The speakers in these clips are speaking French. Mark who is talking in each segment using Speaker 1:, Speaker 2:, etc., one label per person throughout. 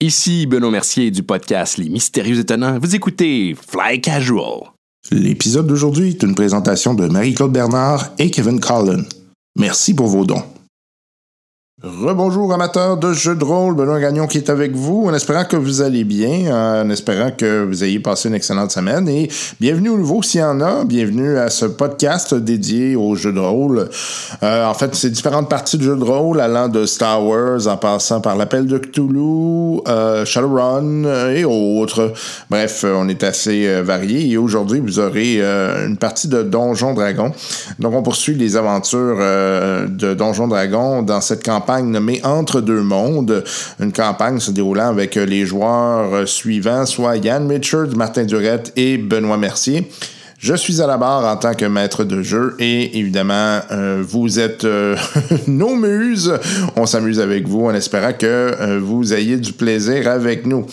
Speaker 1: Ici Benoît Mercier du podcast Les Mystérieux Étonnants. Vous écoutez Fly Casual.
Speaker 2: L'épisode d'aujourd'hui est une présentation de Marie-Claude Bernard et Kevin Collin. Merci pour vos dons. Rebonjour amateurs de jeux de rôle, Benoît Gagnon qui est avec vous, en espérant que vous allez bien, euh, en espérant que vous ayez passé une excellente semaine et bienvenue au nouveau s'il y en a, bienvenue à ce podcast dédié aux jeux de rôle. Euh, en fait, c'est différentes parties de jeux de rôle allant de Star Wars en passant par l'appel de Cthulhu, euh, Shadowrun euh, et autres. Bref, on est assez varié et aujourd'hui vous aurez euh, une partie de Donjon Dragon. Donc on poursuit les aventures euh, de Donjon Dragon dans cette campagne nommée Entre deux mondes, une campagne se déroulant avec euh, les joueurs suivants, soit Yann Richards, Martin Durette et Benoît Mercier. Je suis à la barre en tant que maître de jeu et évidemment, euh, vous êtes euh, nos muses. On s'amuse avec vous en espérant que euh, vous ayez du plaisir avec nous.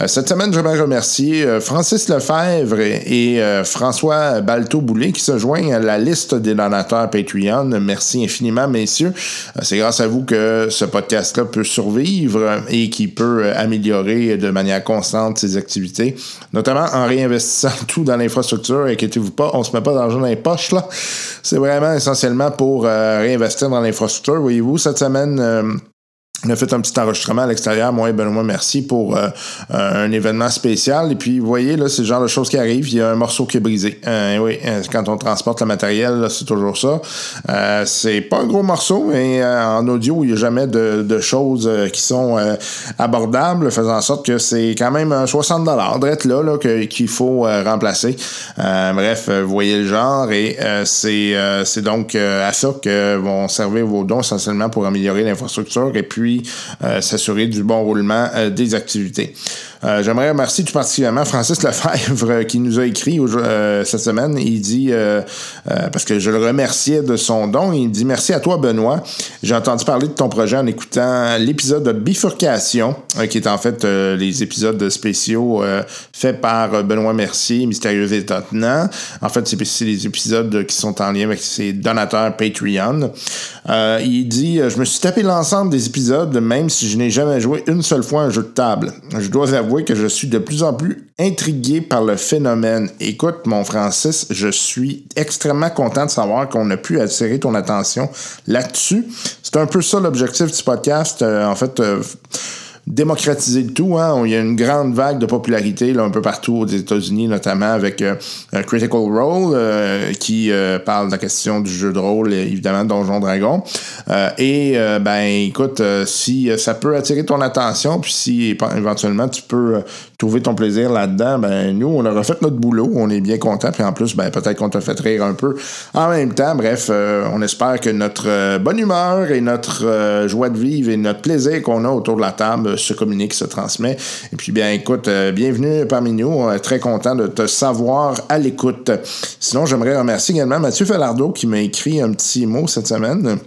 Speaker 2: Euh, cette semaine, j'aimerais remercier euh, Francis Lefebvre et, et François Balto-Boulet qui se joignent à la liste des donateurs Patreon. Merci infiniment, messieurs. Euh, C'est grâce à vous que ce podcast-là peut survivre euh, et qui peut améliorer euh, de manière constante ses activités, notamment en réinvestissant tout dans l'infrastructure et qui vous pas, on se met pas d'argent dans les poches là. C'est vraiment essentiellement pour euh, réinvestir dans l'infrastructure. Voyez-vous, cette semaine, euh on a fait un petit enregistrement à l'extérieur, moi et Benoît Merci, pour euh, un événement spécial. Et puis, vous voyez, là, c'est le genre de choses qui arrivent. Il y a un morceau qui est brisé. Euh, oui, quand on transporte le matériel, c'est toujours ça. Euh, c'est pas un gros morceau, mais euh, en audio, il n'y a jamais de, de choses euh, qui sont abordables, faisant en sorte que c'est quand même un 60 drette là, là qu'il qu faut euh, remplacer. Euh, bref, vous voyez le genre. Et euh, c'est, c'est donc euh, à ça que vont servir vos dons essentiellement pour améliorer l'infrastructure. Et puis, euh, s'assurer du bon roulement euh, des activités. Euh, J'aimerais remercier tout particulièrement Francis Lefebvre euh, qui nous a écrit au, euh, cette semaine. Il dit, euh, parce que je le remerciais de son don, il dit merci à toi Benoît. J'ai entendu parler de ton projet en écoutant l'épisode de Bifurcation, euh, qui est en fait les épisodes spéciaux euh, faits par Benoît Mercier, Mystérieux et Tottenant. En fait, c'est les épisodes qui sont en lien avec ses donateurs Patreon. Euh, il dit, je me suis tapé l'ensemble des épisodes même si je n'ai jamais joué une seule fois un jeu de table. Je dois avouer que je suis de plus en plus intrigué par le phénomène. Écoute, mon Francis, je suis extrêmement content de savoir qu'on a pu attirer ton attention là-dessus. C'est un peu ça l'objectif du podcast. Euh, en fait, euh, démocratiser le tout. Hein? Il y a une grande vague de popularité là, un peu partout aux États-Unis, notamment avec euh, Critical Role, euh, qui euh, parle de la question du jeu de rôle, évidemment, Donjon Dragon. et ben écoute, si euh, ça peut attirer ton attention, puis si éventuellement tu peux euh, trouver ton plaisir là-dedans, ben nous, on aura fait notre boulot, on est bien content, puis en plus, ben peut-être qu'on t'a fait rire un peu en même temps. Bref, euh, on espère que notre euh, bonne humeur et notre euh, joie de vivre et notre plaisir qu'on a autour de la table euh, se communique, se transmet. Et puis, bien, écoute, euh, bienvenue parmi nous. Euh, très content de te savoir à l'écoute. Sinon, j'aimerais remercier également Mathieu Falardeau qui m'a écrit un petit mot cette semaine.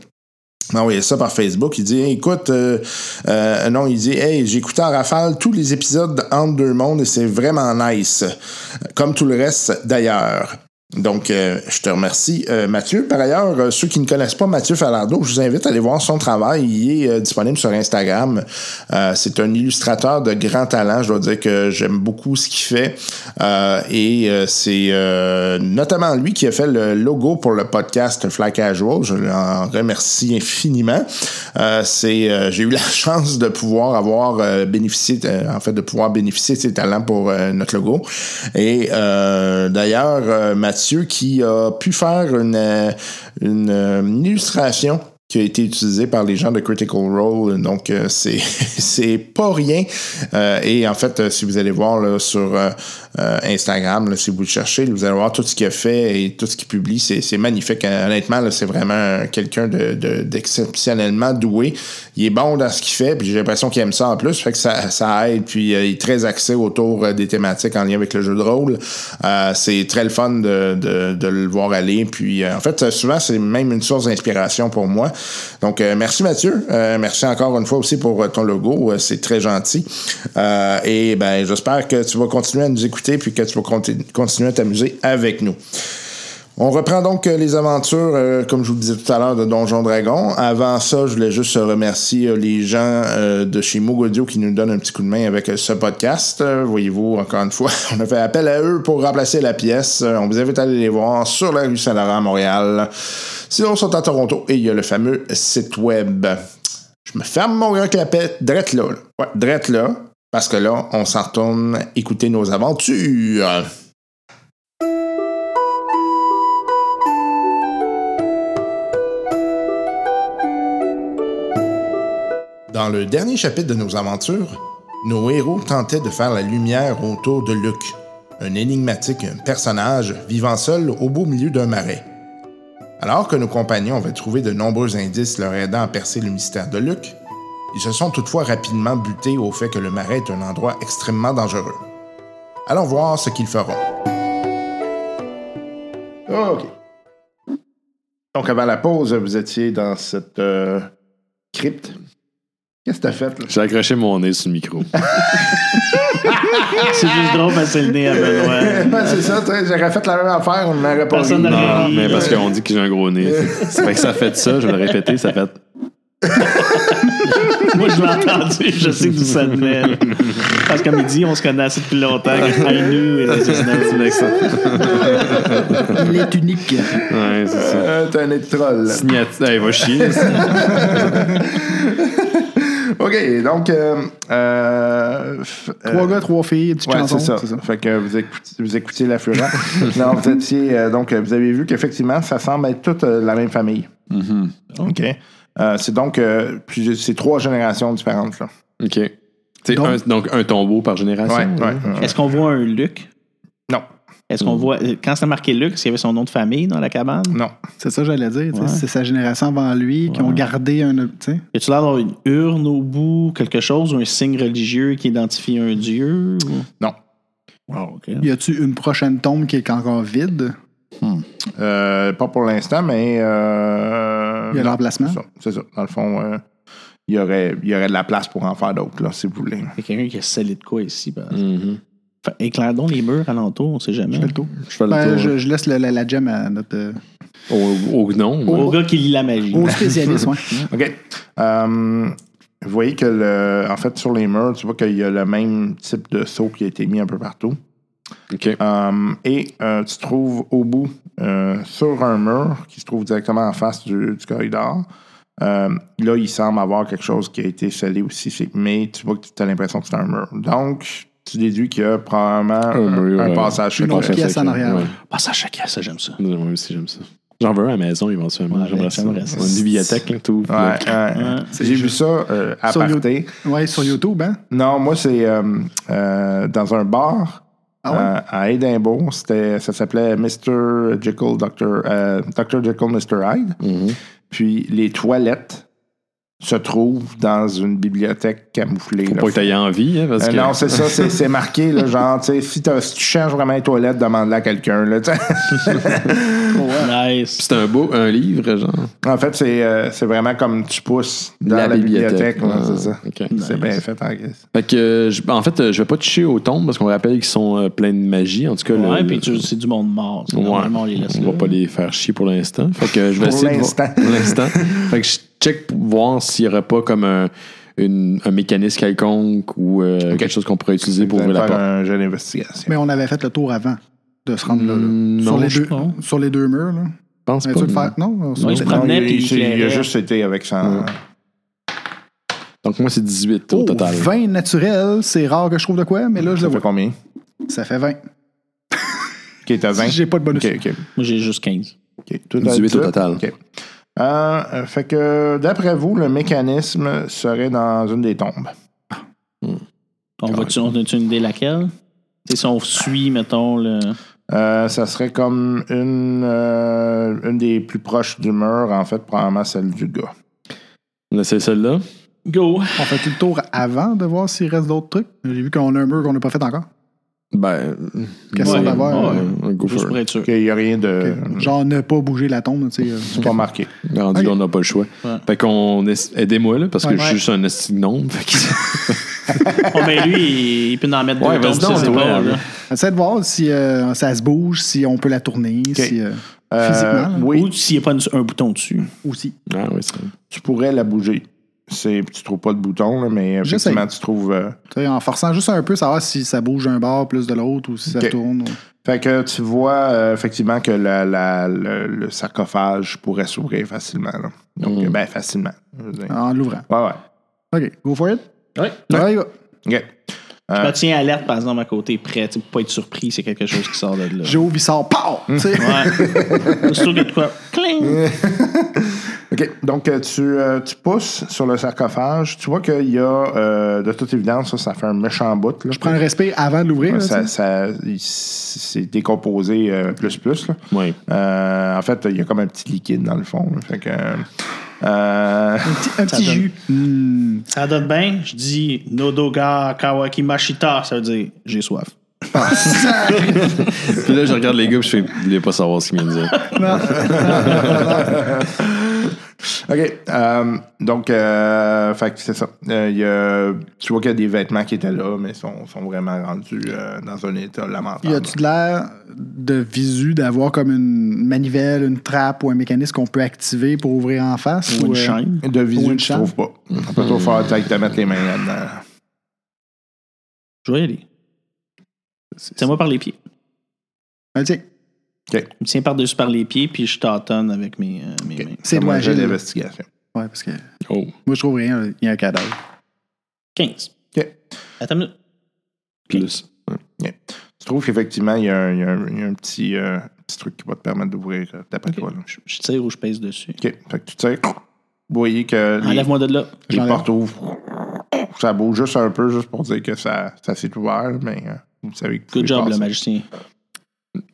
Speaker 2: Ah oui, ça par Facebook. Il dit écoute, euh, euh, non, il dit hey, j'ai écouté en rafale tous les épisodes Entre deux mondes et c'est vraiment nice. Comme tout le reste d'ailleurs. Donc, euh, je te remercie, euh, Mathieu. Par ailleurs, euh, ceux qui ne connaissent pas Mathieu Falardeau, je vous invite à aller voir son travail. Il est euh, disponible sur Instagram. Euh, c'est un illustrateur de grand talent. Je dois dire que j'aime beaucoup ce qu'il fait. Euh, et c'est euh, notamment lui qui a fait le logo pour le podcast Fly Casual. Je l'en remercie infiniment. Euh, c'est, j'ai eu la chance de pouvoir avoir euh, bénéficié, en fait, de pouvoir bénéficier de ses talents pour euh, notre logo. Et euh, d'ailleurs, Mathieu qui a pu faire une, euh, une, euh, une, illustration qui a été utilisée par les gens de Critical Role. Donc, euh, c'est, c'est pas rien. Euh, et en fait, si vous allez voir là, sur euh, Instagram, là, si vous le cherchez, vous allez voir tout ce qu'il a fait et tout ce qu'il publie. C'est, magnifique. Honnêtement, c'est vraiment euh, quelqu'un de, d'exceptionnellement de, doué. Il est bon dans ce qu'il fait, puis j'ai l'impression qu'il aime ça en plus. fait que ça, ça aide. Puis euh, il est très axé autour euh, des thématiques en lien avec le jeu de rôle. Euh, c'est très le fun de, de, de, le voir aller. Puis euh, en fait, souvent, c'est même une source d'inspiration pour moi. Donc, euh, merci Mathieu. Euh, merci encore une fois aussi pour euh, ton logo. c'est très gentil. Euh, et ben, j'espère que tu vas continuer à nous écouter puis que tu vas conti continuer à t'amuser avec nous. On reprend donc euh, les aventures, euh, comme je vous le disais tout à l'heure, de Donjon Dragon. Avant ça, je voulais juste euh, remercier euh, les gens euh, de chez Moog Audio qui nous donnent un petit coup de main avec euh, ce podcast. Euh, Voyez-vous, encore une fois, on a fait appel à eux pour remplacer la pièce. Euh, on vous invite à aller les voir sur la rue Saint-Laurent à Montréal. Sinon, ils sont à Toronto et il y a le fameux site web. Je me ferme mon grand clapet, drette là. là. Ouais, drette là, parce que là, on s'en retourne écouter nos aventures. Dans le dernier chapitre de nos aventures, nos héros tentaient de faire la lumière autour de Luc, un énigmatique personnage vivant seul au beau milieu d'un marais. Alors que nos compagnons avaient trouvé de nombreux indices leur aidant à percer le mystère de Luc, ils se sont toutefois rapidement butés au fait que le marais est un endroit extrêmement dangereux. Allons voir ce qu'ils feront. OK. Donc avant la pause, vous étiez dans cette euh, crypte. Qu'est-ce que t'as fait là?
Speaker 1: J'ai accroché mon nez sur le micro.
Speaker 3: C'est juste drôle parce que c'est le nez à Benoît.
Speaker 2: Ouais, c'est ça, tu sais, j'aurais fait la même affaire, on n'aurait pas
Speaker 3: Personne
Speaker 2: ri.
Speaker 3: n'a-
Speaker 1: Non, mais parce qu'on dit que j'ai un gros nez. C'est fait que ça fait ça, je vais le répéter, ça fait.
Speaker 3: Moi, je l'ai entendu, je sais d'où ça venait. Parce qu'à midi, on se connaît assez depuis longtemps. I knew it was just now.
Speaker 4: Il est unique.
Speaker 1: Ouais, c'est ça.
Speaker 2: Euh, T'es un nez de troll. là.
Speaker 1: Signati- Hey, va chier.
Speaker 2: OK, donc... Euh, euh, f-
Speaker 4: Trois
Speaker 2: euh,
Speaker 4: gars, trois filles, petite
Speaker 2: Ouais,
Speaker 4: chanson.
Speaker 2: c'est ça. Fait que vous écoutez, vous écoutez la fureur. non, vous étiez... euh, donc, euh, vous avez vu qu'effectivement, ça semble être toute euh, la même famille. OK. Euh, c'est donc... euh, plus- c'est trois générations différentes, là.
Speaker 1: OK. C'est
Speaker 3: Donc-
Speaker 1: un- donc un tombeau par génération.
Speaker 2: Ouais, ouais, ouais.
Speaker 3: Est-ce qu'on voit un Luc?
Speaker 2: Non,
Speaker 3: Est-ce qu'on voit. Quand c'était marqué Luc, est-ce qu'il y avait son nom de famille dans la cabane?
Speaker 2: non.
Speaker 4: C'est ça que j'allais dire. tu sais,
Speaker 3: Ouais.
Speaker 4: C'est sa génération avant lui qui ont gardé un. tu sais.
Speaker 3: Y a-tu l'air d'avoir une urne au bout, quelque chose, ou un signe religieux qui identifie un dieu? ou-
Speaker 2: Non.
Speaker 3: Wow, OK.
Speaker 4: Y a-tu une prochaine tombe qui est encore vide
Speaker 2: Euh, pas pour l'instant, mais... euh,
Speaker 4: Il y a
Speaker 2: non.
Speaker 4: l'emplacement.
Speaker 2: C'est ça, c'est ça. Dans le fond, euh, il y aurait, il y aurait de la place pour en faire d'autres, là, si vous voulez.
Speaker 3: Il y a quelqu'un qui a scellé de quoi ici? Ben.
Speaker 1: Mhm.
Speaker 3: Fait, éclaire donc les murs alentour, on sait jamais.
Speaker 4: Je fais le tour.
Speaker 1: Je fais le
Speaker 4: Ben,
Speaker 1: tour
Speaker 4: je, je laisse le- la, la gemme à notre. euh,
Speaker 1: au, au gnom.
Speaker 3: Au gars qui lit la magie.
Speaker 4: Au spécialiste, ouais.
Speaker 2: OK. Euh, vous voyez que, le, en fait, sur les murs, tu vois qu'il y a le même type de seau qui a été mis un peu partout.
Speaker 1: OK.
Speaker 2: Euh, et euh, tu trouves au bout, euh, sur un mur qui se trouve directement en face du, du corridor, euh, là, il semble avoir quelque chose qui a été scellé aussi, c'est- mais tu vois que tu as l'impression que c'est un mur. Donc, tu déduis qu'il y a probablement
Speaker 1: Un
Speaker 2: un,
Speaker 1: mur,
Speaker 2: un
Speaker 1: euh,
Speaker 2: passage
Speaker 4: une
Speaker 2: secret.
Speaker 4: autre pièce en arrière.
Speaker 1: Ouais.
Speaker 3: Passe à chaque Ah, ça j'aime ça.
Speaker 1: Moi aussi, j'aime ça. J'en veux un à la maison éventuellement.
Speaker 3: Ouais,
Speaker 2: ben,
Speaker 1: J'aimerais ça.
Speaker 3: j'aimerais ça.
Speaker 1: Une bibliothèque, là, tout.
Speaker 2: Ouais,
Speaker 1: Là.
Speaker 2: ouais.
Speaker 3: Ouais.
Speaker 2: J'ai vu ça euh, à
Speaker 4: Sur
Speaker 2: parté.
Speaker 4: Ouais, sur YouTube, hein
Speaker 2: Non, moi, c'est euh, euh, dans un bar
Speaker 4: Ah ouais?
Speaker 2: euh, à Édimbourg. C'était, ça s'appelait Mr. Jekyll, Dr. euh, Dr. Jekyll, Mr. Hyde.
Speaker 1: Mhm.
Speaker 2: Puis les toilettes se trouvent dans une bibliothèque camouflée.
Speaker 1: Faut
Speaker 2: là.
Speaker 1: pas que t'aies envie, hein, parce
Speaker 2: Euh,
Speaker 1: que.
Speaker 2: non, c'est ça, c'est, c'est marqué, là, genre, tu sais, si, t'as- si tu cherches vraiment les toilettes, demande-la à quelqu'un. Là, tu sais.
Speaker 3: Nice.
Speaker 1: c'est un beau, un livre, genre.
Speaker 2: en fait, c'est, euh, c'est vraiment comme tu pousses dans la, bibliothèque. ouais,
Speaker 1: Ah,
Speaker 2: c'est ça.
Speaker 1: OK.
Speaker 2: C'est bien fait en guise.
Speaker 1: Fait que, euh, je- en fait, euh, je vais pas toucher aux tombes parce qu'on rappelle qu'ils sont euh, pleins de magie. En tout cas, le-
Speaker 3: Ouais,
Speaker 1: le-
Speaker 3: puis tu- c'est du monde mort. c'est
Speaker 1: Ouais.
Speaker 3: Normalement, on les laisse
Speaker 1: on
Speaker 3: là.
Speaker 1: va pas les faire chier pour l'instant. Fait que je vais
Speaker 2: Pour
Speaker 1: essayer Ben, de voir-
Speaker 2: l'instant.
Speaker 1: pour l'instant. fait que je check pour voir s'il y aurait pas comme un, une- un mécanisme quelconque ou euh, quelque chose qu'on pourrait utiliser pour
Speaker 2: Vous allez
Speaker 1: ouvrir la
Speaker 2: faire
Speaker 1: porte.
Speaker 2: un jeu d'investigation.
Speaker 4: Mais on avait fait le tour avant de se rendre là. là.
Speaker 1: Mm,
Speaker 4: sur,
Speaker 1: non,
Speaker 4: les
Speaker 1: je
Speaker 4: deux,
Speaker 3: pense.
Speaker 4: sur les deux murs, là.
Speaker 1: Je pense
Speaker 4: On a-tu
Speaker 1: pas.
Speaker 4: le faire? Non, sur-
Speaker 3: Ouais, je-
Speaker 2: Non,
Speaker 3: promenait,
Speaker 2: il,
Speaker 3: puis il
Speaker 2: il- il a
Speaker 4: euh,
Speaker 3: éclairait.
Speaker 2: juste été avec son.
Speaker 1: Ouais. Donc moi, c'est 18
Speaker 4: Oh,
Speaker 1: au total.
Speaker 4: 20 naturel, c'est rare que je trouve de quoi, mais là, je
Speaker 2: Ça
Speaker 4: le
Speaker 2: fait
Speaker 4: vois.
Speaker 2: combien?
Speaker 4: Ça fait 20.
Speaker 2: Qui est à 20?
Speaker 4: J'ai pas de bonus.
Speaker 2: OK, OK.
Speaker 3: Moi, j'ai juste 15.
Speaker 2: ok. Tout
Speaker 1: 18 au
Speaker 2: tout.
Speaker 1: total.
Speaker 2: OK. Euh, euh, fait que, d'après vous, le mécanisme serait dans une des tombes.
Speaker 3: On va-tu, on a-tu une idée laquelle? Tu sais, si on suit, mettons, le.
Speaker 2: Euh, ça serait comme une, euh, une des plus proches du mur, en fait, probablement celle du gars.
Speaker 1: On essaie celle-là.
Speaker 3: Go!
Speaker 4: On fait le tour avant de voir s'il reste d'autres trucs. J'ai vu qu'on a un mur qu'on n'a pas fait encore.
Speaker 1: Ben.
Speaker 4: Question
Speaker 1: ouais,
Speaker 4: d'avoir,
Speaker 1: ouais, ouais, go
Speaker 3: Juste
Speaker 1: for
Speaker 3: pour
Speaker 1: it.
Speaker 3: être sûr.
Speaker 2: Il n'y a rien de.
Speaker 4: Genre, ne pas bouger la tombe, tu sais. euh.
Speaker 2: C'est pas marqué.
Speaker 1: Rendu
Speaker 4: Ok.
Speaker 1: là, on n'a pas le choix.
Speaker 3: Ouais.
Speaker 1: Fait qu'on. est- Aidez-moi, là, parce que
Speaker 4: Ouais.
Speaker 1: je suis juste un esti de gnome. Fait que-
Speaker 3: Oh, ben lui, il, il peut en mettre
Speaker 1: Ouais,
Speaker 3: deux
Speaker 1: vas-y
Speaker 3: tombes
Speaker 1: donc,
Speaker 3: sur ses
Speaker 1: toi,
Speaker 3: épaules,
Speaker 1: ouais.
Speaker 3: là.
Speaker 4: Essaie de voir si euh, ça se bouge, si on peut la tourner, si. euh,
Speaker 2: Euh,
Speaker 4: Physiquement, là.
Speaker 2: oui,
Speaker 3: Ou s'il n'y a pas une- un bouton dessus.
Speaker 4: aussi.
Speaker 1: Ah, oui, c'est
Speaker 2: tu pourrais la bouger. C'est, tu trouves pas de bouton, là, mais
Speaker 4: J'essaie.
Speaker 2: effectivement, tu trouves. euh,
Speaker 4: Tu sais, en forçant juste un peu, savoir si ça bouge d'un bord plus de l'autre ou si ça
Speaker 2: Ok.
Speaker 4: tourne. euh, ou-
Speaker 2: Fait que tu vois euh, effectivement que la- la- le, le sarcophage pourrait s'ouvrir facilement. là. Donc,
Speaker 1: Mm.
Speaker 2: ben, facilement. je veux dire.
Speaker 4: En l'ouvrant.
Speaker 2: Ouais, ouais.
Speaker 4: OK, go for it.
Speaker 3: Ouais.
Speaker 4: Ouais, il va.
Speaker 2: OK.
Speaker 3: Je
Speaker 2: Euh,
Speaker 1: Ah.
Speaker 3: me Bah, tiens alerte, par exemple, à côté, prêt, tu sais, pour pas être surpris, c'est quelque chose qui sort de là.
Speaker 4: Joe, il sort. Pow!
Speaker 2: Mm.
Speaker 4: Tu sais.
Speaker 3: Ouais. Aussitôt qu'il y a de quoi. Cling!
Speaker 2: OK. Donc, euh, tu, euh, tu pousses sur le sarcophage. Tu vois qu'il y a, euh, de toute évidence, ça, ça fait un méchant bout. là.
Speaker 4: Je prends un respect avant de l'ouvrir.
Speaker 2: Ouais,
Speaker 4: là,
Speaker 2: ça,
Speaker 4: tu sais.
Speaker 2: ça- il- c'est décomposé euh, plus plus. là.
Speaker 1: Oui.
Speaker 2: Euh, en fait, il y a comme un petit liquide dans le fond. là. Fait que, euh,
Speaker 4: Un petit
Speaker 3: donne-
Speaker 4: jus. Hmm.
Speaker 3: Ça donne bien. Je dis Nodoga Kawakimashita. Ça veut dire j'ai soif.
Speaker 1: Puis là, je regarde les gars, puis je fais, vous voulez pas savoir ce qu'ils viennent dire.
Speaker 2: OK. euh, donc, euh, fait que c'est ça. Euh, il y a- tu vois qu'il y a des vêtements qui étaient là, mais sont, sont vraiment rendus euh, dans un état
Speaker 4: Y
Speaker 2: lamentable.
Speaker 4: a-tu de l'air de visu d'avoir comme une manivelle, une trappe ou un mécanisme qu'on peut activer pour ouvrir en face?
Speaker 3: Ou une
Speaker 4: euh,
Speaker 3: chaîne.
Speaker 2: De
Speaker 4: Ou
Speaker 2: visu,
Speaker 4: une
Speaker 2: tu
Speaker 4: chambre?
Speaker 2: trouves pas. On peut trop faire t'as que te mettre les mains là-dedans.
Speaker 3: Je vais y aller. Tiens-moi par les pieds.
Speaker 4: Ah, tiens,
Speaker 3: Je me tiens par-dessus par les pieds, puis je tâtonne avec mes, euh, mes mains.
Speaker 4: c'est
Speaker 2: Comme
Speaker 4: moi,
Speaker 2: un jeu
Speaker 4: agile.
Speaker 2: d'investigation.
Speaker 4: Ouais, parce que moi,
Speaker 1: Oh.
Speaker 4: je trouve rien. là. Il y a un cadavre.
Speaker 3: 15.
Speaker 2: OK.
Speaker 3: Attends une minute.
Speaker 1: Plus.
Speaker 2: Tu trouves qu'effectivement, il y a un, il y a un- il y a un petit, euh, petit truc qui va te permettre d'ouvrir euh, d'après
Speaker 3: Ok.
Speaker 2: toi. là.
Speaker 3: Je, je tire ou je pèse dessus.
Speaker 2: OK. Fait que tu tires. Vous voyez que
Speaker 4: Ah,
Speaker 2: les,
Speaker 3: Enlève-moi de là.
Speaker 2: les
Speaker 4: J'enlève.
Speaker 2: portes ouvrent. Ça bouge juste un peu, juste pour dire que ça, ça s'est ouvert, mais euh, vous savez que vous pouvez
Speaker 3: Good job, le
Speaker 2: passer.
Speaker 3: magicien.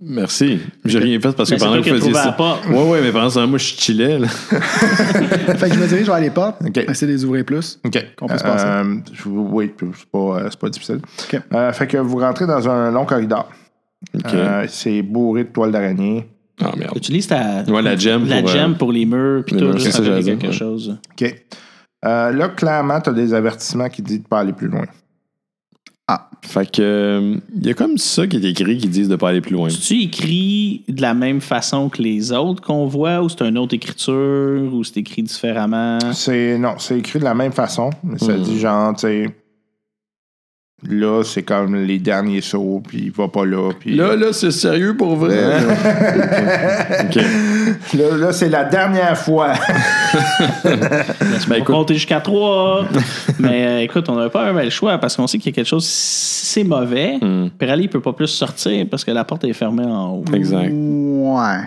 Speaker 1: Merci. J'ai rien fait parce que
Speaker 3: Mais c'est
Speaker 1: pendant
Speaker 3: toi
Speaker 1: que
Speaker 3: qui
Speaker 1: vous faisiez
Speaker 3: as trouvé la
Speaker 1: ça.
Speaker 3: porte.
Speaker 1: Ouais, ouais, mais pendant ce temps, moi, je chillais. là.
Speaker 4: fait que je me dirige vers les portes.
Speaker 2: Ok.
Speaker 4: Essayer de les ouvrir plus.
Speaker 2: OK.
Speaker 4: Qu'on peut se passer.
Speaker 2: Euh, je vous- oui, puis c'est pas, euh, c'est pas difficile.
Speaker 4: OK.
Speaker 2: Euh, fait que vous rentrez dans un long corridor.
Speaker 1: OK.
Speaker 2: Euh, c'est bourré de toiles d'araignée.
Speaker 1: Ah, merde.
Speaker 3: Utilise ta.
Speaker 1: Ouais, la gemme.
Speaker 3: La
Speaker 1: pour, euh,
Speaker 3: gemme pour les murs, puis
Speaker 1: les
Speaker 3: tout,
Speaker 1: murs,
Speaker 3: juste
Speaker 1: c'est ça,
Speaker 3: enlever
Speaker 1: j'allais
Speaker 3: quelque
Speaker 1: dire, ouais.
Speaker 3: chose.
Speaker 2: OK. Euh, là, clairement, tu as des avertissements qui disent de pas aller plus loin.
Speaker 1: Ah. Fait que, il y a comme ça qui est écrit qui disent de pas aller plus loin.
Speaker 3: Tu écris de la même façon que les autres qu'on voit, ou c'est une autre écriture, ou c'est écrit différemment?
Speaker 2: C'est non, c'est écrit de la même façon, mais ça
Speaker 1: Mhm.
Speaker 2: dit genre, tu sais, là, c'est comme les derniers sauts, puis il va pas là, puis
Speaker 1: Là, là, c'est sérieux pour vrai. OK.
Speaker 2: là, là, c'est la dernière fois.
Speaker 3: Laisse-moi
Speaker 1: Ben, écoute-
Speaker 3: compter jusqu'à trois. mais euh, écoute, on n'a pas un bel choix parce qu'on sait qu'il y a quelque chose, si c'est mauvais,
Speaker 1: Hmm.
Speaker 3: Pirelli ne peut pas plus sortir parce que la porte est fermée en haut.
Speaker 1: Exact.
Speaker 4: Ouais.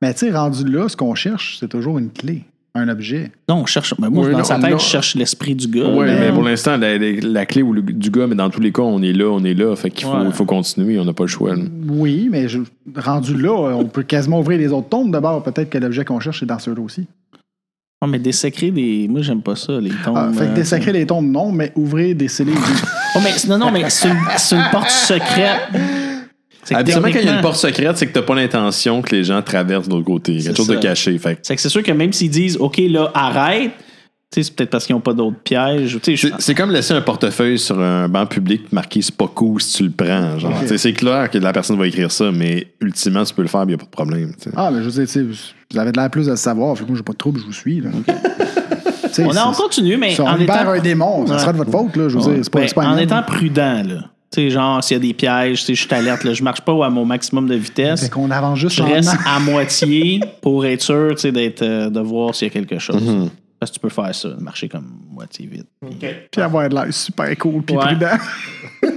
Speaker 4: Mais tu sais, rendu là, ce qu'on cherche, c'est toujours une clé, un objet.
Speaker 3: Non, on cherche. Mais moi,
Speaker 1: Oui,
Speaker 3: dans
Speaker 1: non,
Speaker 3: sa tête,
Speaker 1: non.
Speaker 3: je cherche l'esprit du gars.
Speaker 1: Ouais,
Speaker 3: là.
Speaker 1: mais pour l'instant, la, la- la clé ou le- du gars, mais dans tous les cas, on est là, on est là. Fait qu'il faut,
Speaker 3: Ouais.
Speaker 1: il faut continuer, on n'a pas le choix. là.
Speaker 4: Oui, mais je- rendu là, on peut quasiment ouvrir les autres tombes d'abord. Peut-être que l'objet qu'on cherche est dans ceux-là aussi.
Speaker 3: Non, Ah, mais dessacrer des. Moi, j'aime pas ça, les tombes.
Speaker 4: Ah, fait que
Speaker 3: euh,
Speaker 4: désacrer les tombes, non, mais ouvrir des scellés. oui.
Speaker 3: Oh, mais, non, non, mais c'est une, c'est une porte secrète. C'est que
Speaker 1: Habituellement, quand il y a une
Speaker 3: techniquement-
Speaker 1: porte secrète, c'est que t'as pas l'intention que les gens traversent de l'autre côté. Il y a
Speaker 3: C'est
Speaker 1: quelque chose de
Speaker 3: ça.
Speaker 1: caché. Fait que
Speaker 3: C'est que c'est sûr que même s'ils disent, OK, là, arrête, tu sais, c'est peut-être parce qu'ils n'ont pas d'autres pièges. Tu sais,
Speaker 1: C'est- C'est comme laisser un portefeuille sur un banc public marqué c'est pas cool si tu le prends. genre.
Speaker 4: Ok.
Speaker 1: Tu sais, C'est clair que la personne va écrire ça, mais ultimement, tu peux le faire, il n'y a pas de problème. tu sais.
Speaker 4: Ah, mais je veux dire, tu sais, vous avez de l'air plus à le savoir. Fait que moi, j'ai pas de trouble, je vous suis. Là. Tu sais,
Speaker 3: je- on, a- on
Speaker 4: c'est-
Speaker 3: continue, mais
Speaker 4: Si on
Speaker 3: en étant.
Speaker 4: libère un démon, ça
Speaker 3: Ouais.
Speaker 4: sera de votre faute, là. Je veux
Speaker 3: Ouais.
Speaker 4: dire, c'est pas,
Speaker 3: Ben,
Speaker 4: c'est pas
Speaker 3: en
Speaker 4: un
Speaker 3: étant
Speaker 4: étant...
Speaker 3: prudent, là. Tu sais, genre, s'il y a des pièges, tu sais, je suis alerte, là, je marche pas à mon maximum de vitesse.
Speaker 4: Fait qu'on avance juste
Speaker 3: Je
Speaker 4: en
Speaker 3: reste
Speaker 4: an.
Speaker 3: à moitié pour être sûr, tu sais, d'être, euh, de voir s'il y a quelque chose.
Speaker 1: Mhm.
Speaker 3: Parce que tu peux faire ça, marcher comme moitié vite.
Speaker 4: puis avoir de l'air super cool puis
Speaker 3: Ouais.
Speaker 4: prudent.
Speaker 3: Puis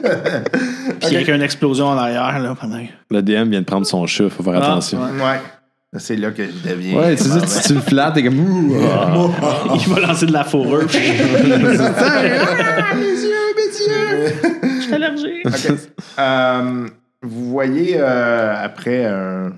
Speaker 3: il y a une explosion en arrière, là, pendant. Ah,
Speaker 1: Le DM vient de prendre son chat, faut faire attention.
Speaker 2: ouais. C'est là que je deviens.
Speaker 1: Ouais, tu sais, tu, tu le flattes, t'es comme Ouh, ah.
Speaker 3: Il va lancer de la fourrure.
Speaker 2: Ah,
Speaker 3: Je suis allergique.
Speaker 1: Mhm.
Speaker 2: Euh, vous voyez, euh, après, un-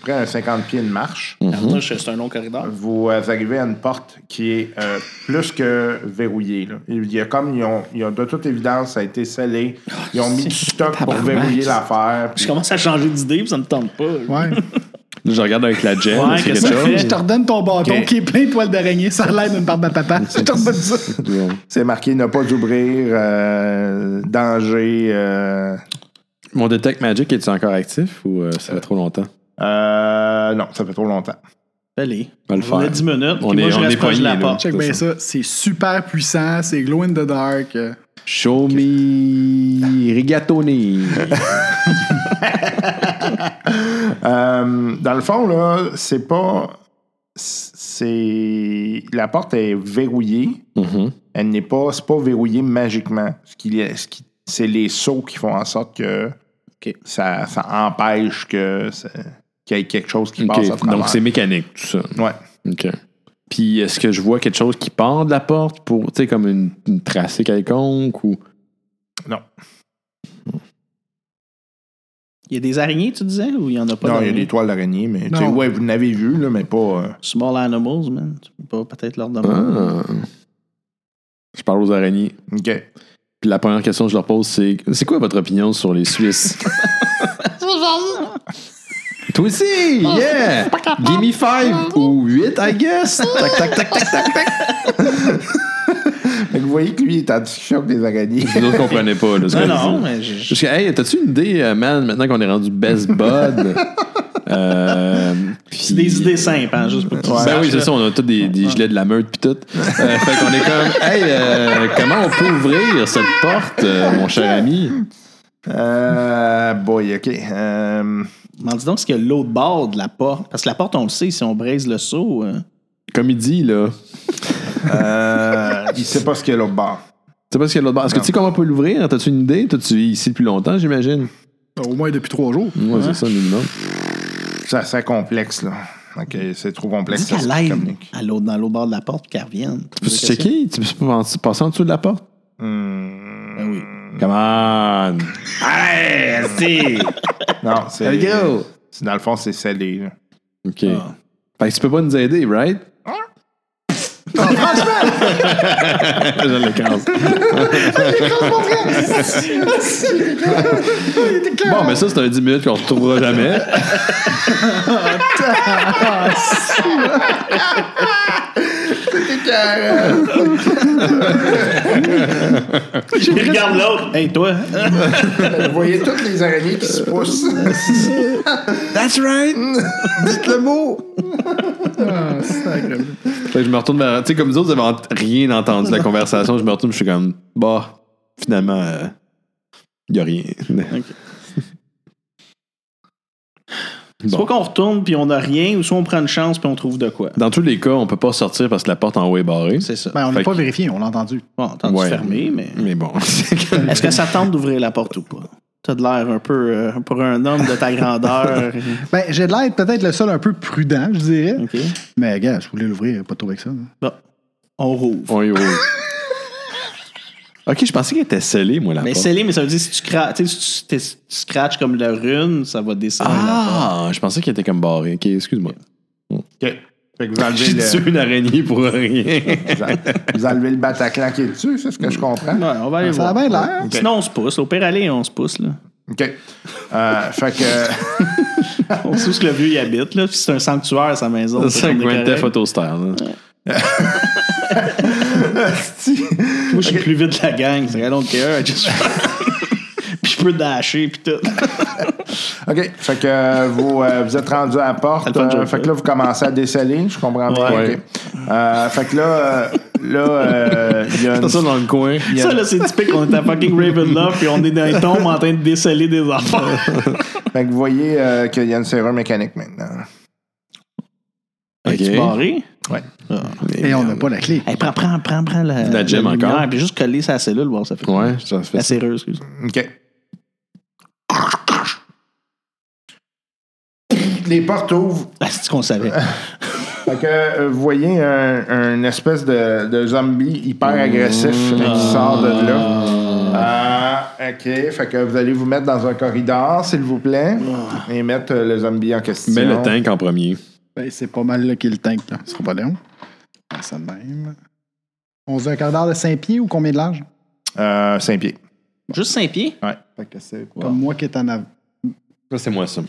Speaker 2: après un 50 pieds de marche,
Speaker 3: Attends, je- C'est un long corridor.
Speaker 2: vous euh, arrivez à une porte qui est euh, plus que verrouillée. là. Il y a comme, ils ont, ils ont- de toute évidence, ça a été scellé. Ils ont mis du stock pour
Speaker 3: Oh, tabarnak.
Speaker 2: verrouiller l'affaire. puis-
Speaker 3: Je commence à changer d'idée, puis ça me tente pas.
Speaker 4: Ouais.
Speaker 1: Là, je regarde avec la gel,
Speaker 3: Ouais,
Speaker 1: c'est
Speaker 3: qu'est-ce
Speaker 1: quelque
Speaker 3: que
Speaker 1: chose.
Speaker 4: je te redonne ton bâton
Speaker 2: Ok.
Speaker 4: qui est plein de toiles d'araignée. Ça a l'air d'une barbe à papa. Je te redonne ça.
Speaker 2: C'est marqué ne pas ouvrir, euh, danger. euh,
Speaker 1: Mon Detect Magic est-il encore actif ou euh, ça fait trop longtemps?
Speaker 2: Euh, non, ça fait trop longtemps.
Speaker 3: Allez.
Speaker 1: On va le
Speaker 3: On a
Speaker 1: faire.
Speaker 3: 10 minutes.
Speaker 1: On
Speaker 3: puis moi,
Speaker 1: est-
Speaker 3: je
Speaker 1: on
Speaker 3: reste
Speaker 1: est
Speaker 3: proche de la
Speaker 1: poigné, là.
Speaker 3: porte.
Speaker 4: Check
Speaker 1: C'est
Speaker 4: bien ça. C'est super puissant. C'est glow in the dark. euh.
Speaker 1: Show me rigatoni.
Speaker 2: Euh, dans le fond, là, c'est pas. C'est. La porte est verrouillée.
Speaker 1: Mhm.
Speaker 2: Elle n'est pas. C'est pas verrouillé magiquement. Ce qui, ce qui- c'est les sauts qui font en sorte que
Speaker 3: OK.
Speaker 2: ça, ça empêche que ça- qu'il y ait quelque chose qui passe à
Speaker 1: OK.
Speaker 2: travers.
Speaker 1: Donc, c'est mécanique, tout ça.
Speaker 2: Ouais.
Speaker 1: OK. Puis, est-ce que je vois quelque chose qui part de la porte pour, tu sais, comme une, une tracée quelconque ou.
Speaker 3: Il y a des araignées, tu disais, ou il n'y en a pas
Speaker 2: non, il y a
Speaker 3: d'araignées?
Speaker 2: des toiles d'araignée, mais tu sais,
Speaker 4: Non.
Speaker 2: ouais, vous n'avez vu, là, mais pas. euh,
Speaker 3: Small animals, man. Tu peux pas peut-être leur demander.
Speaker 1: Ah. Je parle aux araignées.
Speaker 2: OK.
Speaker 1: Puis, la première question que je leur pose, c'est c'est quoi votre opinion sur les Suisses? Toi aussi!
Speaker 2: Oh,
Speaker 1: Yeah! Give
Speaker 2: Mm-hmm.
Speaker 1: me five ou huit, I guess! Tac, tac, tac, tac, tac, tac!
Speaker 2: Fait que vous voyez que lui, il est en discussion avec des araignées.
Speaker 1: Nous autres comprenaient pas, là, ce
Speaker 3: Non,
Speaker 1: qu'on
Speaker 3: non,
Speaker 1: disait.
Speaker 3: mais j'ai-
Speaker 1: Parce que, hey, t'as-tu une idée, euh, man, maintenant qu'on est rendu best bud? euh,
Speaker 3: c'est des idées simples, hein, juste pour que tu
Speaker 1: ben
Speaker 3: saches,
Speaker 1: oui, c'est
Speaker 3: là.
Speaker 1: ça, on a tous des, des gilets de la meute pis tout. Euh, fait qu'on est comme, hey, euh, comment on peut ouvrir cette porte, euh, mon cher ami?
Speaker 2: Euh, boy, OK. Euh,
Speaker 3: M'en dis donc ce qu'il y a de l'autre bord de la porte. Parce que la porte, on le sait, si on braise le seau. euh,
Speaker 1: Comme il dit, là, tu
Speaker 2: euh, il sait pas ce qu'il y a l'autre bord.
Speaker 1: sais pas ce qu'il y a de l'autre bord. Est-ce que tu sais comment on peut l'ouvrir? T'as-tu une idée? T'as-tu ici depuis longtemps, j'imagine?
Speaker 4: Au moins depuis trois jours.
Speaker 1: Moi, c'est ça, minimum.
Speaker 2: Ça, c'est complexe, là. OK, c'est trop
Speaker 1: Ben,
Speaker 2: complexe.
Speaker 3: Dis
Speaker 2: ça,
Speaker 3: qu'elle
Speaker 2: ce qui
Speaker 3: aille
Speaker 2: communique.
Speaker 3: à l'autre, dans l'autre bord de la porte, puis qu'elle revienne.
Speaker 1: Tu peux checker? Tu peux pas en- passer en dessous de la porte?
Speaker 2: Hmm.
Speaker 3: Ben oui.
Speaker 1: Come on!
Speaker 3: Ben,
Speaker 2: Hey, si! non, c'est...
Speaker 1: Let's go!
Speaker 2: c'est- Dans le fond, c'est scellé, là.
Speaker 1: OK. Fait que tu peux pas nous aider, right? franchement! Je l'écrase. Bon, mais ça, c'est un 10 minutes qu'on retrouvera jamais.
Speaker 3: Il regarde l'autre. Hey, toi.
Speaker 2: Vous voyez toutes les araignées qui se poussent.
Speaker 1: That's right!
Speaker 2: Dites le mot!
Speaker 4: Ah, sacrément.
Speaker 1: Fait que je me retourne vers. Tu sais, comme nous autres, vous avez ent- rien entendu de la conversation. Je me retourne, je suis comme, bah, finalement, il y a rien.
Speaker 3: Soit qu'on retourne, puis on n'a rien, ou soit on prend une chance, puis on trouve de quoi.
Speaker 1: Dans tous les cas, on peut pas sortir parce que la porte en haut est barrée.
Speaker 3: C'est ça.
Speaker 4: Ben, on
Speaker 1: Fait
Speaker 4: n'a pas
Speaker 1: que-
Speaker 4: vérifié, on l'a entendu.
Speaker 3: Bon, on tente
Speaker 1: Ouais.
Speaker 3: de fermer, mais.
Speaker 1: Mais bon, c'est que-
Speaker 3: Est-ce que ça tente d'ouvrir la porte ou pas? T'as de l'air un peu. euh, pour un homme de ta grandeur.
Speaker 4: Ben, j'ai de l'air peut-être le seul un peu prudent, je dirais.
Speaker 3: OK.
Speaker 4: Mais gars, je voulais l'ouvrir, pas trop avec ça. hein.
Speaker 3: Bon. On rouvre.
Speaker 1: on y roule. Ok, je pensais qu'elle était scellée, moi, la
Speaker 3: Mais
Speaker 1: porte.
Speaker 3: scellé, mais ça veut dire si tu, cra- tu sais, si tu- si tu scratches comme le rune, ça va descendre.
Speaker 1: Ah, je pensais qu'elle était comme barrée. Ok, excuse-moi.
Speaker 2: OK. Fait que vous enlevez,
Speaker 1: J'ai tué
Speaker 2: le,
Speaker 1: une araignée pour rien.
Speaker 2: vous en- vous enlevez le Bataclan qui est dessus, c'est ce que je comprends.
Speaker 3: Ouais, on va aller
Speaker 4: Ça a
Speaker 3: voir.
Speaker 4: bien l'air.
Speaker 2: Ok.
Speaker 3: Sinon, on se pousse. Au pire, aller, on se pousse. Là.
Speaker 2: Hmm. OK. Euh, fait que...
Speaker 3: On sait où ce que le vieux y habite. Là. Puis c'est un sanctuaire, sa maison.
Speaker 1: C'est un
Speaker 3: comme des
Speaker 1: Grand Theft
Speaker 3: corrects.
Speaker 1: Auto style. là.
Speaker 3: Moi, je suis plus vite de la gang. C'est I don't care. I just- puis je peux dasher, puis tout.
Speaker 2: OK. Fait que euh, vous, euh, vous êtes rendu à la porte.
Speaker 3: Ça le fait
Speaker 2: euh,
Speaker 3: de
Speaker 2: fait que
Speaker 3: jouer.
Speaker 2: là, vous commencez à déceler. Je comprends bien.
Speaker 1: Ouais.
Speaker 2: OK. Euh, fait que là, euh, là, euh, il y a une...
Speaker 1: T'as ça dans le coin.
Speaker 2: il y a
Speaker 3: Ça,
Speaker 2: une-
Speaker 3: là, c'est typique. On est à fucking Ravenloft, puis on est dans les tombes en train de déceler des affaires.
Speaker 2: Fait que vous voyez euh, qu'il y a une serrure mécanique maintenant.
Speaker 1: Ok.
Speaker 3: Es-tu barré?
Speaker 2: Ouais.
Speaker 4: Et on n'a pas la clé.
Speaker 3: Hey, prends, prends, prends, prends la,
Speaker 1: La gemme
Speaker 3: lumière,
Speaker 1: encore.
Speaker 3: Puis juste coller sa cellule, voir ça fait.
Speaker 1: Ouais, ça fait
Speaker 3: La
Speaker 1: ça.
Speaker 3: serrure, excuse.
Speaker 2: OK. Les portes ouvrent.
Speaker 3: Ah, c'est ce qu'on savait.
Speaker 2: Fait que euh, vous voyez un, un espèce de, de zombie hyper agressif euh, qui sort de là. Ah, OK. Fait que vous allez vous mettre dans un corridor, s'il vous plaît, et mettre euh, le zombie en question.
Speaker 1: Ah. Mets le tank en premier.
Speaker 4: Ben, c'est pas mal là qu'il le tank, là. Ce sera pas long. Ben, Ça de même. On se dit un quart d'heure de 5 pieds ou combien de large?
Speaker 2: Euh, cinq pieds.
Speaker 3: Juste 5 pieds?
Speaker 2: Ouais.
Speaker 4: Fait que c'est comme moi qui est en avant.
Speaker 1: Ça, c'est moi, ça.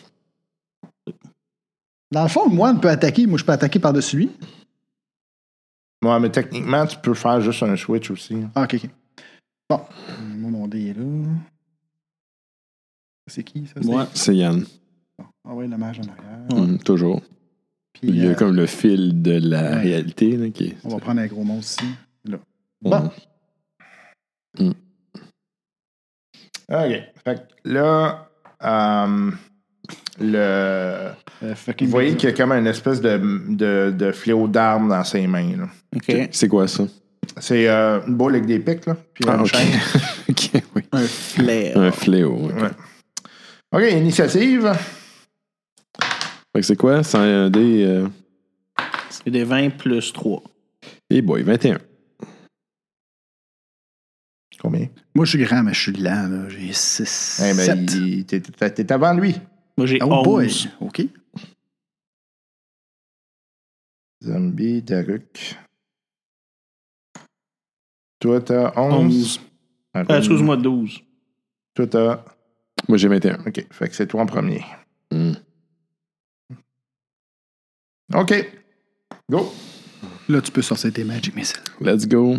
Speaker 4: Dans le fond, moi, on peut attaquer. Moi, je peux attaquer par-dessus lui.
Speaker 2: Ouais, mais techniquement, tu peux faire juste un switch aussi. hein.
Speaker 4: Ah, ok, ok. Bon. Moi, mon dé est là. C'est qui, ça? c'est-
Speaker 3: Ouais.
Speaker 1: C'est Yann.
Speaker 4: Ah ouais, le mage en arrière.
Speaker 1: Mhm, toujours.
Speaker 4: Puis,
Speaker 1: Il y a
Speaker 4: euh,
Speaker 1: comme le fil de la
Speaker 4: ouais.
Speaker 1: réalité. Là, qui est-
Speaker 4: on va prendre un gros monstre ici.
Speaker 1: on-
Speaker 2: OK. Fait que là, euh, le...
Speaker 4: Euh, fucking
Speaker 2: vous voyez
Speaker 4: good.
Speaker 2: qu'il y a comme une espèce de, de, de fléau d'armes dans ses mains. là.
Speaker 3: OK.
Speaker 1: C'est quoi ça?
Speaker 2: C'est euh, une boule avec des pics, là. Puis
Speaker 1: Ah,
Speaker 2: une
Speaker 1: ok.
Speaker 2: chaîne.
Speaker 1: Ok, oui.
Speaker 3: Un flair.
Speaker 1: Un fléau. ouais.
Speaker 2: Ouais. OK, initiative.
Speaker 1: Fait que c'est quoi? C'est un des. euh,
Speaker 3: C'est des 20 plus 3.
Speaker 1: Eh boy, 21.
Speaker 2: Combien?
Speaker 4: Moi, je suis grand, mais je suis lent. là. J'ai 6.
Speaker 2: Eh ben,
Speaker 4: 7.
Speaker 2: il- t'es- t'es t'es avant lui.
Speaker 3: Moi, j'ai
Speaker 4: Oh
Speaker 3: 11.
Speaker 4: boy. OK.
Speaker 2: Zombie, Daruk. Toi, t'as 11.
Speaker 3: 11.
Speaker 4: Ah,
Speaker 3: Euh, Excuse-moi, 12.
Speaker 2: Toi, t'as...
Speaker 1: Moi, j'ai 21.
Speaker 2: OK, fait que c'est toi en premier.
Speaker 1: Hmm.
Speaker 2: OK. Go.
Speaker 4: Là, tu peux sortir tes Magic Missiles.
Speaker 1: Let's go.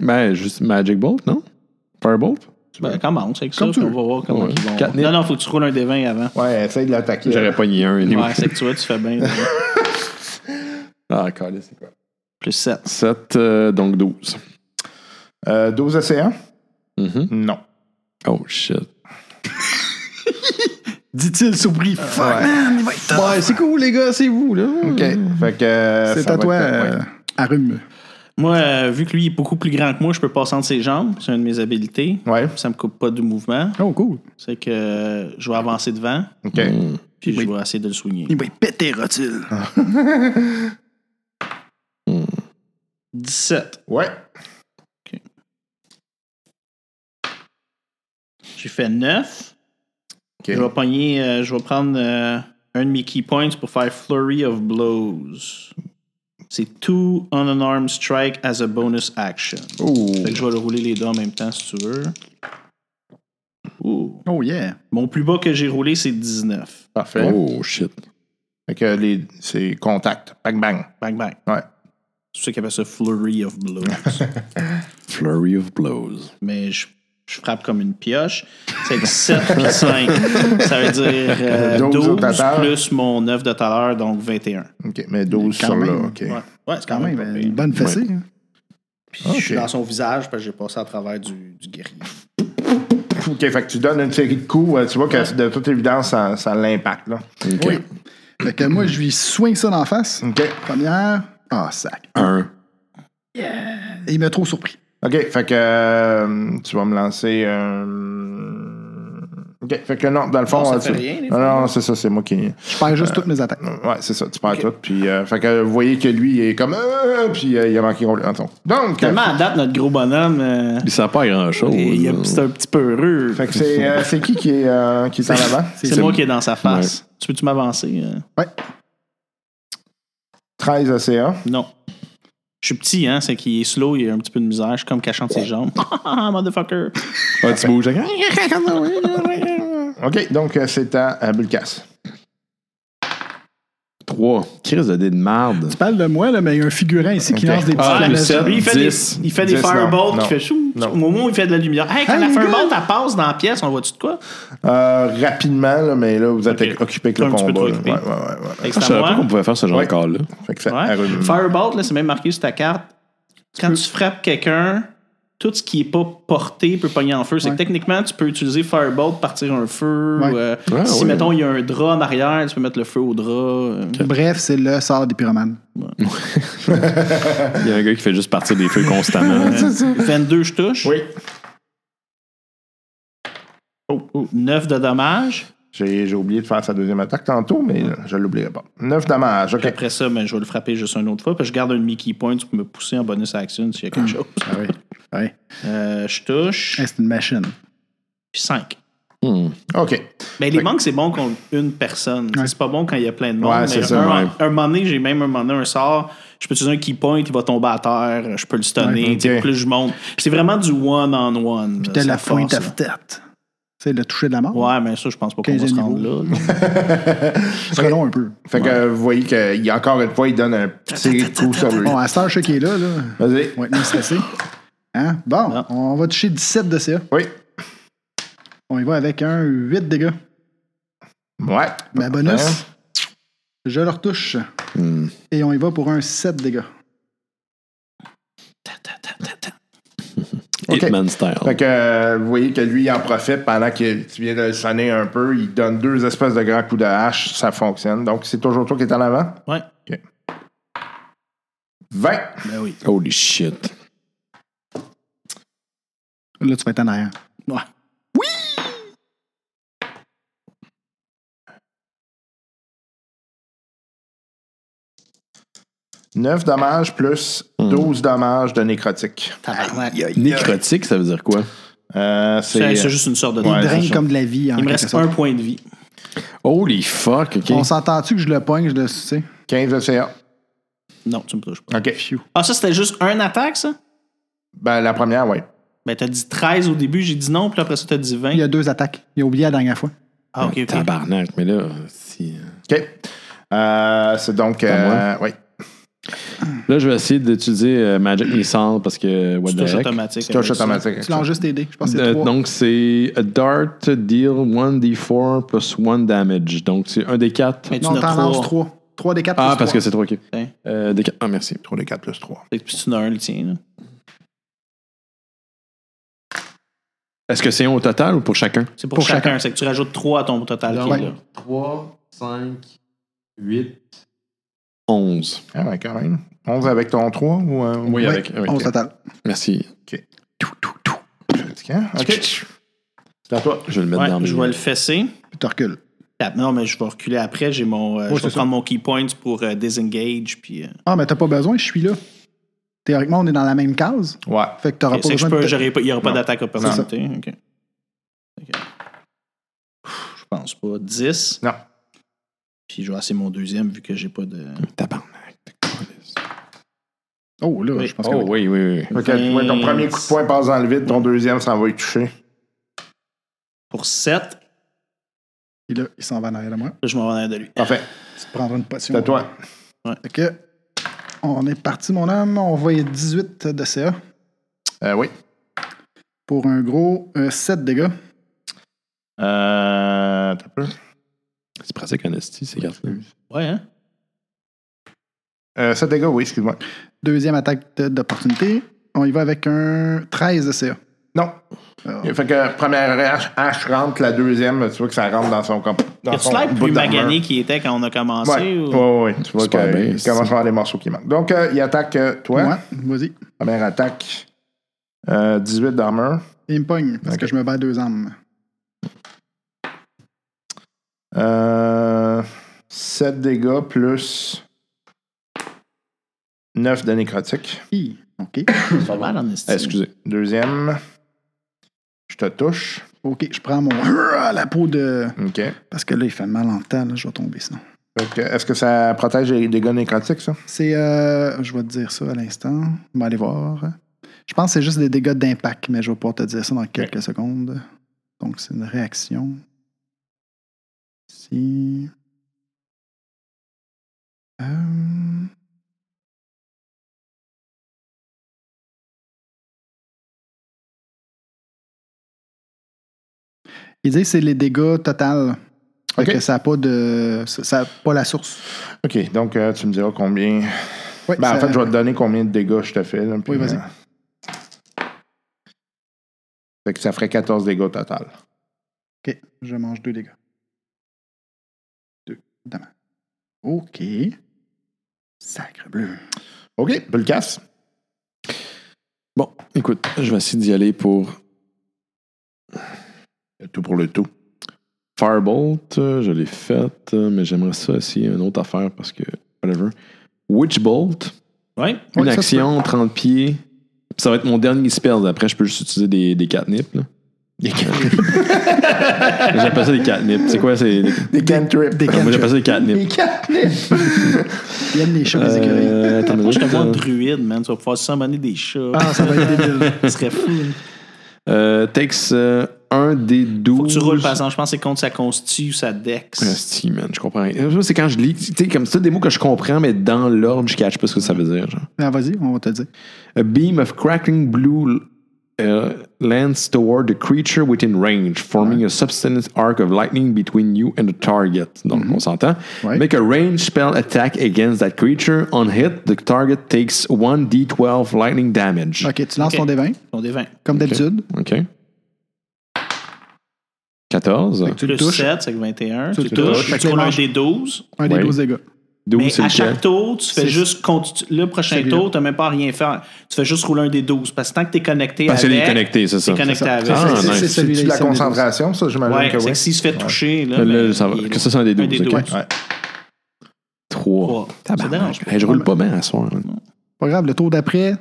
Speaker 1: Ben, juste Magic Bolt, non? Firebolt?
Speaker 3: Ben, commence avec ça,
Speaker 4: Comme tu
Speaker 3: puis on
Speaker 4: veux.
Speaker 3: va voir comment
Speaker 1: Ouais.
Speaker 3: ils vont.
Speaker 1: Quatre
Speaker 3: Non, non, faut que tu roules un des 20 avant.
Speaker 2: Ouais, essaye de l'attaquer.
Speaker 1: J'aurais pogné un. anyway.
Speaker 3: Ouais, c'est que tu vois, tu fais bien. euh,
Speaker 1: Ah, calé, c'est quoi?
Speaker 3: plus 7.
Speaker 1: 7, donc 12.
Speaker 2: Euh, 12 océans?
Speaker 1: Mhm.
Speaker 2: Non.
Speaker 1: Oh, shit.
Speaker 4: Dit-il surpris. Fuck,
Speaker 2: ouais.
Speaker 4: man, il va être tough.
Speaker 1: Ouais, c'est cool, les gars, c'est vous, là.
Speaker 2: OK. Fait que. euh,
Speaker 4: C'est
Speaker 2: ça
Speaker 4: à
Speaker 2: va
Speaker 4: toi,
Speaker 2: être- ouais.
Speaker 4: euh, Arum.
Speaker 3: Moi, euh, vu que lui est beaucoup plus grand que moi, je peux passer entre ses jambes. C'est une de mes habilités.
Speaker 2: Ouais.
Speaker 3: Ça me coupe pas du mouvement.
Speaker 4: Oh, cool.
Speaker 3: C'est que euh, je vais avancer devant,
Speaker 2: OK.
Speaker 1: Hmm.
Speaker 3: puis
Speaker 4: Oui.
Speaker 3: je vais essayer de le Ah. soigner.
Speaker 4: Il va être pété, Rotil.
Speaker 3: 17.
Speaker 2: Ouais.
Speaker 3: J'ai fait 9.
Speaker 2: OK.
Speaker 3: Je vais pogner, euh, je vais prendre euh, un de mes key points pour faire Flurry of Blows. C'est two unarmed strike as a bonus action.
Speaker 2: Ouh.
Speaker 3: Fait que je vais le rouler les deux en même temps si tu veux. Ouh.
Speaker 4: Oh, yeah.
Speaker 3: Mon plus bas que j'ai roulé, c'est 19.
Speaker 2: Parfait.
Speaker 1: Oh, shit.
Speaker 2: Fait que les... c'est contact. Bang, bang.
Speaker 3: Bang, bang.
Speaker 2: Ouais.
Speaker 3: C'est ça qui appelle ça Flurry of Blows.
Speaker 1: Flurry of blows.
Speaker 3: Mais je, je frappe comme une pioche. C'est que 7 plus 5. Ça veut dire euh,
Speaker 2: 12 au
Speaker 3: 12,
Speaker 2: total.
Speaker 3: plus mon 9 de tout à l'heure, donc 21.
Speaker 2: OK. Mais 12
Speaker 4: Quand
Speaker 2: sur là.
Speaker 4: même.
Speaker 2: OK.
Speaker 3: Ouais, ouais c'est
Speaker 4: Quand même,
Speaker 3: pas
Speaker 4: euh,
Speaker 3: pire.
Speaker 4: une bonne fessée. hein.
Speaker 3: Puis
Speaker 2: Ok.
Speaker 3: je suis dans son visage parce que j'ai passé à travers du, du guerrier.
Speaker 2: OK. Fait que tu donnes une série de coups. euh, Tu vois que de toute évidence, ça, ça l'impacte, là.
Speaker 1: OK.
Speaker 4: Oui. Fait que moi, je lui soigne ça d'en face.
Speaker 2: OK.
Speaker 4: Première. Ah, sac.
Speaker 1: Un.
Speaker 4: Et il m'a trop surpris.
Speaker 2: OK. Fait que euh, tu vas me lancer. euh, OK. Fait que non, dans le fond.
Speaker 3: Non, ça
Speaker 2: euh,
Speaker 3: fait
Speaker 2: tu-
Speaker 3: rien, les
Speaker 2: non,
Speaker 3: fois.
Speaker 2: non, c'est ça. C'est moi qui.
Speaker 4: Je perds
Speaker 2: Euh,
Speaker 4: juste toutes mes attaques.
Speaker 2: Ouais, c'est ça, tu perds tout. Puis, euh, fait que vous voyez que lui, il est comme. euh, puis euh, il a manqué le ton. Donc,
Speaker 3: Tellement à date, notre gros bonhomme, euh,
Speaker 1: Il sert pas à grand-chose.
Speaker 3: il- il a-
Speaker 1: là.
Speaker 3: c'est un petit peu heureux.
Speaker 2: fait que c'est euh, c'est qui qui est, euh, qui est en avant
Speaker 3: C'est moi qui est dans sa face. Tu peux-tu m'avancer? euh?
Speaker 4: Ouais.
Speaker 2: 13 ACA.
Speaker 3: Non. Je suis petit, hein, c'est qu'il est slow, il a un petit peu de misère. Je suis comme cachant de ses jambes. Motherfucker!
Speaker 1: Ah, tu bouges.
Speaker 2: OK, donc euh, c'est à, à Bulkas.
Speaker 1: 3. Chris de dé de marde.
Speaker 4: Tu parles de moi, là, mais il y a un figurant ici qui
Speaker 2: Ok.
Speaker 4: lance des petites
Speaker 1: Ah,
Speaker 4: flammes.
Speaker 1: le
Speaker 4: à-
Speaker 1: seul.
Speaker 3: Lui, il fait
Speaker 1: Dix.
Speaker 3: des, il fait des
Speaker 2: Dix, non.
Speaker 3: fireballs
Speaker 2: Non.
Speaker 3: qui fait chou.
Speaker 2: Non.
Speaker 3: Au moment où il fait de la lumière. Hey, quand
Speaker 4: Hey,
Speaker 3: la
Speaker 4: les
Speaker 3: fireball,
Speaker 4: gars!
Speaker 3: elle passe dans la pièce, on voit-tu de quoi?
Speaker 1: Ah,
Speaker 2: Euh, rapidement, là, mais là, vous êtes
Speaker 3: Ok.
Speaker 2: occupé avec le
Speaker 3: Un petit
Speaker 2: combat.
Speaker 3: peu trop
Speaker 2: là.
Speaker 3: occupé.
Speaker 2: Ouais, ouais, ouais, ouais.
Speaker 3: Fait que
Speaker 1: Je
Speaker 3: c'est à
Speaker 1: savais pas
Speaker 3: moi.
Speaker 1: qu'on pouvait faire ce genre
Speaker 2: Ouais.
Speaker 1: de call-là.
Speaker 2: Fait que ça
Speaker 3: Ouais.
Speaker 2: arrive.
Speaker 3: Fireball, là, c'est même marqué sur ta carte. Quand tu frappes quelqu'un, tout ce qui est pas porté peut pogner en feu. C'est
Speaker 4: Ouais.
Speaker 3: que techniquement, tu peux utiliser Fireball pour partir un feu.
Speaker 4: Ouais.
Speaker 3: ou, euh,
Speaker 1: Ah,
Speaker 3: si,
Speaker 1: ouais.
Speaker 3: mettons, il y a un drap en arrière, tu peux mettre le feu au drap. euh.
Speaker 4: Bref, c'est le sort des pyromanes.
Speaker 1: Il y a un gars qui fait juste partir des feux constamment.
Speaker 3: 22, je touche.
Speaker 2: Oui,
Speaker 3: Oh, oh, 9 de dommages.
Speaker 2: j'ai j'ai oublié de faire sa deuxième attaque tantôt, mais euh, je l'oublierai pas. 9 dommages,
Speaker 3: Puis
Speaker 2: OK.
Speaker 3: après ça, ben, je vais le frapper juste une autre fois. Puis je garde un demi-key point pour me pousser en bonus action s'il y a quelque chose.
Speaker 4: Ah oui. Ouais.
Speaker 3: Euh, je touche.
Speaker 4: Hey, c'est une machine.
Speaker 3: Puis 5.
Speaker 1: Hmm.
Speaker 2: OK.
Speaker 3: Ben, les manques, c'est bon contre une personne.
Speaker 4: Ouais.
Speaker 3: C'est pas bon quand il y a plein de monde.
Speaker 2: Ouais,
Speaker 3: mais
Speaker 2: c'est ça,
Speaker 3: un,
Speaker 1: ouais.
Speaker 3: un moment donné, j'ai même un moment donné un sort. Je peux utiliser un key point, il va tomber à terre, je peux le stunner.
Speaker 2: Ouais,
Speaker 3: tu sais,
Speaker 2: ok.
Speaker 3: Plus je monte. C'est vraiment du one-on-one. Puis
Speaker 4: De la pointe of death. C'est le toucher de la mort.
Speaker 3: Ouais, mais ça, je pense pas qu'on va se
Speaker 4: 15e
Speaker 3: rendre là. là.
Speaker 4: C'est long un peu.
Speaker 2: Fait que euh, vous voyez qu'il y a encore une fois, il donne un petit coup sur lui.
Speaker 4: Bon, à Star qui est là, là.
Speaker 2: Vas-y.
Speaker 4: On va être moins stressé. Hein? Bon,
Speaker 3: Non.
Speaker 4: on va toucher 17 de CA.
Speaker 2: Oui.
Speaker 4: On y va avec un 8 dégâts.
Speaker 2: Ouais.
Speaker 4: Ma bonus, je le retouche.
Speaker 1: Hmm.
Speaker 4: Et on y va pour un 7 dégâts.
Speaker 3: Ta, ta, ta, ta, ta.
Speaker 2: Ok.
Speaker 1: Hitman style.
Speaker 2: Fait que euh, vous voyez que lui, il en profite pendant que tu viens de le sonner un peu. Il donne deux espèces de grands coups de hache. Ça fonctionne. Donc, c'est toujours toi qui est en avant.
Speaker 3: Ouais.
Speaker 2: 20.
Speaker 3: Ben oui.
Speaker 1: Holy shit.
Speaker 4: Là, tu vas être en arrière.
Speaker 3: Ouais.
Speaker 2: Neuf dommages plus 12 dommages de nécrotique.
Speaker 3: Tabarnak.
Speaker 1: Nécrotique, ça veut dire quoi?
Speaker 2: Euh,
Speaker 3: C'est
Speaker 2: c'est
Speaker 3: c'est juste une sorte de
Speaker 2: Ouais,
Speaker 4: Il
Speaker 2: c'est
Speaker 4: draine
Speaker 2: ça.
Speaker 4: comme de la vie. En
Speaker 3: Il me
Speaker 4: quelque
Speaker 3: reste
Speaker 4: sorte.
Speaker 3: un point de vie.
Speaker 1: Holy fuck, ok.
Speaker 4: On s'entend-tu que je le pogne, je le sais?
Speaker 2: 15 de CA.
Speaker 3: Non, tu me touches pas.
Speaker 2: OK.
Speaker 4: Phew.
Speaker 3: Ah, ça, c'était juste un attaque, ça?
Speaker 2: Ben, la première, oui.
Speaker 3: Ben, t'as dit 13 au début, j'ai dit non, puis après ça, t'as dit 20.
Speaker 4: Il y a deux attaques. Il a oublié la dernière fois.
Speaker 3: Ah, ok, ok.
Speaker 1: Tabarnak, mais là, si. hein.
Speaker 2: OK. Euh, c'est donc. Euh, oui.
Speaker 1: Là, je vais essayer d'utiliser euh, Magic Missile parce que. euh, What
Speaker 3: Tu
Speaker 1: the
Speaker 3: touches
Speaker 1: heck?
Speaker 3: automatique.
Speaker 2: C'est touche
Speaker 3: avec ça.
Speaker 2: automatique.
Speaker 4: Tu l'as juste aidé. Je pense que c'est
Speaker 1: Euh,
Speaker 4: trois.
Speaker 1: donc, c'est a dart deal 1d4 plus 1 damage. Donc, c'est 1d4.
Speaker 3: Mais tu
Speaker 4: non,
Speaker 3: n'as
Speaker 4: t'en lances
Speaker 3: trois.
Speaker 4: trois. Trois des quatre.
Speaker 1: Ah,
Speaker 4: plus
Speaker 1: parce que
Speaker 4: trois.
Speaker 1: c'est 3 ok.
Speaker 3: Ouais.
Speaker 1: Euh, d4. Ah, merci.
Speaker 2: 3 d 4 plus 3.
Speaker 3: Fait que Puis tu n'as un, le tien. là.
Speaker 1: Est-ce que c'est un au total ou pour chacun?
Speaker 3: C'est pour,
Speaker 4: Pour
Speaker 3: chacun.
Speaker 4: chacun. Ah
Speaker 3: C'est que tu rajoutes 3 à ton total. qui est là.
Speaker 1: 3, 5, 8, 11.
Speaker 2: Ah, ouais, quand même. 11 avec ton 3 ou. euh,
Speaker 1: Oui,
Speaker 4: Ouais,
Speaker 1: avec. oui,
Speaker 4: On
Speaker 1: ok.
Speaker 4: s'attend.
Speaker 1: Merci.
Speaker 2: pratiquant. OK. C'est à toi.
Speaker 1: Je vais le mettre
Speaker 3: Ouais,
Speaker 1: dans mes-
Speaker 3: je vais le fesser.
Speaker 4: Tu te recules.
Speaker 3: Ah, Non, mais je vais reculer après. J'ai mon, euh, je
Speaker 4: Ouais,
Speaker 3: vais
Speaker 4: c'est
Speaker 3: prendre
Speaker 4: ça.
Speaker 3: mon key point pour euh, disengage. Puis, euh,
Speaker 4: Ah, mais t'as pas besoin, je suis là. Théoriquement, on est dans la même case.
Speaker 2: Ouais.
Speaker 4: Fait que t'auras
Speaker 3: c'est
Speaker 4: pas
Speaker 3: que je
Speaker 4: besoin
Speaker 3: peux,
Speaker 4: de.
Speaker 3: j'aurai pas- il n'y aura pas
Speaker 2: Non.
Speaker 3: d'attaque opportunité. OK. Ok. Pff, Je pense pas. 10.
Speaker 2: Non.
Speaker 3: Puis je vais essayer mon deuxième vu que j'ai pas de.
Speaker 1: Tabarnak.
Speaker 4: Oh, là,
Speaker 3: Oui.
Speaker 4: je pense que.
Speaker 1: Oh, oui, oui, oui.
Speaker 2: Fait que ouais, ton premier coup de poing passe dans le vide, ton deuxième s'en va y toucher.
Speaker 3: Pour 7,
Speaker 4: Et là, il s'en va en arrière de moi.
Speaker 3: je m'en vais en arrière de lui.
Speaker 2: Parfait.
Speaker 4: Tu te prendras une potion.
Speaker 2: C'est à toi.
Speaker 4: Fait que, on est parti, mon homme. On va y 18 de CA
Speaker 2: Euh, oui.
Speaker 4: pour un gros euh, 7 dégâts.
Speaker 2: Euh, t'as peu.
Speaker 1: C'est pratique en esti, ces cartes-là.
Speaker 3: Ouais, hein?
Speaker 2: Euh, ça dégâts, oui, excuse-moi.
Speaker 4: Deuxième attaque de- d'opportunité. On y va avec un 13 de CA.
Speaker 2: Non.
Speaker 4: Ah.
Speaker 2: Fait que première hache, hache rentre, la deuxième, tu vois que ça rentre dans son comp. Dans
Speaker 3: Y'a-tu
Speaker 2: son
Speaker 3: l'air
Speaker 2: bout
Speaker 3: plus
Speaker 2: d'armure.
Speaker 3: magané qu'il était quand on a commencé?
Speaker 2: Ouais.
Speaker 3: ou-
Speaker 2: ouais, ouais, Tu vois
Speaker 1: C'est pas bien,
Speaker 2: qu'il
Speaker 1: c'est-
Speaker 2: commence à avoir des morceaux qui manquent. Donc, euh, il attaque euh, toi.
Speaker 4: Ouais, vas-y.
Speaker 2: Première attaque. Euh, 18 d'armure.
Speaker 4: Il me pogne parce
Speaker 2: Ok.
Speaker 4: que je me bats à deux armes.
Speaker 2: Euh, 7 dégâts plus 9 de nécrotique.
Speaker 4: Hi. OK.
Speaker 3: C'est pas mal en estime.
Speaker 1: Ah, excusez.
Speaker 2: Deuxième. Je te touche.
Speaker 4: OK, je prends mon. Ah, La peau de.
Speaker 2: OK. Fait
Speaker 4: Parce que là, il fait mal en temps, là, je vais tomber sinon.
Speaker 2: que, Est-ce que ça protège les dégâts nécrotiques, ça?
Speaker 4: C'est. euh, je vais te dire ça à l'instant. On va aller voir. Je pense que c'est juste des dégâts d'impact, mais je vais pouvoir te dire ça dans quelques secondes. Donc, c'est une réaction. Si. Euh. Il dit que c'est les dégâts total. Fait
Speaker 2: Ok.
Speaker 4: que ça n'a pas de. Ça ça a pas la source.
Speaker 2: OK, donc euh, tu me diras combien.
Speaker 4: Ouais,
Speaker 2: Ben, en
Speaker 4: ça-
Speaker 2: fait, je vais te donner combien de dégâts je te fais. là, puis,
Speaker 4: Oui, vas-y.
Speaker 2: euh, Fait que ça ferait 14 dégâts au total.
Speaker 4: Ok, je mange deux dégâts. Deux. Demain. Ok. Sacre bleu.
Speaker 2: OK, tu le casses.
Speaker 1: Bon, écoute, je vais essayer d'y aller pour
Speaker 2: Tout pour le tout.
Speaker 1: Firebolt. euh, Je l'ai faite, euh, mais j'aimerais ça essayer une autre affaire parce que. Whatever. Witchbolt.
Speaker 3: Ouais.
Speaker 1: Une
Speaker 4: Ouais, ça, tu
Speaker 1: action, 30 pieds. Puis Ça va être mon dernier spell. Après, je peux juste utiliser des, des catnips. là.
Speaker 2: Des, can-
Speaker 1: J'appelle ça des catnips. C'est quoi? C'est des...
Speaker 2: des cantrips.
Speaker 4: Des
Speaker 1: Moi, j'appelle
Speaker 4: cantrips.
Speaker 1: ça des catnips.
Speaker 2: Des cantrips.
Speaker 4: Il y a les chats, les écureuils.
Speaker 1: Euh, attends une
Speaker 3: Moi, je te
Speaker 1: minute,
Speaker 3: vois
Speaker 1: euh,
Speaker 3: druide, man. Tu vas pouvoir summoner des chats.
Speaker 4: Ah, ça va être débile.
Speaker 3: Ce serait fou.
Speaker 1: euh, takes 1 des 12.
Speaker 3: Faut que tu roules, par exemple. Je pense que c'est contre sa constitue ou sa dex.
Speaker 1: Asti, man, je comprends rien. Ça, C'est quand je lis, tu sais, comme ça, des mots que je comprends, mais dans l'ordre, je cache pas ce que ça veut dire. Genre.
Speaker 4: Ah, Vas-y, on va te dire.
Speaker 1: A beam of crackling blue. euh, lands toward the creature within range, forming a substance arc of lightning between you and the target. Donc, on s'entend.
Speaker 4: Ouais.
Speaker 1: Make a range spell attack against that creature. On hit, the target takes 1d12 lightning damage.
Speaker 4: Ok, tu lances
Speaker 3: Ok.
Speaker 4: ton D20,
Speaker 3: Ton des 20.
Speaker 4: comme d'habitude.
Speaker 1: OK. 14.
Speaker 4: Fait que tu le
Speaker 3: Plus
Speaker 4: touches.
Speaker 3: 7, c'est que 21. Tu,
Speaker 4: le touches.
Speaker 3: touches. Tu
Speaker 4: Fait que tu
Speaker 3: roules un
Speaker 4: manges.
Speaker 3: des 12.
Speaker 4: Un des
Speaker 1: Ouais.
Speaker 4: 12 dégâts.
Speaker 1: 12,
Speaker 3: Mais
Speaker 1: c'est
Speaker 3: à
Speaker 1: lequel?
Speaker 3: chaque tour, tu fais
Speaker 4: C'est-
Speaker 3: juste. conti- Le prochain
Speaker 4: Celui-là.
Speaker 3: tour, tu n'as même pas à rien faire. Tu fais juste rouler un des 12. Parce que tant que tu es connecté
Speaker 1: Parce qu'il
Speaker 3: avec.
Speaker 1: est connecté, c'est ça.
Speaker 3: T'es connecté
Speaker 1: C'est
Speaker 3: avec.
Speaker 1: ça. Ah,
Speaker 2: C'est-
Speaker 1: nice.
Speaker 2: c'est-
Speaker 4: celui-là,
Speaker 2: C'est-tu de
Speaker 4: il
Speaker 2: la
Speaker 4: s'en est
Speaker 2: concentration, ça, j'imagine
Speaker 3: Ouais,
Speaker 2: que
Speaker 3: c'est
Speaker 2: oui.
Speaker 3: que s'il se fait toucher. Là,
Speaker 1: Là,
Speaker 3: ben,
Speaker 1: ça va-
Speaker 3: il est
Speaker 1: que ça, c'est un des 12. ok.
Speaker 3: douze.
Speaker 2: Ouais.
Speaker 1: 3.
Speaker 3: Trois. Ça dérange pas.
Speaker 1: je roule pas bien à ce soir. hein.
Speaker 4: Pas grave, le tour d'après,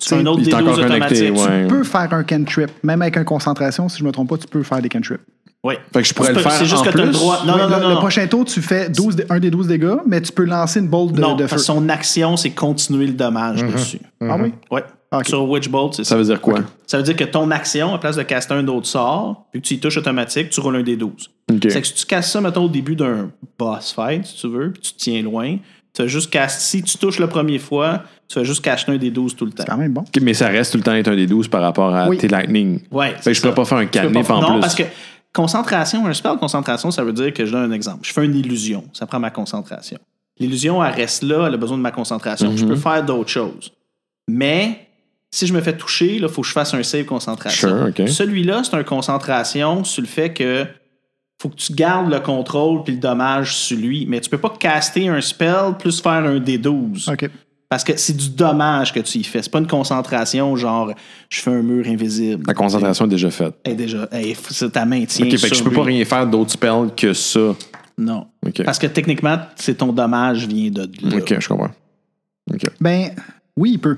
Speaker 3: Tu fais un autre
Speaker 1: Il
Speaker 3: des
Speaker 1: est
Speaker 3: 12
Speaker 1: encore connecté.
Speaker 3: automatique.
Speaker 1: Ouais.
Speaker 4: tu peux faire un cantrip. Même avec une concentration, si je me trompe pas, tu peux faire des cantrips.
Speaker 3: Oui.
Speaker 1: Fait que je pourrais
Speaker 3: Tu
Speaker 1: le
Speaker 3: peux-
Speaker 1: faire
Speaker 3: C'est juste
Speaker 1: en
Speaker 3: que tu as le
Speaker 1: plus?
Speaker 3: droit. Non,
Speaker 4: Ouais,
Speaker 3: non,
Speaker 4: le,
Speaker 3: non,
Speaker 4: le
Speaker 3: non.
Speaker 4: prochain tour, tu fais 12 dé- un des 12 dégâts, mais tu peux lancer une bolt de,
Speaker 3: Non,
Speaker 4: de
Speaker 3: parce
Speaker 4: feu.
Speaker 3: que son action, c'est continuer le dommage
Speaker 1: Mm-hmm.
Speaker 3: dessus.
Speaker 4: Ah oui?
Speaker 3: Ouais.
Speaker 4: Ok.
Speaker 3: Sur Witch Bolt, c'est ça.
Speaker 1: Ça veut dire quoi?
Speaker 3: Ça veut dire que ton action, à place de caster un autre sort, puis que tu y touches automatique, tu roules un des 12.
Speaker 1: Ok.
Speaker 3: C'est que si tu casses ça, mettons, au début d'un boss fight, si tu veux, puis tu te tiens loin, tu fais juste casser. Si tu touches le premier fois, tu fais juste cacher un des 12 tout le temps.
Speaker 4: C'est quand même bon.
Speaker 1: Ok, Mais ça reste tout le temps être un des 12 par rapport à
Speaker 4: Oui.
Speaker 1: tes Lightning.
Speaker 3: Ouais.
Speaker 1: Fait que je pourrais pas faire un
Speaker 3: Tu peux
Speaker 1: canif
Speaker 3: pas-
Speaker 1: en
Speaker 3: non,
Speaker 1: plus.
Speaker 3: parce que concentration, un spell de concentration, ça veut dire que je donne un exemple. Je fais une illusion, ça prend ma concentration. L'illusion, elle reste là, elle a besoin de ma concentration.
Speaker 1: Mhm.
Speaker 3: Je peux faire d'autres choses. Mais si je me fais toucher, il faut que je fasse un save concentration.
Speaker 1: Sure, ok.
Speaker 3: Celui-là, c'est un concentration sur le fait que faut que tu gardes le contrôle puis le dommage sur lui. Mais tu peux pas caster un spell plus faire un D12.
Speaker 4: OK.
Speaker 3: Parce que c'est du dommage que tu y fais. C'est pas une concentration genre je fais un mur invisible.
Speaker 1: La concentration est déjà faite.
Speaker 3: Hey, Eh, déjà, hey, f- c'est ta main tient.
Speaker 1: Ok, fait que je
Speaker 3: sur
Speaker 1: peux pas
Speaker 3: lui.
Speaker 1: rien faire d'autre spell que ça.
Speaker 3: Non.
Speaker 1: Ok.
Speaker 3: Parce que techniquement, c'est ton dommage vient de là.
Speaker 1: Ok, je comprends. Ok.
Speaker 4: Ben, oui, il peut.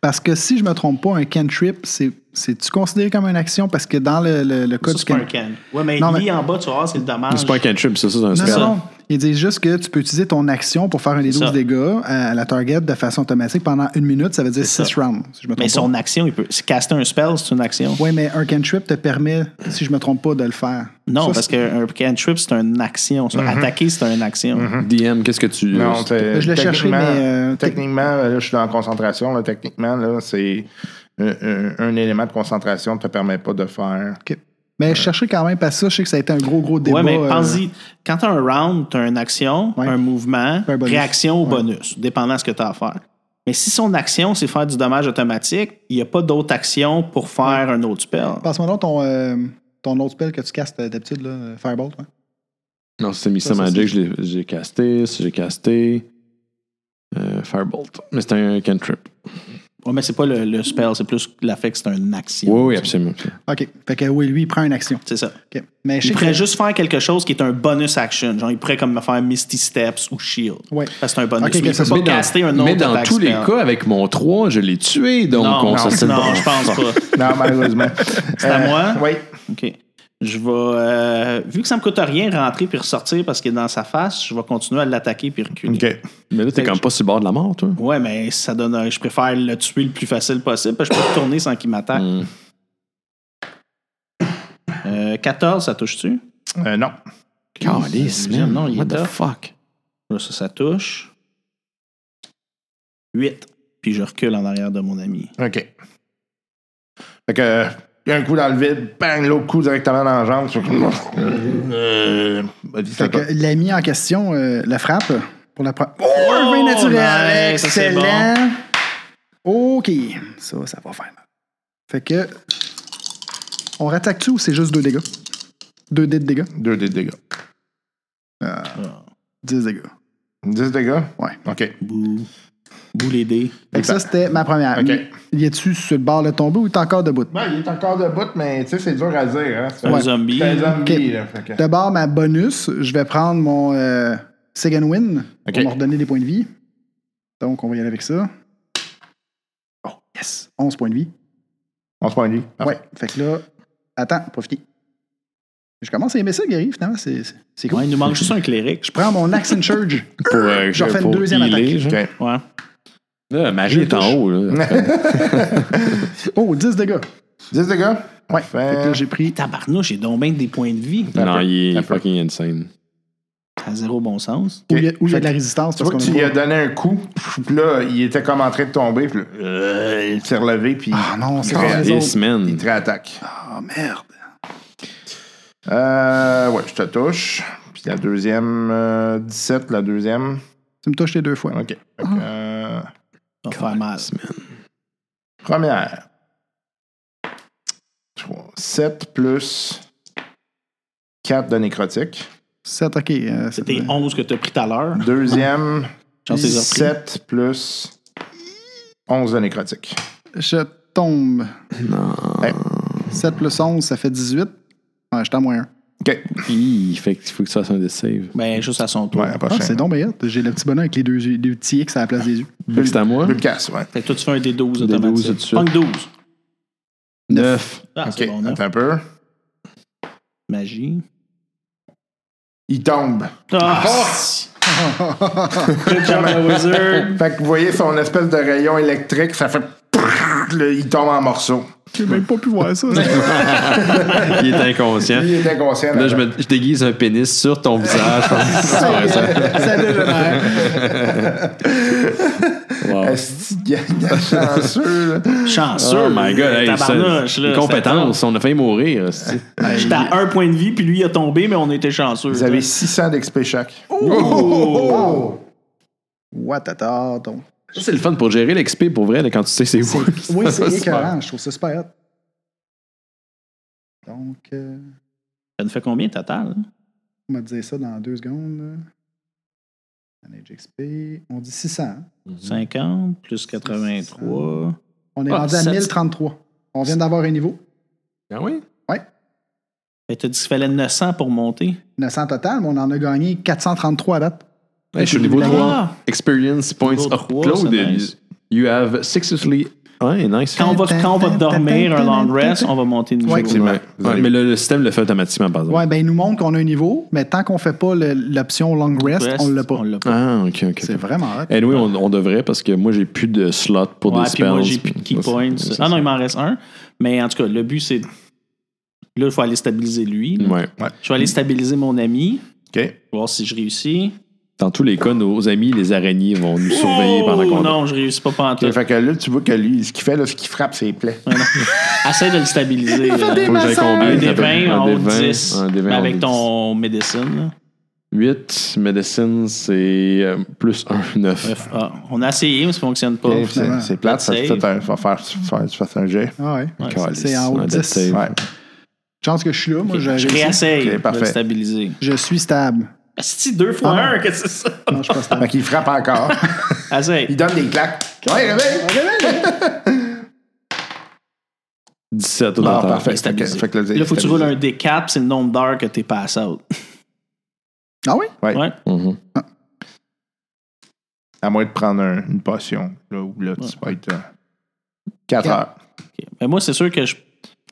Speaker 4: Parce que si je me trompe pas, un cantrip, c'est- c'est-tu considéré comme une action? Parce que dans le, le, le
Speaker 3: Ça,
Speaker 4: code
Speaker 3: c'est pas un can. Ouais, mais
Speaker 4: Non,
Speaker 3: lui,
Speaker 4: mais-
Speaker 3: en bas, tu vas voir, c'est le dommage.
Speaker 1: C'est pas un cantrip, ça, ça, c'est un
Speaker 4: Non,
Speaker 1: spell.
Speaker 4: non, non. Ils disent juste que tu peux utiliser ton action pour faire un des
Speaker 3: C'est
Speaker 4: 12
Speaker 3: ça.
Speaker 4: dégâts à à la target de façon automatique pendant une minute. Ça veut dire
Speaker 3: C'est
Speaker 4: 6
Speaker 3: ça.
Speaker 4: rounds, si je me trompe
Speaker 3: Mais son action, il peut. si Caster un spell, c'est une action.
Speaker 4: pas. Oui, mais un cantrip te permet, si je me trompe pas, de le faire.
Speaker 3: Non,
Speaker 4: Ça,
Speaker 3: parce qu'un cantrip, c'est une action. Ça,
Speaker 1: Mhm.
Speaker 3: Attaquer, c'est une action.
Speaker 1: DM, qu'est-ce que tu.
Speaker 2: Non, t'es-
Speaker 4: Je l'ai cherché,
Speaker 2: techniquement-
Speaker 4: mais, euh,
Speaker 2: techniquement, là, je suis en concentration. Là, techniquement, là, c'est un, un- un élément de concentration ne te permet pas de faire.
Speaker 4: OK. Mais je cherchais quand même, parce que ça, je sais que ça a été un gros, gros débat.
Speaker 3: Ouais, mais
Speaker 4: euh,
Speaker 3: pense-y. Quand t'as un round, t'as une action,
Speaker 4: Ouais.
Speaker 3: un mouvement,
Speaker 4: Un bonus.
Speaker 3: réaction ou bonus, dépendant de ce que t'as à faire. Mais si son action, c'est faire du dommage automatique, il n'y a pas d'autre action pour faire un autre spell.
Speaker 4: Passe-moi donc ton, euh, ton autre spell que tu castes euh, d'habitude, là, euh, Firebolt. ouais.
Speaker 1: Non, c'est Mr.
Speaker 4: ça,
Speaker 1: Magic, je l'ai- j'ai casté, ça, j'ai casté. Euh, Firebolt. Mais c'est un cantrip.
Speaker 3: Ouais, mais c'est pas le, le spell, c'est plus l'affect, c'est un action.
Speaker 1: Oui, oui, absolument.
Speaker 4: OK. Fait que oui, lui, il prend une action.
Speaker 3: C'est ça.
Speaker 4: OK. Mais je
Speaker 3: Il
Speaker 4: sais
Speaker 3: pourrait
Speaker 4: que-
Speaker 3: juste faire quelque chose qui est un bonus action. Genre, il pourrait comme me faire Misty Steps ou Shield.
Speaker 4: Ouais.
Speaker 3: Parce que c'est un bonus.
Speaker 4: Ok,
Speaker 3: Mais
Speaker 4: que
Speaker 3: il
Speaker 4: ça
Speaker 3: peut pas
Speaker 4: soit-
Speaker 3: caster un autre
Speaker 1: mais dans
Speaker 3: attack
Speaker 1: tous les
Speaker 3: spell.
Speaker 1: cas, avec mon 3, je l'ai tué, donc
Speaker 3: non,
Speaker 1: on
Speaker 3: non,
Speaker 1: s'en sait
Speaker 3: non,
Speaker 1: pas.
Speaker 3: je pense pas.
Speaker 2: Non, malheureusement.
Speaker 3: C'est à moi?
Speaker 2: Oui.
Speaker 3: OK. Je vais. euh, vu que ça me coûte rien rentrer puis ressortir parce qu'il est dans sa face, je vais continuer à l'attaquer puis reculer.
Speaker 2: OK.
Speaker 1: Mais là, t'es comme pas sur le bord de la mort, toi.
Speaker 3: Ouais, mais ça donne. un- je préfère le tuer le plus facile possible parce que je peux tourner sans qu'il m'attaque. Euh, 14, ça touche-tu?
Speaker 2: Euh, non.
Speaker 1: Calice, man.
Speaker 3: Non, il est
Speaker 1: What the
Speaker 3: tough.
Speaker 1: fuck?
Speaker 3: Là, ça, ça touche. 8. Puis je recule en arrière de mon ami.
Speaker 2: OK. Fait que, il y a un coup dans le vide, bang, l'autre coup directement dans la jambe. Euh, vas-y, c'est à
Speaker 4: Fait
Speaker 2: toi.
Speaker 4: que l'ami en question, euh, la frappe pour la pro- Oh,
Speaker 3: Oh,
Speaker 4: un vin naturel!
Speaker 3: nice, ça, c'est bon.
Speaker 4: Excellent! OK. Ça, ça va faire mal. Fait que. On rattaque-tu ou c'est juste deux dégâts? Deux dés de dégâts?
Speaker 2: Deux dés de dégâts.
Speaker 4: 10 dégâts.
Speaker 2: 10 dégâts?
Speaker 4: Ouais.
Speaker 2: OK.
Speaker 3: Bou. Bou les dés.
Speaker 4: Fait que ça, c'était ma première.
Speaker 2: OK.
Speaker 4: Il est-tu sur le bord de tombeau ou il est encore debout?
Speaker 2: Ouais, il est encore debout, mais tu sais, c'est dur à dire. Hein? C'est
Speaker 3: Un zombie.
Speaker 2: C'est un zombie,
Speaker 4: OK.
Speaker 2: là. Fait que-
Speaker 4: D'abord, ma bonus, je vais prendre mon euh, second win
Speaker 2: OK.
Speaker 4: pour me redonner des points de vie. Donc, on va y aller avec ça. Oh, yes! 11 points de vie.
Speaker 2: On se prend lui.
Speaker 4: Ouais. Fait que là, attends, profitez. Je commence à aimer ça, Gary, finalement. C'est c'est- c'est cool.
Speaker 3: Ouais, il nous manque juste un cléric.
Speaker 4: Je prends mon Accent Surge.
Speaker 1: Pour, euh,
Speaker 4: J'en fais une
Speaker 1: pour
Speaker 4: deuxième
Speaker 1: healer, genre.
Speaker 2: OK.
Speaker 3: Ouais.
Speaker 1: Là, Marie est en haut. Là.
Speaker 4: Oh, 10 dégâts.
Speaker 2: 10 dégâts?
Speaker 4: Ouais. Fait que
Speaker 2: Parfait.
Speaker 4: là, j'ai pris.
Speaker 3: Tabarnouche, j'ai donc bien des points de vie.
Speaker 1: non, il est
Speaker 2: Tapper.
Speaker 1: fucking insane.
Speaker 3: Ça a zéro bon sens.
Speaker 4: Ou il y a- ou il y a de la résistance
Speaker 2: Tu
Speaker 4: parce
Speaker 2: vois
Speaker 4: qu'on
Speaker 2: que tu
Speaker 4: a
Speaker 2: lui as
Speaker 4: pas-
Speaker 2: donné un coup, pff, puis là, il était comme en train de tomber, puis là, euh, il s'est relevé, puis
Speaker 4: Ah non, c'est
Speaker 2: Il
Speaker 4: pas les
Speaker 1: Et
Speaker 4: autres.
Speaker 2: il
Speaker 1: semaine.
Speaker 2: te réattaque.
Speaker 4: Ah merde.
Speaker 2: Euh, ouais, je te touche. Puis la deuxième, euh, 17, la deuxième.
Speaker 4: Tu me touches les deux fois.
Speaker 2: OK. Fait que, euh,
Speaker 3: Ça va faire mal.
Speaker 2: première. 7 plus 4 de nécrotique.
Speaker 4: 7, ok. euh, c'est-
Speaker 3: C'était 11 que t'as pris tout à l'heure.
Speaker 2: Deuxième,
Speaker 3: J'en sais surpris.
Speaker 2: 7 plus 11 de nécrotique.
Speaker 4: Je tombe.
Speaker 2: Ouais.
Speaker 4: 7 plus 11, ça fait 18. Ouais, je t'en moins 1.
Speaker 2: OK.
Speaker 1: Hi, fait qu'il faut que ça fasse un des save.
Speaker 3: Ben, juste à son tour.
Speaker 2: Ouais, la
Speaker 4: Ah,
Speaker 2: prochaine.
Speaker 4: c'est donc bien hot. J'ai le petit bonheur avec les deux yeux- les petits X à la place des yeux.
Speaker 1: Fait que c'est à moi.
Speaker 2: Plus de casse, ouais.
Speaker 3: Fait que toi, tu fais un des 12
Speaker 1: Des 12 tout de
Speaker 3: automatique.
Speaker 1: suite.
Speaker 3: Punk 12.
Speaker 1: 9.
Speaker 3: Ah, c'est
Speaker 2: OK,
Speaker 3: bon, hein?
Speaker 2: attends un peu.
Speaker 3: Magie.
Speaker 2: Il tombe.
Speaker 3: Ah, si. Good job, la wizard.
Speaker 2: Fait que vous voyez son espèce de rayon électrique, ça fait... là, il tombe en morceaux.
Speaker 4: J'ai même pas pu voir ça.
Speaker 1: Il est inconscient.
Speaker 2: Il est inconscient.
Speaker 1: Hein? Là, je, me, je déguise un pénis sur ton visage.
Speaker 4: ça, dégénère.
Speaker 1: Wow.
Speaker 2: Esti de
Speaker 1: Ah,
Speaker 2: gang de chanceux, là.
Speaker 3: Chanceux.
Speaker 1: Oh my god, hey,
Speaker 3: Tabarnouche,
Speaker 1: ça-
Speaker 3: là,
Speaker 1: les compétences, on a failli mourir. c'est-
Speaker 3: c'était- J'étais à un point de vie, puis lui, il a tombé, mais on était chanceux.
Speaker 2: Vous avez 600 d'XP chaque.
Speaker 1: Oh!
Speaker 4: Ouatata, donc.
Speaker 1: Ça, c'est le fun pour gérer l'XP pour vrai, là, quand tu sais c'est où.
Speaker 4: Oui, c'est
Speaker 1: Super.
Speaker 4: écœurant. Je trouve ça super hot. Donc, euh,
Speaker 3: Ça nous fait combien total? hein?
Speaker 4: on va dire ça dans deux secondes. là. Manage XP. On dit 600. hein?
Speaker 3: 50 plus 83.
Speaker 4: On est
Speaker 3: Ah,
Speaker 4: rendu à
Speaker 3: sept-
Speaker 4: 1033. On vient d'avoir un niveau.
Speaker 1: Ah oui?
Speaker 3: Fait que t'as dit qu'il fallait 900 pour monter.
Speaker 4: 900 total, mais on en a gagné 433 à date.
Speaker 1: Hey, je suis au niveau
Speaker 3: Ah!
Speaker 1: 3. Experience points.
Speaker 3: Niveau
Speaker 1: Oh,
Speaker 3: trois,
Speaker 1: Claude,
Speaker 3: c'est nice.
Speaker 1: you have successfully. Ouais, nice.
Speaker 3: Quand on va, quand on va dormir un long rest, on va monter de niveau.
Speaker 4: Ouais.
Speaker 2: Effectivement.
Speaker 1: Ouais.
Speaker 2: Vous
Speaker 1: Ouais,
Speaker 2: allez-
Speaker 1: mais le, le système le fait automatiquement, par exemple.
Speaker 4: Ouais, ben, il nous montre qu'on a un niveau, mais tant qu'on fait pas le- l'option long rest,
Speaker 3: Rest,
Speaker 4: on l'a pas.
Speaker 1: Ah, ok, ok. Eh,
Speaker 4: C'est vraiment hot.
Speaker 1: Anyway, on, on devrait parce que moi, j'ai plus de slot pour
Speaker 3: Ouais,
Speaker 1: des
Speaker 3: puis
Speaker 1: spells.
Speaker 3: moi, j'ai plus de key
Speaker 1: Ouais, c'est-
Speaker 3: points.
Speaker 1: c'est ça.
Speaker 3: Ah non, il m'en reste un. Mais en tout cas, le but, c'est. Là, il faut aller stabiliser lui. là.
Speaker 1: Ouais.
Speaker 3: Je vais aller stabiliser mon ami,
Speaker 2: OK.
Speaker 3: voir si je réussis.
Speaker 1: Dans tous les cas, nos amis, les araignées, vont nous surveiller pendant
Speaker 3: Oh,
Speaker 1: qu'on
Speaker 3: Non, je réussis pas pantoute.
Speaker 2: Ok, Fait que là, tu vois que lui, ce qu'il fait, là, ce qu'il frappe, c'est les plaies.
Speaker 3: Essaye de le stabiliser. là.
Speaker 1: Faut que j'aille combien,
Speaker 3: Un des
Speaker 1: ça peut-
Speaker 3: 20
Speaker 1: un
Speaker 3: en
Speaker 1: des
Speaker 3: haut de
Speaker 1: 20,
Speaker 3: 10.
Speaker 1: un des 20
Speaker 3: mais
Speaker 1: en haut
Speaker 3: avec
Speaker 1: de
Speaker 3: ton médecine. là.
Speaker 1: 8, medicine, c'est euh, plus 1, 9.
Speaker 3: Bref, ah, on a essayé, mais ça fonctionne pas.
Speaker 2: Ok, c'est- C'est plate, ça te
Speaker 3: Save.
Speaker 2: fait un, faut faire, faut faire, tu fasses un jet.
Speaker 4: Ah ouais.
Speaker 3: Ouais,
Speaker 4: ça, c'est en haut de 10.
Speaker 2: Ouais.
Speaker 4: Chance que je suis là, moi,
Speaker 3: Ok,
Speaker 4: j'ai
Speaker 3: Je
Speaker 4: réussi.
Speaker 3: réessaye
Speaker 2: Ok,
Speaker 3: de
Speaker 2: parfait.
Speaker 3: le stabiliser.
Speaker 4: Je suis stable.
Speaker 3: C'est deux fois
Speaker 4: Ah.
Speaker 3: un, qu'est-ce que c'est ça?
Speaker 4: Non, je suis pas stable.
Speaker 2: Fait qu'il frappe encore.
Speaker 3: Essaye.
Speaker 2: il donne des claques. Ouais, réveille!
Speaker 1: 17 au
Speaker 2: Non,
Speaker 1: total.
Speaker 2: parfait. Fait que,
Speaker 3: stabilisé.
Speaker 2: fait que
Speaker 3: Là, faut que tu roules un D4, c'est le nombre d'heures que t'es pass out.
Speaker 4: Ah oui?
Speaker 2: Ouais.
Speaker 3: Ouais.
Speaker 1: Mhm.
Speaker 2: À moins de prendre un- une potion. Là, où là, tu vas être. 4
Speaker 4: Quatre.
Speaker 2: heures.
Speaker 3: Ok. Mais moi, c'est sûr que je-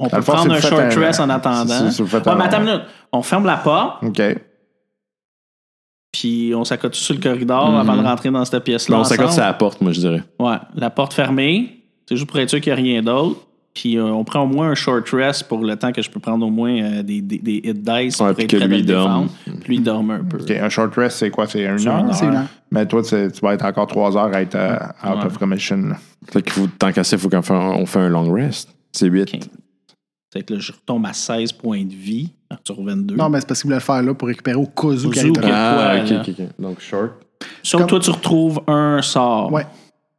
Speaker 3: on
Speaker 2: Dans
Speaker 3: peut
Speaker 2: le fond,
Speaker 3: prendre
Speaker 2: c'est
Speaker 3: un
Speaker 2: fait
Speaker 3: short
Speaker 2: un-
Speaker 3: rest en attendant.
Speaker 2: c'est- c'est- c'est fait
Speaker 3: Ouais,
Speaker 2: un-
Speaker 3: mais attends une minute. On ferme la porte,
Speaker 2: OK.
Speaker 3: puis on s'accote sur le corridor avant de rentrer dans cette pièce-là.
Speaker 1: Bon, on s'accorde
Speaker 3: ensemble.
Speaker 1: ça à la porte, moi, je dirais.
Speaker 3: Ouais, la porte fermée. C'est juste pour être sûr qu'il n'y a rien d'autre. Puis euh, on prend au moins un short rest pour le temps que je peux prendre au moins euh, des, des, des hit dice
Speaker 1: Ouais,
Speaker 3: pour
Speaker 1: puis
Speaker 3: être
Speaker 1: que
Speaker 3: prêt à
Speaker 1: lui
Speaker 3: le
Speaker 1: dorme.
Speaker 3: défendre. Puis lui, il dorme un peu.
Speaker 2: OK, Un short rest, c'est quoi? C'est une
Speaker 3: C'est
Speaker 2: heure?
Speaker 3: une heure.
Speaker 4: C'est une heure.
Speaker 2: Mais toi, tu, tu vas être encore 3 heures à être euh, out
Speaker 3: Ouais.
Speaker 2: of commission. là.
Speaker 1: Fait que faut- tant qu'à ça, il faut qu'on fasse un- on fait un long rest. C'est 8.
Speaker 3: Ok. Fait que là, je retombe à 16 points de vie sur 22.
Speaker 4: Non, mais c'est parce qu'il voulait le faire là pour récupérer au cas où.
Speaker 3: Au
Speaker 4: qu'il
Speaker 3: zoo,
Speaker 4: arrive.
Speaker 3: ouais.
Speaker 1: Ah,
Speaker 3: quoi,
Speaker 1: ok, ok, ok. Donc, short.
Speaker 3: Sauf
Speaker 4: comme-
Speaker 3: toi, tu retrouves un sort.
Speaker 4: Ouais.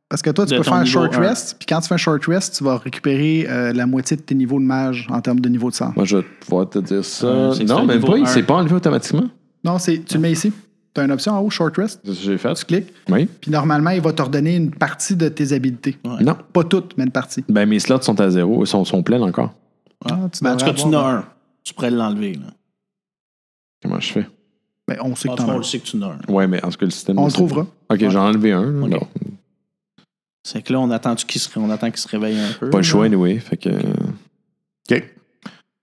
Speaker 4: Parce que toi, tu
Speaker 3: De
Speaker 4: peux
Speaker 3: ton
Speaker 4: faire un
Speaker 3: niveau
Speaker 4: short
Speaker 3: un.
Speaker 4: rest, puis quand tu fais un short rest, tu vas récupérer euh, la moitié de tes niveaux de mage en termes de niveau de sang.
Speaker 1: Moi, je vais pouvoir te dire ça.
Speaker 3: Euh, c'est que c'est
Speaker 1: non,
Speaker 3: un
Speaker 1: même
Speaker 3: niveau
Speaker 1: pas. Il
Speaker 3: un.
Speaker 1: s'est pas enlevé automatiquement.
Speaker 4: Non, c'est tu le mets ici. Tu as une option en haut, short rest,
Speaker 1: C'est ce que j'ai fait.
Speaker 4: tu cliques,
Speaker 1: Oui.
Speaker 4: puis normalement, il va t'ordonner une partie de tes habilités.
Speaker 3: Ouais.
Speaker 1: Non.
Speaker 4: Pas toutes, mais une partie.
Speaker 1: Ben, mes slots sont à zéro. Ils sont, sont pleins encore.
Speaker 4: Ah, tu
Speaker 3: Ben, en tout
Speaker 4: devrais
Speaker 3: cas, tu en as
Speaker 4: avoir-
Speaker 3: un. Tu pourrais l'enlever. Là.
Speaker 1: Comment je fais?
Speaker 4: Ben, on sait
Speaker 3: En
Speaker 4: que
Speaker 3: tout cas,
Speaker 4: t'en
Speaker 3: on
Speaker 4: as.
Speaker 3: le
Speaker 4: un.
Speaker 3: sait que tu en as un.
Speaker 1: Ouais, mais en ce que le système.
Speaker 4: On le trouvera.
Speaker 1: Ok,
Speaker 3: Ouais.
Speaker 1: j'en ai enlevé un.
Speaker 3: Ok.
Speaker 1: Bon.
Speaker 3: C'est que là, on attend qu'il se, on attend qu'il se réveille un peu.
Speaker 1: Pas le choix,
Speaker 3: là.
Speaker 1: anyway. Fait que.
Speaker 2: OK.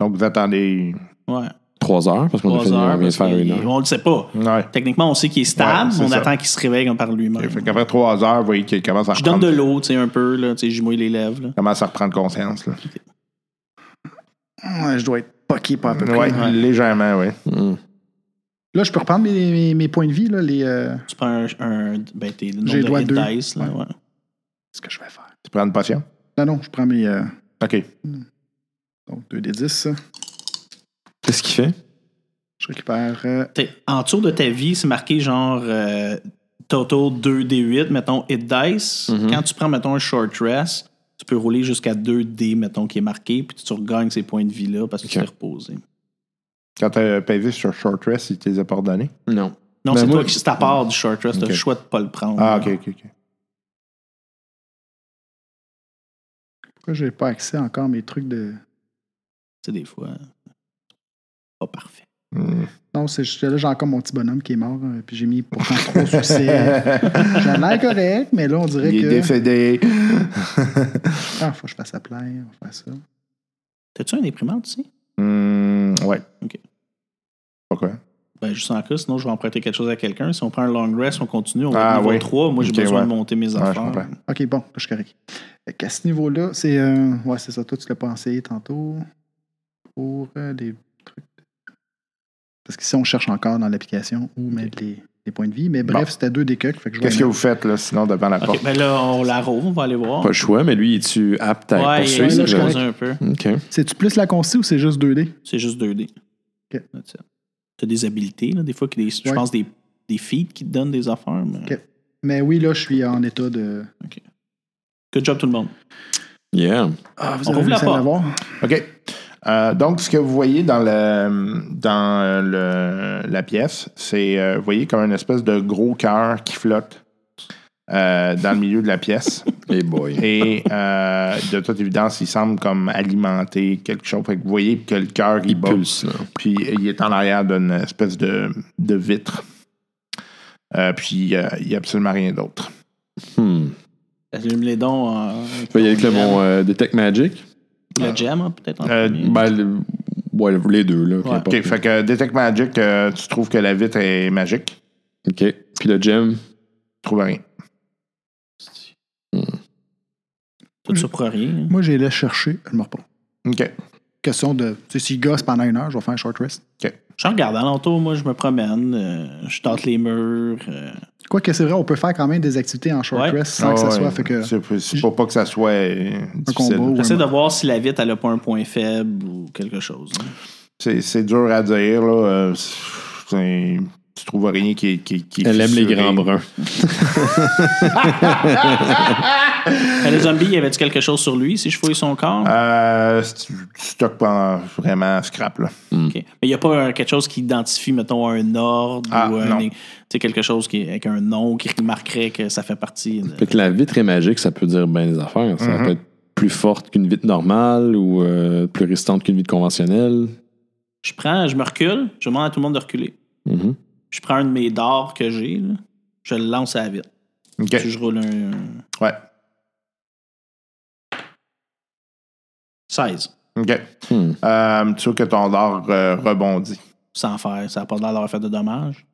Speaker 2: Donc, vous attendez.
Speaker 3: Ouais.
Speaker 1: 3 heures, parce qu'on a
Speaker 3: 3
Speaker 1: fini, on
Speaker 3: heures.
Speaker 1: vient de
Speaker 3: parce
Speaker 1: faire
Speaker 3: qu'il-
Speaker 1: une heure.
Speaker 3: On le sait pas.
Speaker 2: Ouais.
Speaker 3: Techniquement, on sait qu'il est stable,
Speaker 2: Ouais,
Speaker 3: mais
Speaker 2: c'est
Speaker 3: on
Speaker 2: ça.
Speaker 3: attend qu'il se réveille comme par lui-même.
Speaker 2: Fait qu'après 3 heures, vous voyez qu'il commence à
Speaker 3: Je donne
Speaker 2: reprendre,
Speaker 3: de l'eau, tu sais, un peu, là, tu sais, je mouille les lèvres. là.
Speaker 2: commence à reprendre conscience. Là.
Speaker 4: Ouais, je dois Ah, être poqué pas à peu près.
Speaker 2: Ouais, légèrement, oui.
Speaker 1: Mm.
Speaker 4: Là, je peux reprendre mes, mes- mes points de vie, là, les. euh,
Speaker 3: Tu prends un. un- ben, t'es le nombre
Speaker 4: J'ai le droit
Speaker 3: de
Speaker 4: à deux.
Speaker 3: hit dice, là,
Speaker 4: Ouais.
Speaker 3: ouais.
Speaker 4: ce que je vais faire.
Speaker 2: Tu prends une passion?
Speaker 4: Non, non, je prends mes. euh,
Speaker 2: OK.
Speaker 4: donc, 2 des 10.
Speaker 1: Qu'est-ce qu'il fait?
Speaker 4: Je récupère. euh,
Speaker 3: T'es- en dessous de ta vie, c'est marqué genre euh, total 2D8, mettons hit dice.
Speaker 1: Mhm.
Speaker 3: Quand tu prends, mettons, un short rest, tu peux rouler jusqu'à 2D, mettons, qui est marqué, puis tu regagnes ces points de vie-là parce que tu
Speaker 1: Ok.
Speaker 3: t'es reposé.
Speaker 2: Quand tu as payé sur Short Rest, il te les a pas ordonnés?
Speaker 1: Non.
Speaker 3: Non,
Speaker 1: Ben
Speaker 3: c'est
Speaker 1: moi-
Speaker 3: toi qui c'est à part du short rest, t'as
Speaker 2: Ok.
Speaker 3: le choix de pas le prendre.
Speaker 2: Ah, OK, OK, OK.
Speaker 4: Pourquoi j'ai pas accès encore à mes trucs de.
Speaker 3: Tu sais, des fois, c'est pas parfait.
Speaker 2: Hmm.
Speaker 4: Non, c'est juste que là, j'ai encore mon petit bonhomme qui est mort, euh, puis j'ai mis pourtant trois succès. J'ai l'air correct, mais là, on dirait
Speaker 2: il est
Speaker 4: que.
Speaker 2: décédé.
Speaker 4: Ah, faut que je fasse la plaie, on va faire ça.
Speaker 3: T'as-tu un imprimante ici?
Speaker 2: Hmm, ouais.
Speaker 3: OK.
Speaker 2: Pourquoi?
Speaker 3: Ben, juste en cas, sinon je vais emprunter quelque chose à quelqu'un. Si on prend un long rest, on continue, on
Speaker 2: Ah,
Speaker 3: va au niveau
Speaker 2: oui.
Speaker 3: 3. Moi, j'ai
Speaker 2: Ok,
Speaker 3: besoin
Speaker 2: ouais.
Speaker 3: de monter mes
Speaker 2: Ouais, je
Speaker 3: affaires.
Speaker 2: comprends.
Speaker 4: OK, bon, là, je suis correct. Fait qu'à ce niveau-là, c'est. euh, ouais, c'est ça. Toi, tu l'as pas essayé tantôt pour euh, des trucs. de- Parce que si on cherche encore dans l'application où mettre les, les points de vie. Mais bref,
Speaker 2: Bon.
Speaker 4: c'était deux des cucks. Fait que je vais
Speaker 2: Qu'est-ce que vous faites, là, sinon, devant la
Speaker 3: OK,
Speaker 2: porte?
Speaker 3: ben là, on la rouvre, on va aller voir.
Speaker 1: Pas le choix, mais lui, es-tu apte à
Speaker 3: Ouais, il
Speaker 1: poursuivre?
Speaker 3: est
Speaker 4: là, je
Speaker 1: le-
Speaker 4: pense.
Speaker 3: creusé un peu.
Speaker 1: Ok.
Speaker 4: C'est-tu plus la consti ou c'est juste 2D?
Speaker 3: C'est juste 2D.
Speaker 4: Ok.
Speaker 3: That's it. T'as des habilités, là, des fois, que des- je
Speaker 4: Ouais.
Speaker 3: pense des, des feeds qui te donnent des affaires. mais-
Speaker 4: Ok. Mais oui, là, je suis en état de.
Speaker 3: Good job, tout le monde.
Speaker 1: Yeah.
Speaker 4: Ah, vous
Speaker 3: On rouvre la
Speaker 4: réussi à
Speaker 3: porte.
Speaker 4: l'avoir?
Speaker 2: OK. Euh, donc, ce que vous voyez dans, le, dans euh, le, la pièce, c'est, euh, vous voyez comme une espèce de gros cœur qui flotte euh, dans le milieu de la pièce.
Speaker 1: Hey boy.
Speaker 2: Et euh, de toute évidence, il semble comme alimenter quelque chose. Fait que vous voyez que le cœur, il,
Speaker 1: Il
Speaker 2: bat.
Speaker 1: pulse, là.
Speaker 2: Puis il est en arrière d'une espèce de, de vitre. Euh, puis euh, il n'y a absolument rien d'autre.
Speaker 1: Hmm.
Speaker 3: Allume les dons. en-
Speaker 1: Je vais y aller avec le-
Speaker 3: le
Speaker 1: mon euh, Detect Magic.
Speaker 3: Le gem, hein, peut-être. en
Speaker 2: Euh,
Speaker 3: premier.
Speaker 1: Ben, le- ouais, les deux, là.
Speaker 3: Ouais.
Speaker 1: qu'importe.
Speaker 2: OK, fait que Detect Magic, euh, tu trouves que la vitre est magique.
Speaker 1: OK. Puis le gem.
Speaker 2: Tu trouves rien.
Speaker 3: Tout ça pour rien. hein.
Speaker 4: Moi, j'ai laissé chercher. Je me repose.
Speaker 2: OK.
Speaker 4: Question de. Tu sais, s'il gosse pendant une heure, je vais faire un short rest.
Speaker 3: Je regarde alentour, moi, je me promène. euh, je tente les murs. euh,
Speaker 4: Quoique, c'est vrai, on peut faire quand même des activités en short
Speaker 3: Ouais.
Speaker 4: rest sans que
Speaker 2: Ah
Speaker 4: ça
Speaker 2: ouais,
Speaker 4: soit. Fait que.
Speaker 2: C'est pour, c'est pour pas que ça soit euh, difficile.
Speaker 4: combat ou-
Speaker 3: J'essaie de
Speaker 4: Ouais.
Speaker 3: voir si la vitre, elle a pas un point faible ou quelque chose. hein.
Speaker 2: C'est, c'est dur à dire, là. euh, c'est- tu trouves rien qui est. Qui, qui est
Speaker 1: Elle aime les
Speaker 2: fissuré.
Speaker 1: grands bruns.
Speaker 3: Euh, le zombie, y avait-tu quelque chose sur lui si je fouille son corps?
Speaker 2: Euh, c'est- tu tu stockes pas vraiment scrap, là.
Speaker 3: Ok. Mais il n'y a pas euh, quelque chose qui identifie, mettons, un ordre
Speaker 2: Ah,
Speaker 3: ou un,
Speaker 2: non.
Speaker 3: tu sais, quelque chose qui, avec un nom qui marquerait que ça fait partie. de-
Speaker 1: Fait que la vitre est magique, ça peut dire bien des affaires. Ça
Speaker 2: Mhm.
Speaker 1: peut être plus forte qu'une vitre normale ou euh, plus résistante qu'une vitre conventionnelle.
Speaker 3: Je prends, je me recule, je demande à tout le monde de reculer.
Speaker 1: Mhm.
Speaker 3: Je prends un de mes dards que j'ai, là, je le lance à la vitre.
Speaker 2: OK.
Speaker 3: Puis je roule un, un
Speaker 2: Ouais.
Speaker 3: 16.
Speaker 2: OK.
Speaker 1: Hmm.
Speaker 2: Euh, tu sais que ton dard euh, rebondit.
Speaker 3: Sans faire, ça n'a pas l'air d'avoir fait de dommages.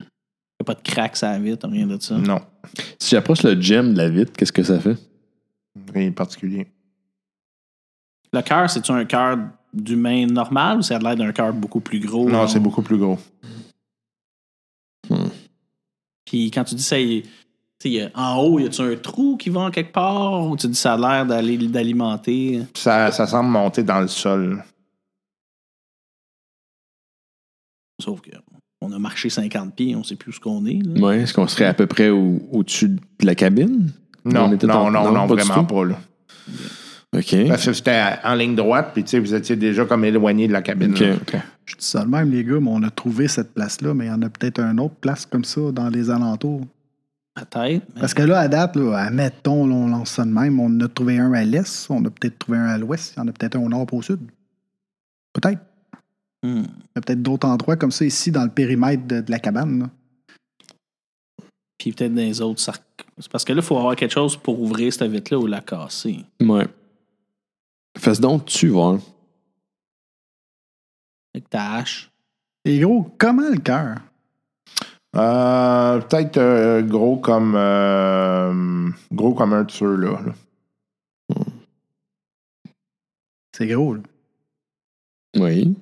Speaker 3: Il n'y a pas de crack à la vitre, rien de
Speaker 1: Hmm.
Speaker 3: ça.
Speaker 2: Non.
Speaker 1: Si j'approche le gem de la vitre, qu'est-ce que ça fait?
Speaker 2: Rien de particulier.
Speaker 3: Le cœur, c'est-tu un cœur d'humain normal ou ça a l'air d'un cœur beaucoup plus gros?
Speaker 2: Non, c'est beaucoup
Speaker 3: beaucoup.
Speaker 2: plus gros.
Speaker 3: Puis quand tu dis ça, il- tu sais, il y a- en haut, y a-tu un trou qui va en quelque part ou tu dis ça a l'air d'aller d'alimenter?
Speaker 2: Ça, ça semble monter dans le sol.
Speaker 3: Sauf que on a marché 50 pieds, on sait plus où ce qu'on est. là.
Speaker 1: Ouais, est-ce qu'on serait à peu près au- au-dessus de la cabine?
Speaker 2: Non,
Speaker 1: On
Speaker 2: non,
Speaker 1: était
Speaker 2: non,
Speaker 1: en-
Speaker 2: non,
Speaker 1: non, pas du
Speaker 2: vraiment
Speaker 1: tout.
Speaker 2: pas, là.
Speaker 1: OK.
Speaker 2: Parce que c'était en ligne droite, puis tu sais, vous étiez déjà comme éloigné de la cabine.
Speaker 1: Ah, OK.
Speaker 2: là.
Speaker 4: Je dis ça de même, les gars, mais on a trouvé cette place-là, mais il y en a peut-être une autre place comme ça dans les alentours.
Speaker 3: Peut-être. mais-
Speaker 4: Parce que là, à date, là, admettons, là, on lance ça de même, on en a trouvé un à l'est, on a peut-être trouvé un à l'ouest, il y en a peut-être un au nord, pas au sud. Peut-être.
Speaker 3: Hmm.
Speaker 4: Il y a peut-être d'autres endroits comme ça ici, dans le périmètre de, de la cabane. là.
Speaker 3: Puis peut-être dans les autres sarc- C'est parce que là, il faut avoir quelque chose pour ouvrir cette vitre-là ou la casser.
Speaker 1: Ouais. Fais donc tu voir.
Speaker 3: Avec ta hache.
Speaker 4: Et gros, comment le cœur?
Speaker 2: Euh, Peut-être euh, gros comme euh, gros comme un de ceux-là. là.
Speaker 4: C'est gros, là.
Speaker 1: Oui.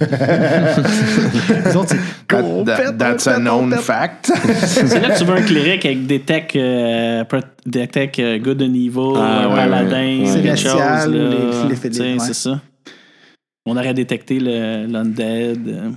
Speaker 4: Les autres, c'est
Speaker 2: That-
Speaker 4: Go,
Speaker 2: that-
Speaker 4: pète,
Speaker 2: that's
Speaker 4: pète,
Speaker 2: a known
Speaker 4: pète.
Speaker 2: fact.
Speaker 3: C'est là que tu veux un cléric avec des techs, euh, pro- des techs euh, good and evil,
Speaker 1: Ah,
Speaker 3: un
Speaker 1: ouais, ouais,
Speaker 3: paladin,
Speaker 1: ouais.
Speaker 3: quelque chose. Là,
Speaker 4: Célestial, les- les
Speaker 3: Tu sais,
Speaker 4: félides, ouais.
Speaker 3: C'est ça. On aurait détecté le- l'undead. euh.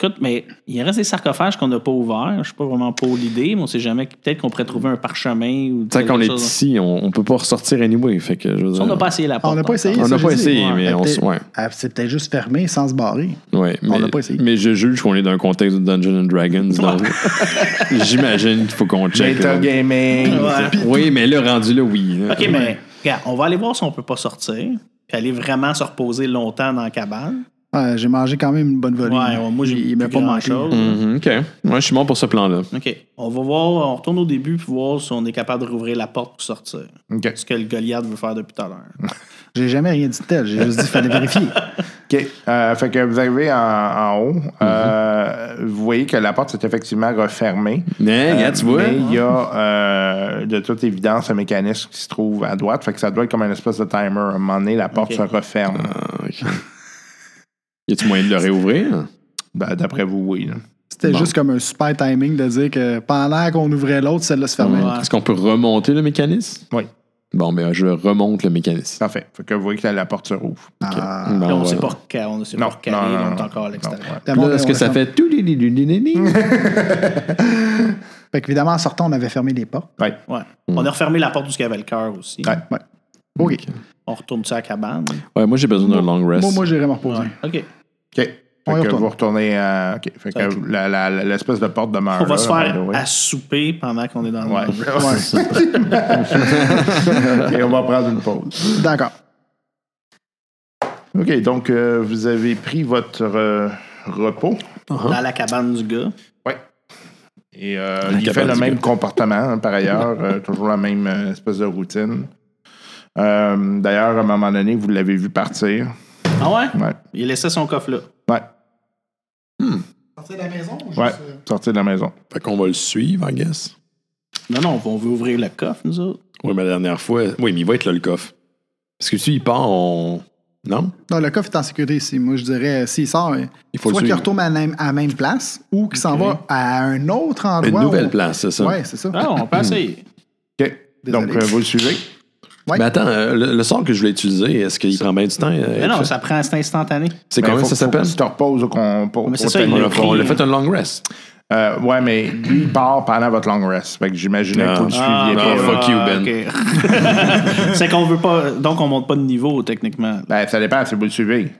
Speaker 3: Écoute, mais il reste des sarcophages qu'on n'a pas ouverts. Je suis pas vraiment pour l'idée, mais on sait jamais. Peut-être qu'on pourrait trouver un parchemin ou
Speaker 1: Tu sais,
Speaker 3: quelque
Speaker 1: quand on est
Speaker 3: chose.
Speaker 1: ici, on, on peut pas ressortir anyway. Fait que, je veux
Speaker 3: Ça, On
Speaker 1: dire,
Speaker 3: n'a pas essayé la porte.
Speaker 4: On n'a pas
Speaker 3: encore.
Speaker 4: essayé.
Speaker 1: on
Speaker 4: ça,
Speaker 1: n'a
Speaker 4: j'ai
Speaker 1: pas
Speaker 4: dit.
Speaker 1: essayé,
Speaker 3: ouais.
Speaker 1: mais
Speaker 4: Fait
Speaker 1: on
Speaker 4: que
Speaker 1: s-
Speaker 4: t'es-
Speaker 1: ouais,
Speaker 4: Ah, C'est peut-être juste fermé sans se barrer.
Speaker 1: ouais, mais,
Speaker 4: on l'a pas essayé.
Speaker 1: mais je juge qu'on est dans un contexte de Dungeons and Dragons. donc J'imagine qu'il faut qu'on check.
Speaker 2: Meta
Speaker 1: là.
Speaker 2: gaming.
Speaker 3: Ouais.
Speaker 1: Oui, mais là, rendu là, oui. là.
Speaker 3: OK, mais regarde, on va aller voir si on peut pas sortir. Puis aller vraiment se reposer longtemps dans la cabane.
Speaker 4: Ah, j'ai mangé quand même une bonne volée.
Speaker 3: Ouais, ouais, moi, j'ai
Speaker 4: Il-
Speaker 3: plus
Speaker 4: il m'a pas manqué.
Speaker 3: grand-chose.
Speaker 1: Mhm, OK. Moi, je suis mort pour ce plan-là.
Speaker 3: OK. On va voir, on retourne au début pour voir si on est capable de rouvrir la porte pour sortir.
Speaker 2: Ok.
Speaker 3: Ce que le Goliath veut faire depuis tout à l'heure.
Speaker 4: J'ai jamais rien dit de tel. J'ai juste dit qu'il fallait vérifier.
Speaker 2: OK. Euh, fait que vous arrivez en, en haut. Euh, Vous voyez que la porte s'est effectivement refermée.
Speaker 1: Euh, Mais, regarde, Ah, tu vois.
Speaker 2: Mais il y a euh, de toute évidence un mécanisme qui se trouve à droite. Fait que ça doit être comme une espèce de timer. À un moment donné, la porte
Speaker 3: Ok.
Speaker 2: se referme.
Speaker 1: Ah, OK. Y a-tu moyen de le réouvrir?
Speaker 2: Ben, D'après vous, oui. là.
Speaker 4: C'était
Speaker 1: Bon.
Speaker 4: juste comme un super timing de dire que pendant qu'on ouvrait l'autre, celle-là se fermait.
Speaker 3: Ouais.
Speaker 1: Est-ce qu'on peut remonter le mécanisme?
Speaker 2: Oui.
Speaker 1: Bon, ben, je remonte le mécanisme.
Speaker 2: Parfait. Fait que vous voyez que la porte se rouvre.
Speaker 4: Ah.
Speaker 1: Bon,
Speaker 3: Là, on
Speaker 1: voilà.
Speaker 3: ne sait pas reca- on ne sait pas
Speaker 2: Non,
Speaker 3: recaler,
Speaker 2: non, non,
Speaker 3: là, on
Speaker 2: non,
Speaker 3: est encore à
Speaker 2: Non,
Speaker 3: l'extérieur.
Speaker 2: ouais.
Speaker 4: Là,
Speaker 1: Là,
Speaker 4: ben, on
Speaker 1: est-ce que
Speaker 4: la
Speaker 1: ça
Speaker 4: ferme.
Speaker 1: fait...
Speaker 4: Fait qu'évidemment, en sortant, on avait fermé les portes.
Speaker 2: Ouais. Mm.
Speaker 3: Ouais. On a refermé la porte du cavalcœur aussi.
Speaker 2: Ouais.
Speaker 4: OK.
Speaker 3: On retourne sur la cabane.
Speaker 1: Ouais, Euh, moi, j'ai besoin d'un long rest.
Speaker 4: Moi, moi j'irai me reposer.
Speaker 3: OK.
Speaker 2: OK. Fait
Speaker 4: On y
Speaker 2: que
Speaker 4: retourne.
Speaker 2: vous retournez à. OK. Fait que
Speaker 3: Ok.
Speaker 2: la- la- la- l'espèce de porte demeure.
Speaker 3: On va
Speaker 2: là,
Speaker 3: se
Speaker 2: by the
Speaker 3: faire
Speaker 2: way.
Speaker 3: assouper pendant qu'on est dans le monde.
Speaker 2: Ouais. Et on va prendre une pause.
Speaker 4: D'accord.
Speaker 2: OK. Donc, euh, vous avez pris votre euh, repos. Uh-huh.
Speaker 3: Dans la cabane du gars.
Speaker 2: Et euh,
Speaker 1: La
Speaker 2: il fait le
Speaker 1: capacité.
Speaker 2: même comportement, hein, par ailleurs, euh, toujours la même euh, espèce de routine. Euh, D'ailleurs, à un moment donné, vous l'avez vu partir.
Speaker 3: Ah ouais?
Speaker 2: Ouais.
Speaker 3: Il laissait son coffre là.
Speaker 2: Ouais.
Speaker 4: Sortir de la maison ou
Speaker 2: Ouais. Sortir de la maison.
Speaker 1: Fait qu'on va le suivre, I guess.
Speaker 3: Non, non, on veut ouvrir le coffre, nous autres.
Speaker 1: Oui, mais la dernière fois... Oui, mais il va être là, le coffre. Parce que si il part, on... Non?
Speaker 4: Non, le coffre est en sécurité ici. Moi, je dirais, euh, s'il sort, euh,
Speaker 1: Il faut le
Speaker 4: soit qu'il
Speaker 1: suivre.
Speaker 4: retourne à la même, à la même place ou qu'il s'en va à un autre
Speaker 1: Une
Speaker 4: endroit.
Speaker 1: nouvelle
Speaker 4: où-
Speaker 1: place, c'est ça?
Speaker 4: Ouais, c'est ça.
Speaker 3: Ah, on
Speaker 2: Hmm.
Speaker 3: peut essayer.
Speaker 2: OK.
Speaker 4: Désolé.
Speaker 2: Donc, euh, vous le suivez.
Speaker 1: Mais attends, euh, le, le sort que je voulais utiliser, est-ce qu'il prend bien du temps? euh,
Speaker 3: Mais non,
Speaker 1: fait-
Speaker 3: ça prend, c'est instantané.
Speaker 1: C'est
Speaker 2: Mais Ben,
Speaker 1: comment
Speaker 2: faut- faut
Speaker 1: ça s'appelle?
Speaker 2: que Tu te reposes ou qu'on pour-
Speaker 3: Mais c'est
Speaker 2: pour
Speaker 3: ça, il
Speaker 2: te-
Speaker 1: On
Speaker 3: l'a
Speaker 1: a,
Speaker 3: pris.
Speaker 1: on a fait un long rest.
Speaker 2: Euh, ouais, mais lui, il part pendant votre long rest. Fait que j'imaginais que vous le suiviez
Speaker 3: Ah,
Speaker 2: pas.
Speaker 1: non,
Speaker 2: là.
Speaker 1: fuck you, Ben.
Speaker 3: ok. c'est qu'on veut pas. Donc, on monte pas de niveau, techniquement.
Speaker 2: Ben, ça dépend si vous le suivez.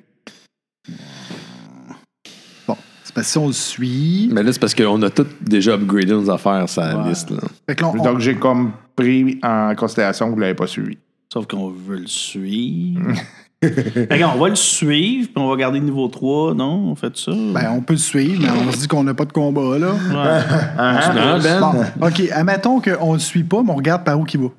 Speaker 4: Bon, c'est parce que si on le suit.
Speaker 1: Mais là, c'est parce qu'on a tout déjà upgradé nos affaires, sa
Speaker 3: Ouais.
Speaker 1: liste. Là.
Speaker 4: Fait que là, on-
Speaker 2: Donc, j'ai comme pris en considération que vous l'avez pas suivi.
Speaker 3: Sauf qu'on veut le suivre. Fait qu'on va le suivre, puis on va garder niveau 3, non? On fait ça?
Speaker 4: ben, on peut le suivre, mais on se dit qu'on n'a pas de combat, là.
Speaker 3: Ouais.
Speaker 1: Non, Ben?
Speaker 4: Bon, OK, admettons qu'on le suit pas, mais on regarde par où qu'il va.
Speaker 2: OK.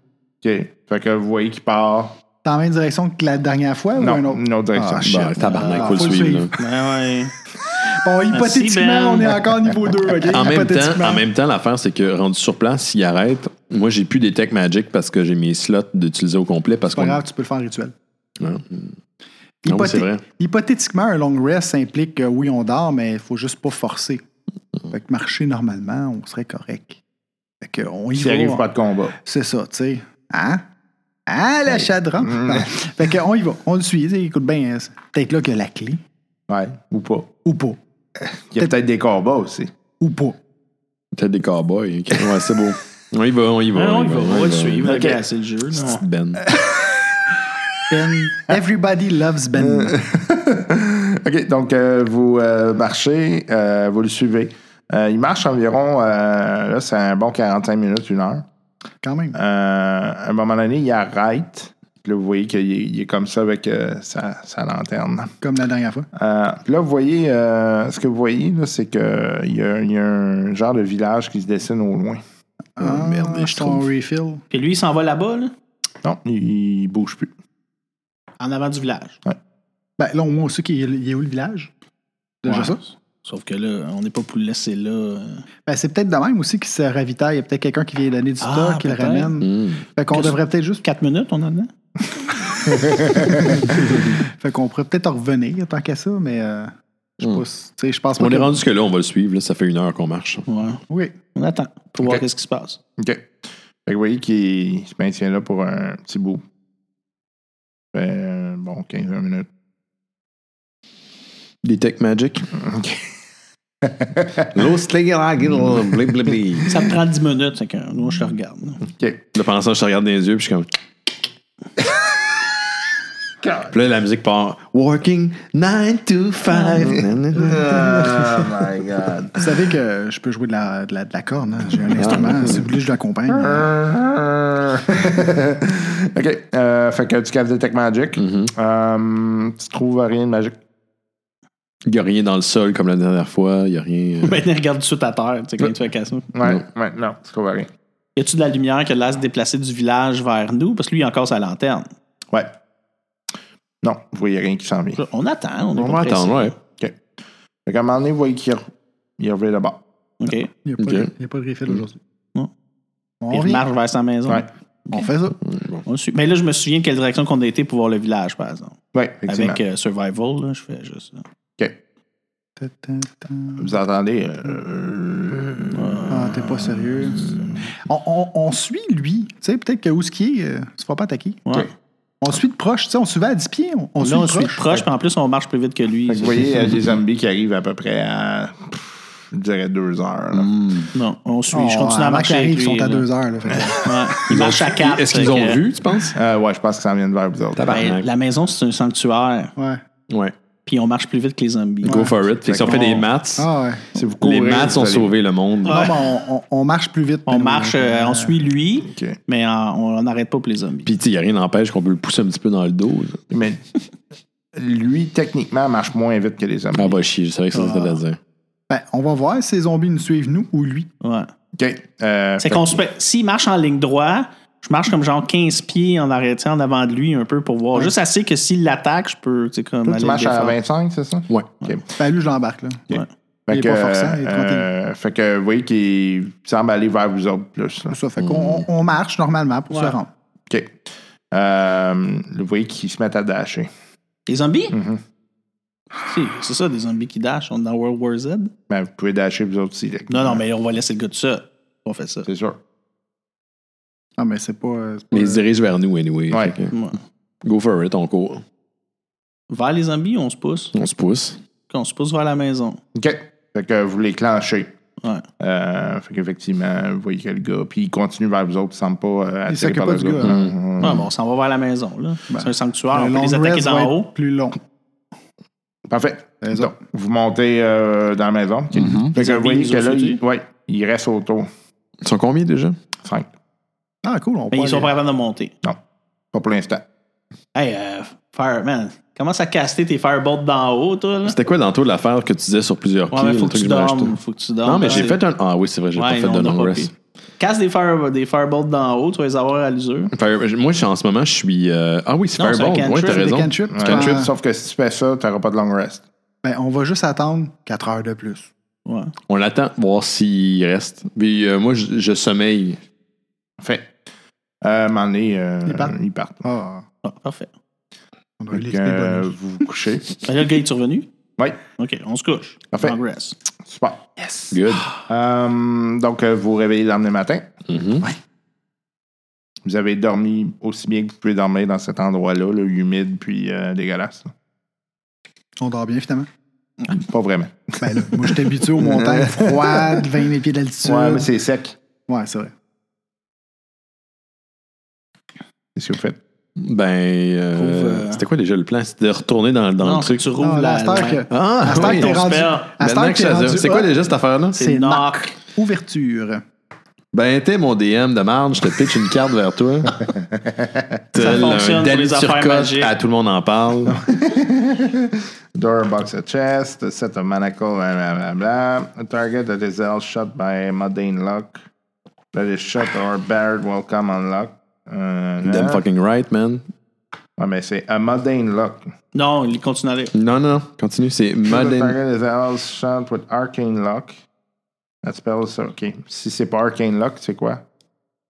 Speaker 2: Fait que vous voyez qu'il part.
Speaker 4: Dans la même direction que la dernière fois ou
Speaker 2: Non,
Speaker 4: un autre?
Speaker 2: une autre direction.
Speaker 4: Ah, shit.
Speaker 1: Bon, tabarnak,
Speaker 4: Ah,
Speaker 1: faut le suivre. là.
Speaker 3: Ben ouais.
Speaker 4: Bon, hypothétiquement,
Speaker 3: Ben.
Speaker 4: on est encore niveau 2, OK?
Speaker 1: En même, temps,
Speaker 4: Hypothétiquement.
Speaker 1: en même temps, l'affaire, c'est que rendu sur place, s'il arrête, moi, j'ai plus des tech magic parce que j'ai mes slots d'utiliser au complet. parce
Speaker 4: C'est pas
Speaker 1: qu'on.
Speaker 4: grave, tu peux le faire en rituel.
Speaker 1: Non, Non, mais c'est
Speaker 4: Hypothé-
Speaker 1: vrai.
Speaker 4: Hypothétiquement, un long rest implique que oui, on dort, mais il faut juste pas forcer. Fait que marcher normalement, on serait correct. Fait que on y
Speaker 2: S'il arrive
Speaker 4: va.
Speaker 2: pas de combat.
Speaker 4: C'est ça, tu sais. Hein? Hein, la chadra?
Speaker 1: Mm.
Speaker 4: Fait que on y va, on le suit. Tu sais, Écoute bien, c'est peut-être là qu'il y a la clé.
Speaker 2: Ouais, ou pas.
Speaker 4: Ou pas.
Speaker 2: Il y a peut-être des combats aussi.
Speaker 4: Ou pas.
Speaker 1: Peut-être des cowboys. ok. Ouais, c'est beau. Ah. On y va, on y va.
Speaker 3: Non, il va, on va le suivre.
Speaker 2: Ok.
Speaker 3: Ok, c'est le jeu. là.
Speaker 1: Petite Ben.
Speaker 4: Ben, everybody loves
Speaker 1: Euh.
Speaker 4: Ben.
Speaker 2: OK, donc euh, vous euh, marchez, euh, vous le suivez. Euh, il marche environ, euh, là, c'est un bon 45 minutes, une heure.
Speaker 4: Quand même.
Speaker 2: Euh, à un moment donné, il arrête. Là, vous voyez qu'il est, il est comme ça avec euh, sa, sa lanterne.
Speaker 4: Comme la dernière fois.
Speaker 2: Euh, puis là, vous voyez, euh, ce que vous voyez, là, c'est qu'il y, a- il y a un genre de village qui se dessine au loin.
Speaker 4: Ah,
Speaker 1: Oh, merde, je
Speaker 4: son
Speaker 1: trouve.
Speaker 4: refill.
Speaker 3: Puis lui, il s'en va là-bas, là,
Speaker 2: Non, il, il bouge plus.
Speaker 3: en avant du village.
Speaker 4: Ben, là, au moins, on sait qu'il est- il est où le village? Déjà
Speaker 3: Ouais.
Speaker 4: ça?
Speaker 3: Sauf que là, on n'est pas pour le laisser là. euh.
Speaker 4: Ben, c'est peut-être de même aussi qu'il se ravitaille. Il y a peut-être quelqu'un qui vient donner du
Speaker 3: Ah,
Speaker 4: stock, qui le
Speaker 3: peut-être.
Speaker 4: ramène.
Speaker 1: Hmm.
Speaker 4: Fait qu'on devrait peut-être juste.
Speaker 3: Quatre minutes, on en a?
Speaker 4: Fait qu'on pourrait peut-être en revenir tant qu'à ça, mais euh, Je sais
Speaker 1: Hmm.
Speaker 4: pas si- tu sais, je pense pas
Speaker 1: On
Speaker 4: que-
Speaker 1: est rendu que là, on va le suivre. là. ça fait une heure qu'on marche.
Speaker 3: Ouais.
Speaker 4: Oui.
Speaker 3: On attend pour voir
Speaker 2: Ok.
Speaker 3: qu'est-ce qui se passe.
Speaker 2: OK. Fait que vous voyez qu'il se maintient là pour un petit bout. Fait, euh, bon, 15-20 minutes.
Speaker 1: Detect Magic.
Speaker 2: OK.
Speaker 1: Le
Speaker 3: Ça me prend 10 minutes, fait que moi, je le regarde. là.
Speaker 2: OK.
Speaker 1: pensant, je te regarde dans les yeux, puis je suis comme. Puis là, la musique part. Working 9 to 5.
Speaker 2: Oh my God.
Speaker 4: Vous savez que je peux jouer de la, de la, de la corne. hein? J'ai un
Speaker 2: Ah.
Speaker 4: instrument. si vous voulez, je l'accompagne.
Speaker 3: Ah.
Speaker 2: OK. Euh, fait que tu caves Detect Magic. Euh, tu trouves rien de magique.
Speaker 1: Il n'y a rien dans le sol comme la dernière fois. Il n'y a rien. euh,
Speaker 3: Ben, il regarde tout de suite à terre, tu sais, quand tu fais casser.
Speaker 2: Ouais,
Speaker 1: Non.
Speaker 2: ouais, non, tu trouves rien.
Speaker 3: Y a-tu de la lumière qui a l'air de se déplacer du village vers nous? Parce que lui, il a encore sa lanterne.
Speaker 2: Ouais. Non, vous voyez rien qui s'en vient.
Speaker 3: On attend, on est
Speaker 1: on va
Speaker 3: pas pressé.
Speaker 1: attendre, ouais.
Speaker 2: Fait qu'à un moment donné, vous voyez qu'il re- il revient là-bas.
Speaker 3: OK.
Speaker 4: Il n'y a, pas
Speaker 1: Ok.
Speaker 4: de- il y a pas de
Speaker 2: Hmm.
Speaker 4: refill aujourd'hui.
Speaker 3: Non.
Speaker 4: On,
Speaker 3: Il
Speaker 4: revient.
Speaker 3: marche vers sa maison.
Speaker 2: Ouais.
Speaker 4: On fait ça.
Speaker 3: On le suit. Mais là, je me souviens de quelle direction qu'on a été pour voir le village, par exemple.
Speaker 2: Ouais, effectivement.
Speaker 3: Avec euh, Survival, là, je fais juste. là.
Speaker 2: OK.
Speaker 4: Ta, ta, ta.
Speaker 2: Vous entendez. euh,
Speaker 4: Ah, t'es pas sérieux. On, on- on suit lui. Tu sais, peut-être que où ce qui est, euh, se fera pas attaquer.
Speaker 3: Ouais.
Speaker 2: OK.
Speaker 4: On suit de proche. Tu sais, on suivait à 10 pieds. On, on suit
Speaker 3: Là, on
Speaker 4: de
Speaker 3: suit
Speaker 4: proche.
Speaker 3: proche, puis en plus, on marche plus vite que lui.
Speaker 2: Fait que vous voyez euh, des zombies qui arrivent à peu près à, pff, je dirais, deux heures. là.
Speaker 3: Non, on suit.
Speaker 4: On-
Speaker 3: je continue à
Speaker 4: Oh, avant
Speaker 3: marcher.
Speaker 4: qu'ils
Speaker 3: avec
Speaker 4: arrivent, Ah, ils
Speaker 3: lui,
Speaker 4: sont à
Speaker 3: là.
Speaker 4: deux heures. là, fait que-
Speaker 3: Ouais. Ils marchent à quatre.
Speaker 1: Est-ce qu'ils
Speaker 3: fait
Speaker 1: ont
Speaker 3: que-
Speaker 1: vu, tu penses?
Speaker 2: Euh, ouais, je pense que ça en vient de vers vous autres.
Speaker 1: Tabarnak.
Speaker 3: Ben, la maison, c'est un sanctuaire,
Speaker 4: Ouais.
Speaker 1: Ouais.
Speaker 3: puis on marche plus vite que les zombies.
Speaker 1: Go for it. Fait que si on fait des maths,
Speaker 4: Ah ouais.
Speaker 2: Si vous
Speaker 1: les
Speaker 2: courez,
Speaker 1: maths
Speaker 2: vous
Speaker 1: ont
Speaker 2: allez-
Speaker 1: sauvé le monde.
Speaker 4: Non, mais on, on- on marche plus vite.
Speaker 3: On
Speaker 4: Benoît.
Speaker 3: marche, euh, on suit lui,
Speaker 2: OK.
Speaker 3: mais euh, on n'arrête pas pour les zombies.
Speaker 1: Puis, tu sais, il n'y a rien n'empêche qu'on peut le pousser un petit peu dans le dos. là.
Speaker 2: Mais lui, techniquement, marche moins vite que les zombies.
Speaker 1: Ah, bah, chier, je savais que ça, c'était
Speaker 3: Ah.
Speaker 1: la dire.
Speaker 4: Ben, on va voir si les zombies nous suivent, nous ou lui.
Speaker 3: Ouais.
Speaker 2: OK. Euh,
Speaker 3: C'est
Speaker 2: fait-
Speaker 3: qu'on se fait- S'il marche en ligne droite, je marche comme genre 15 pieds en arrêtant en avant de lui un peu pour voir. Juste assez que s'il l'attaque, je peux. tu sais, comme
Speaker 2: Toi,
Speaker 3: aller
Speaker 2: tu
Speaker 3: le
Speaker 2: marches à
Speaker 3: défendre.
Speaker 2: 25, c'est ça?
Speaker 1: Ouais.
Speaker 2: OK.
Speaker 4: Ben, lui, je l'embarque. Là.
Speaker 3: Ouais.
Speaker 2: Fait
Speaker 4: Il est
Speaker 2: que,
Speaker 4: pas forçant, il est
Speaker 2: euh, fait que vous voyez qu'il semble aller vers vous autres plus. là.
Speaker 4: Ça fait qu'on on marche normalement pour
Speaker 3: Ouais.
Speaker 4: se rendre.
Speaker 2: OK. Euh, vous voyez qu'ils se mettent à dasher.
Speaker 3: Des zombies?
Speaker 2: Mhm.
Speaker 3: Si, c'est ça, des zombies qui dashent. On est dans World War Z.
Speaker 2: Ben, vous pouvez dasher vous autres aussi.
Speaker 3: Non, non, mais on va laisser le gars de ça. On fait ça.
Speaker 2: C'est sûr.
Speaker 4: Ah, mais c'est pas. euh, c'est pas,
Speaker 1: Mais ils
Speaker 4: euh,
Speaker 1: se dirigent vers nous, anyway.
Speaker 2: Ouais.
Speaker 1: Fait que,
Speaker 3: Ouais.
Speaker 1: Go for it, on court.
Speaker 3: Vers les zombies, on se pousse.
Speaker 1: On se pousse.
Speaker 3: On se pousse vers la maison.
Speaker 2: OK. Fait que euh, vous les clenchez.
Speaker 3: Ouais.
Speaker 2: Euh, fait qu'effectivement, vous voyez que le gars, puis il continue vers vous autres, il semble pas euh,
Speaker 4: Il
Speaker 2: attiré
Speaker 4: s'occupe
Speaker 2: par
Speaker 4: pas
Speaker 2: le
Speaker 4: du
Speaker 2: gars.
Speaker 4: gars, hein.
Speaker 2: Mhm.
Speaker 3: Ouais, bon, on s'en va vers la maison. là. c'est un sanctuaire.
Speaker 4: le
Speaker 3: On peut
Speaker 4: long
Speaker 3: les attaquer
Speaker 4: rest va
Speaker 3: d'en
Speaker 4: être
Speaker 3: haut.
Speaker 4: plus long.
Speaker 2: Parfait.
Speaker 4: Les
Speaker 2: Donc, vous montez euh, dans la maison. OK.
Speaker 3: Mhm.
Speaker 2: Fait que vous voyez
Speaker 3: Les
Speaker 2: que là,
Speaker 3: zombies, ils
Speaker 2: il, ouais, il reste autour.
Speaker 1: Ils sont combien déjà?
Speaker 2: 5.
Speaker 4: Ah, cool. On
Speaker 3: Mais
Speaker 4: peut
Speaker 3: Ben, ils sont
Speaker 4: aller-
Speaker 3: pas capables de monter.
Speaker 2: Non. Pas pour l'instant.
Speaker 3: Hey, euh, Fireman, commence à caster tes firebolts d'en haut, toi, là.
Speaker 1: C'était quoi dans de l'affaire que tu disais sur plusieurs
Speaker 3: Ouais,
Speaker 1: quilles,
Speaker 3: mais faut
Speaker 1: le
Speaker 3: que
Speaker 1: truc
Speaker 3: tu
Speaker 1: que j'avais acheté?
Speaker 3: dormes. Faut que tu dormes.
Speaker 1: Non, mais
Speaker 3: Ouais,
Speaker 1: j'ai
Speaker 3: c'est-
Speaker 1: fait un. Ah oui, c'est vrai, j'ai
Speaker 3: Ouais,
Speaker 1: pas fait
Speaker 3: non,
Speaker 1: de
Speaker 3: on n'a
Speaker 1: long
Speaker 3: pas
Speaker 1: rest.
Speaker 3: pris. Casse des, fire, des firebolts d'en haut, tu vas les avoir à l'usure.
Speaker 1: Fire- moi, je suis en ce moment, je suis. euh, Ah oui, c'est
Speaker 3: Non, c'est
Speaker 1: Fireball.
Speaker 3: un
Speaker 1: Ouais, t'as
Speaker 3: cantrip,
Speaker 1: raison.
Speaker 4: Des cantrips, tu
Speaker 2: Ouais.
Speaker 4: prends-
Speaker 2: Sauf que si tu fais ça, tu n'auras pas de long rest.
Speaker 4: ben, on va juste attendre 4 heures de plus.
Speaker 3: Ouais.
Speaker 1: On l'attend, voir s'il reste. Puis euh, moi, je, je sommeille.
Speaker 2: Fait. Euh, à un moment donné, euh,
Speaker 4: Ils partent.
Speaker 2: ils partent.
Speaker 4: Ah,
Speaker 3: Ah, parfait.
Speaker 4: on doit
Speaker 2: Fait
Speaker 4: aller
Speaker 2: que,
Speaker 4: écouter
Speaker 2: euh,
Speaker 4: Bonnie.
Speaker 2: vous vous couchez.
Speaker 3: Ben là, le gars, il est revenu?
Speaker 2: Oui,
Speaker 3: OK, on se couche.
Speaker 2: Parfait.
Speaker 3: On reste.
Speaker 2: super.
Speaker 1: Good.
Speaker 2: Euh, donc, euh, vous vous réveillez dans le matin. Mm-hmm.
Speaker 1: Mhm.
Speaker 2: Vous avez dormi aussi bien que vous pouvez dormir dans cet endroit-là, là, humide puis euh, dégueulasse. là.
Speaker 4: On dort bien finalement.
Speaker 2: Pas vraiment.
Speaker 4: Ben là, moi, je suis habitué aux montagnes froides, 20 000 pieds d'altitude.
Speaker 2: Ouais, mais c'est sec.
Speaker 4: Ouais, c'est vrai.
Speaker 2: Qu'est-ce que vous faites?
Speaker 1: Ben. euh,
Speaker 3: Trouve, euh,
Speaker 1: C'était quoi déjà le plan? C'était de retourner dans, dans
Speaker 3: Non,
Speaker 1: le truc.
Speaker 3: tu rouvres
Speaker 4: Non, là,
Speaker 3: la...
Speaker 4: à cette heure
Speaker 3: la-
Speaker 4: que-
Speaker 1: Ah,
Speaker 4: à cette heure
Speaker 1: oui.
Speaker 4: que t'es
Speaker 3: ton
Speaker 4: rendu.
Speaker 3: spell.
Speaker 4: à cette heure
Speaker 1: Maintenant
Speaker 4: que
Speaker 1: que
Speaker 4: t'es
Speaker 1: ça-
Speaker 4: rendu-
Speaker 1: C'est quoi
Speaker 4: Ah,
Speaker 1: déjà cette affaire-là?
Speaker 3: C'est
Speaker 4: C'est
Speaker 3: knock.
Speaker 4: Ouverture.
Speaker 1: Ben, t'es mon DM de marde, je te pitch une carte vers toi. Tel
Speaker 3: fonctionne
Speaker 1: un
Speaker 3: pour les
Speaker 1: Danny
Speaker 3: affaires
Speaker 1: Turcotte,
Speaker 3: magiques.
Speaker 1: à tout le monde en parle.
Speaker 2: Door box a chest, set of manacle, blah, blah, blah. A target that is held shot by mundane luck. That is shot or barred will come unlocked. Euh,
Speaker 1: Damn
Speaker 2: non.
Speaker 1: fucking right, man.
Speaker 2: Ouais, mais c'est a mundane luck.
Speaker 3: Non, il continue à aller.
Speaker 1: Non, non, non, continue, c'est
Speaker 2: The
Speaker 1: Modern.
Speaker 2: target is held shot with arcane luck. That spells, ok. Si c'est pas arcane luck, c'est quoi?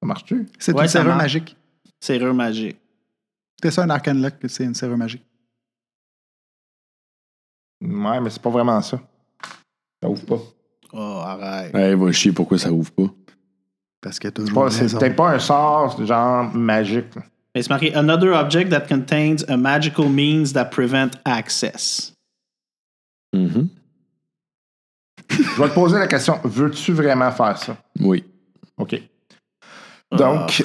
Speaker 2: Ça marche-tu?
Speaker 4: C'est
Speaker 3: Ouais,
Speaker 4: une
Speaker 3: ça
Speaker 4: serrure
Speaker 3: marche.
Speaker 4: magique.
Speaker 3: Serrure magique.
Speaker 4: C'est ça, un arcane lock, c'est une serrure magique.
Speaker 2: Ouais, mais c'est pas vraiment ça. Ça ouvre pas.
Speaker 3: Oh, arrête.
Speaker 1: Ouais, va chier, pourquoi ça ouvre pas?
Speaker 4: Parce que
Speaker 2: C'est
Speaker 4: toujours.
Speaker 2: pas- C'est peut-être pas un sort genre magique. là.
Speaker 3: Mais Ben, c'est marqué Another object that contains a magical means that prevent access.
Speaker 1: Mhm.
Speaker 2: Je vais te poser la question veux-tu vraiment faire ça
Speaker 1: Oui.
Speaker 2: OK. Donc,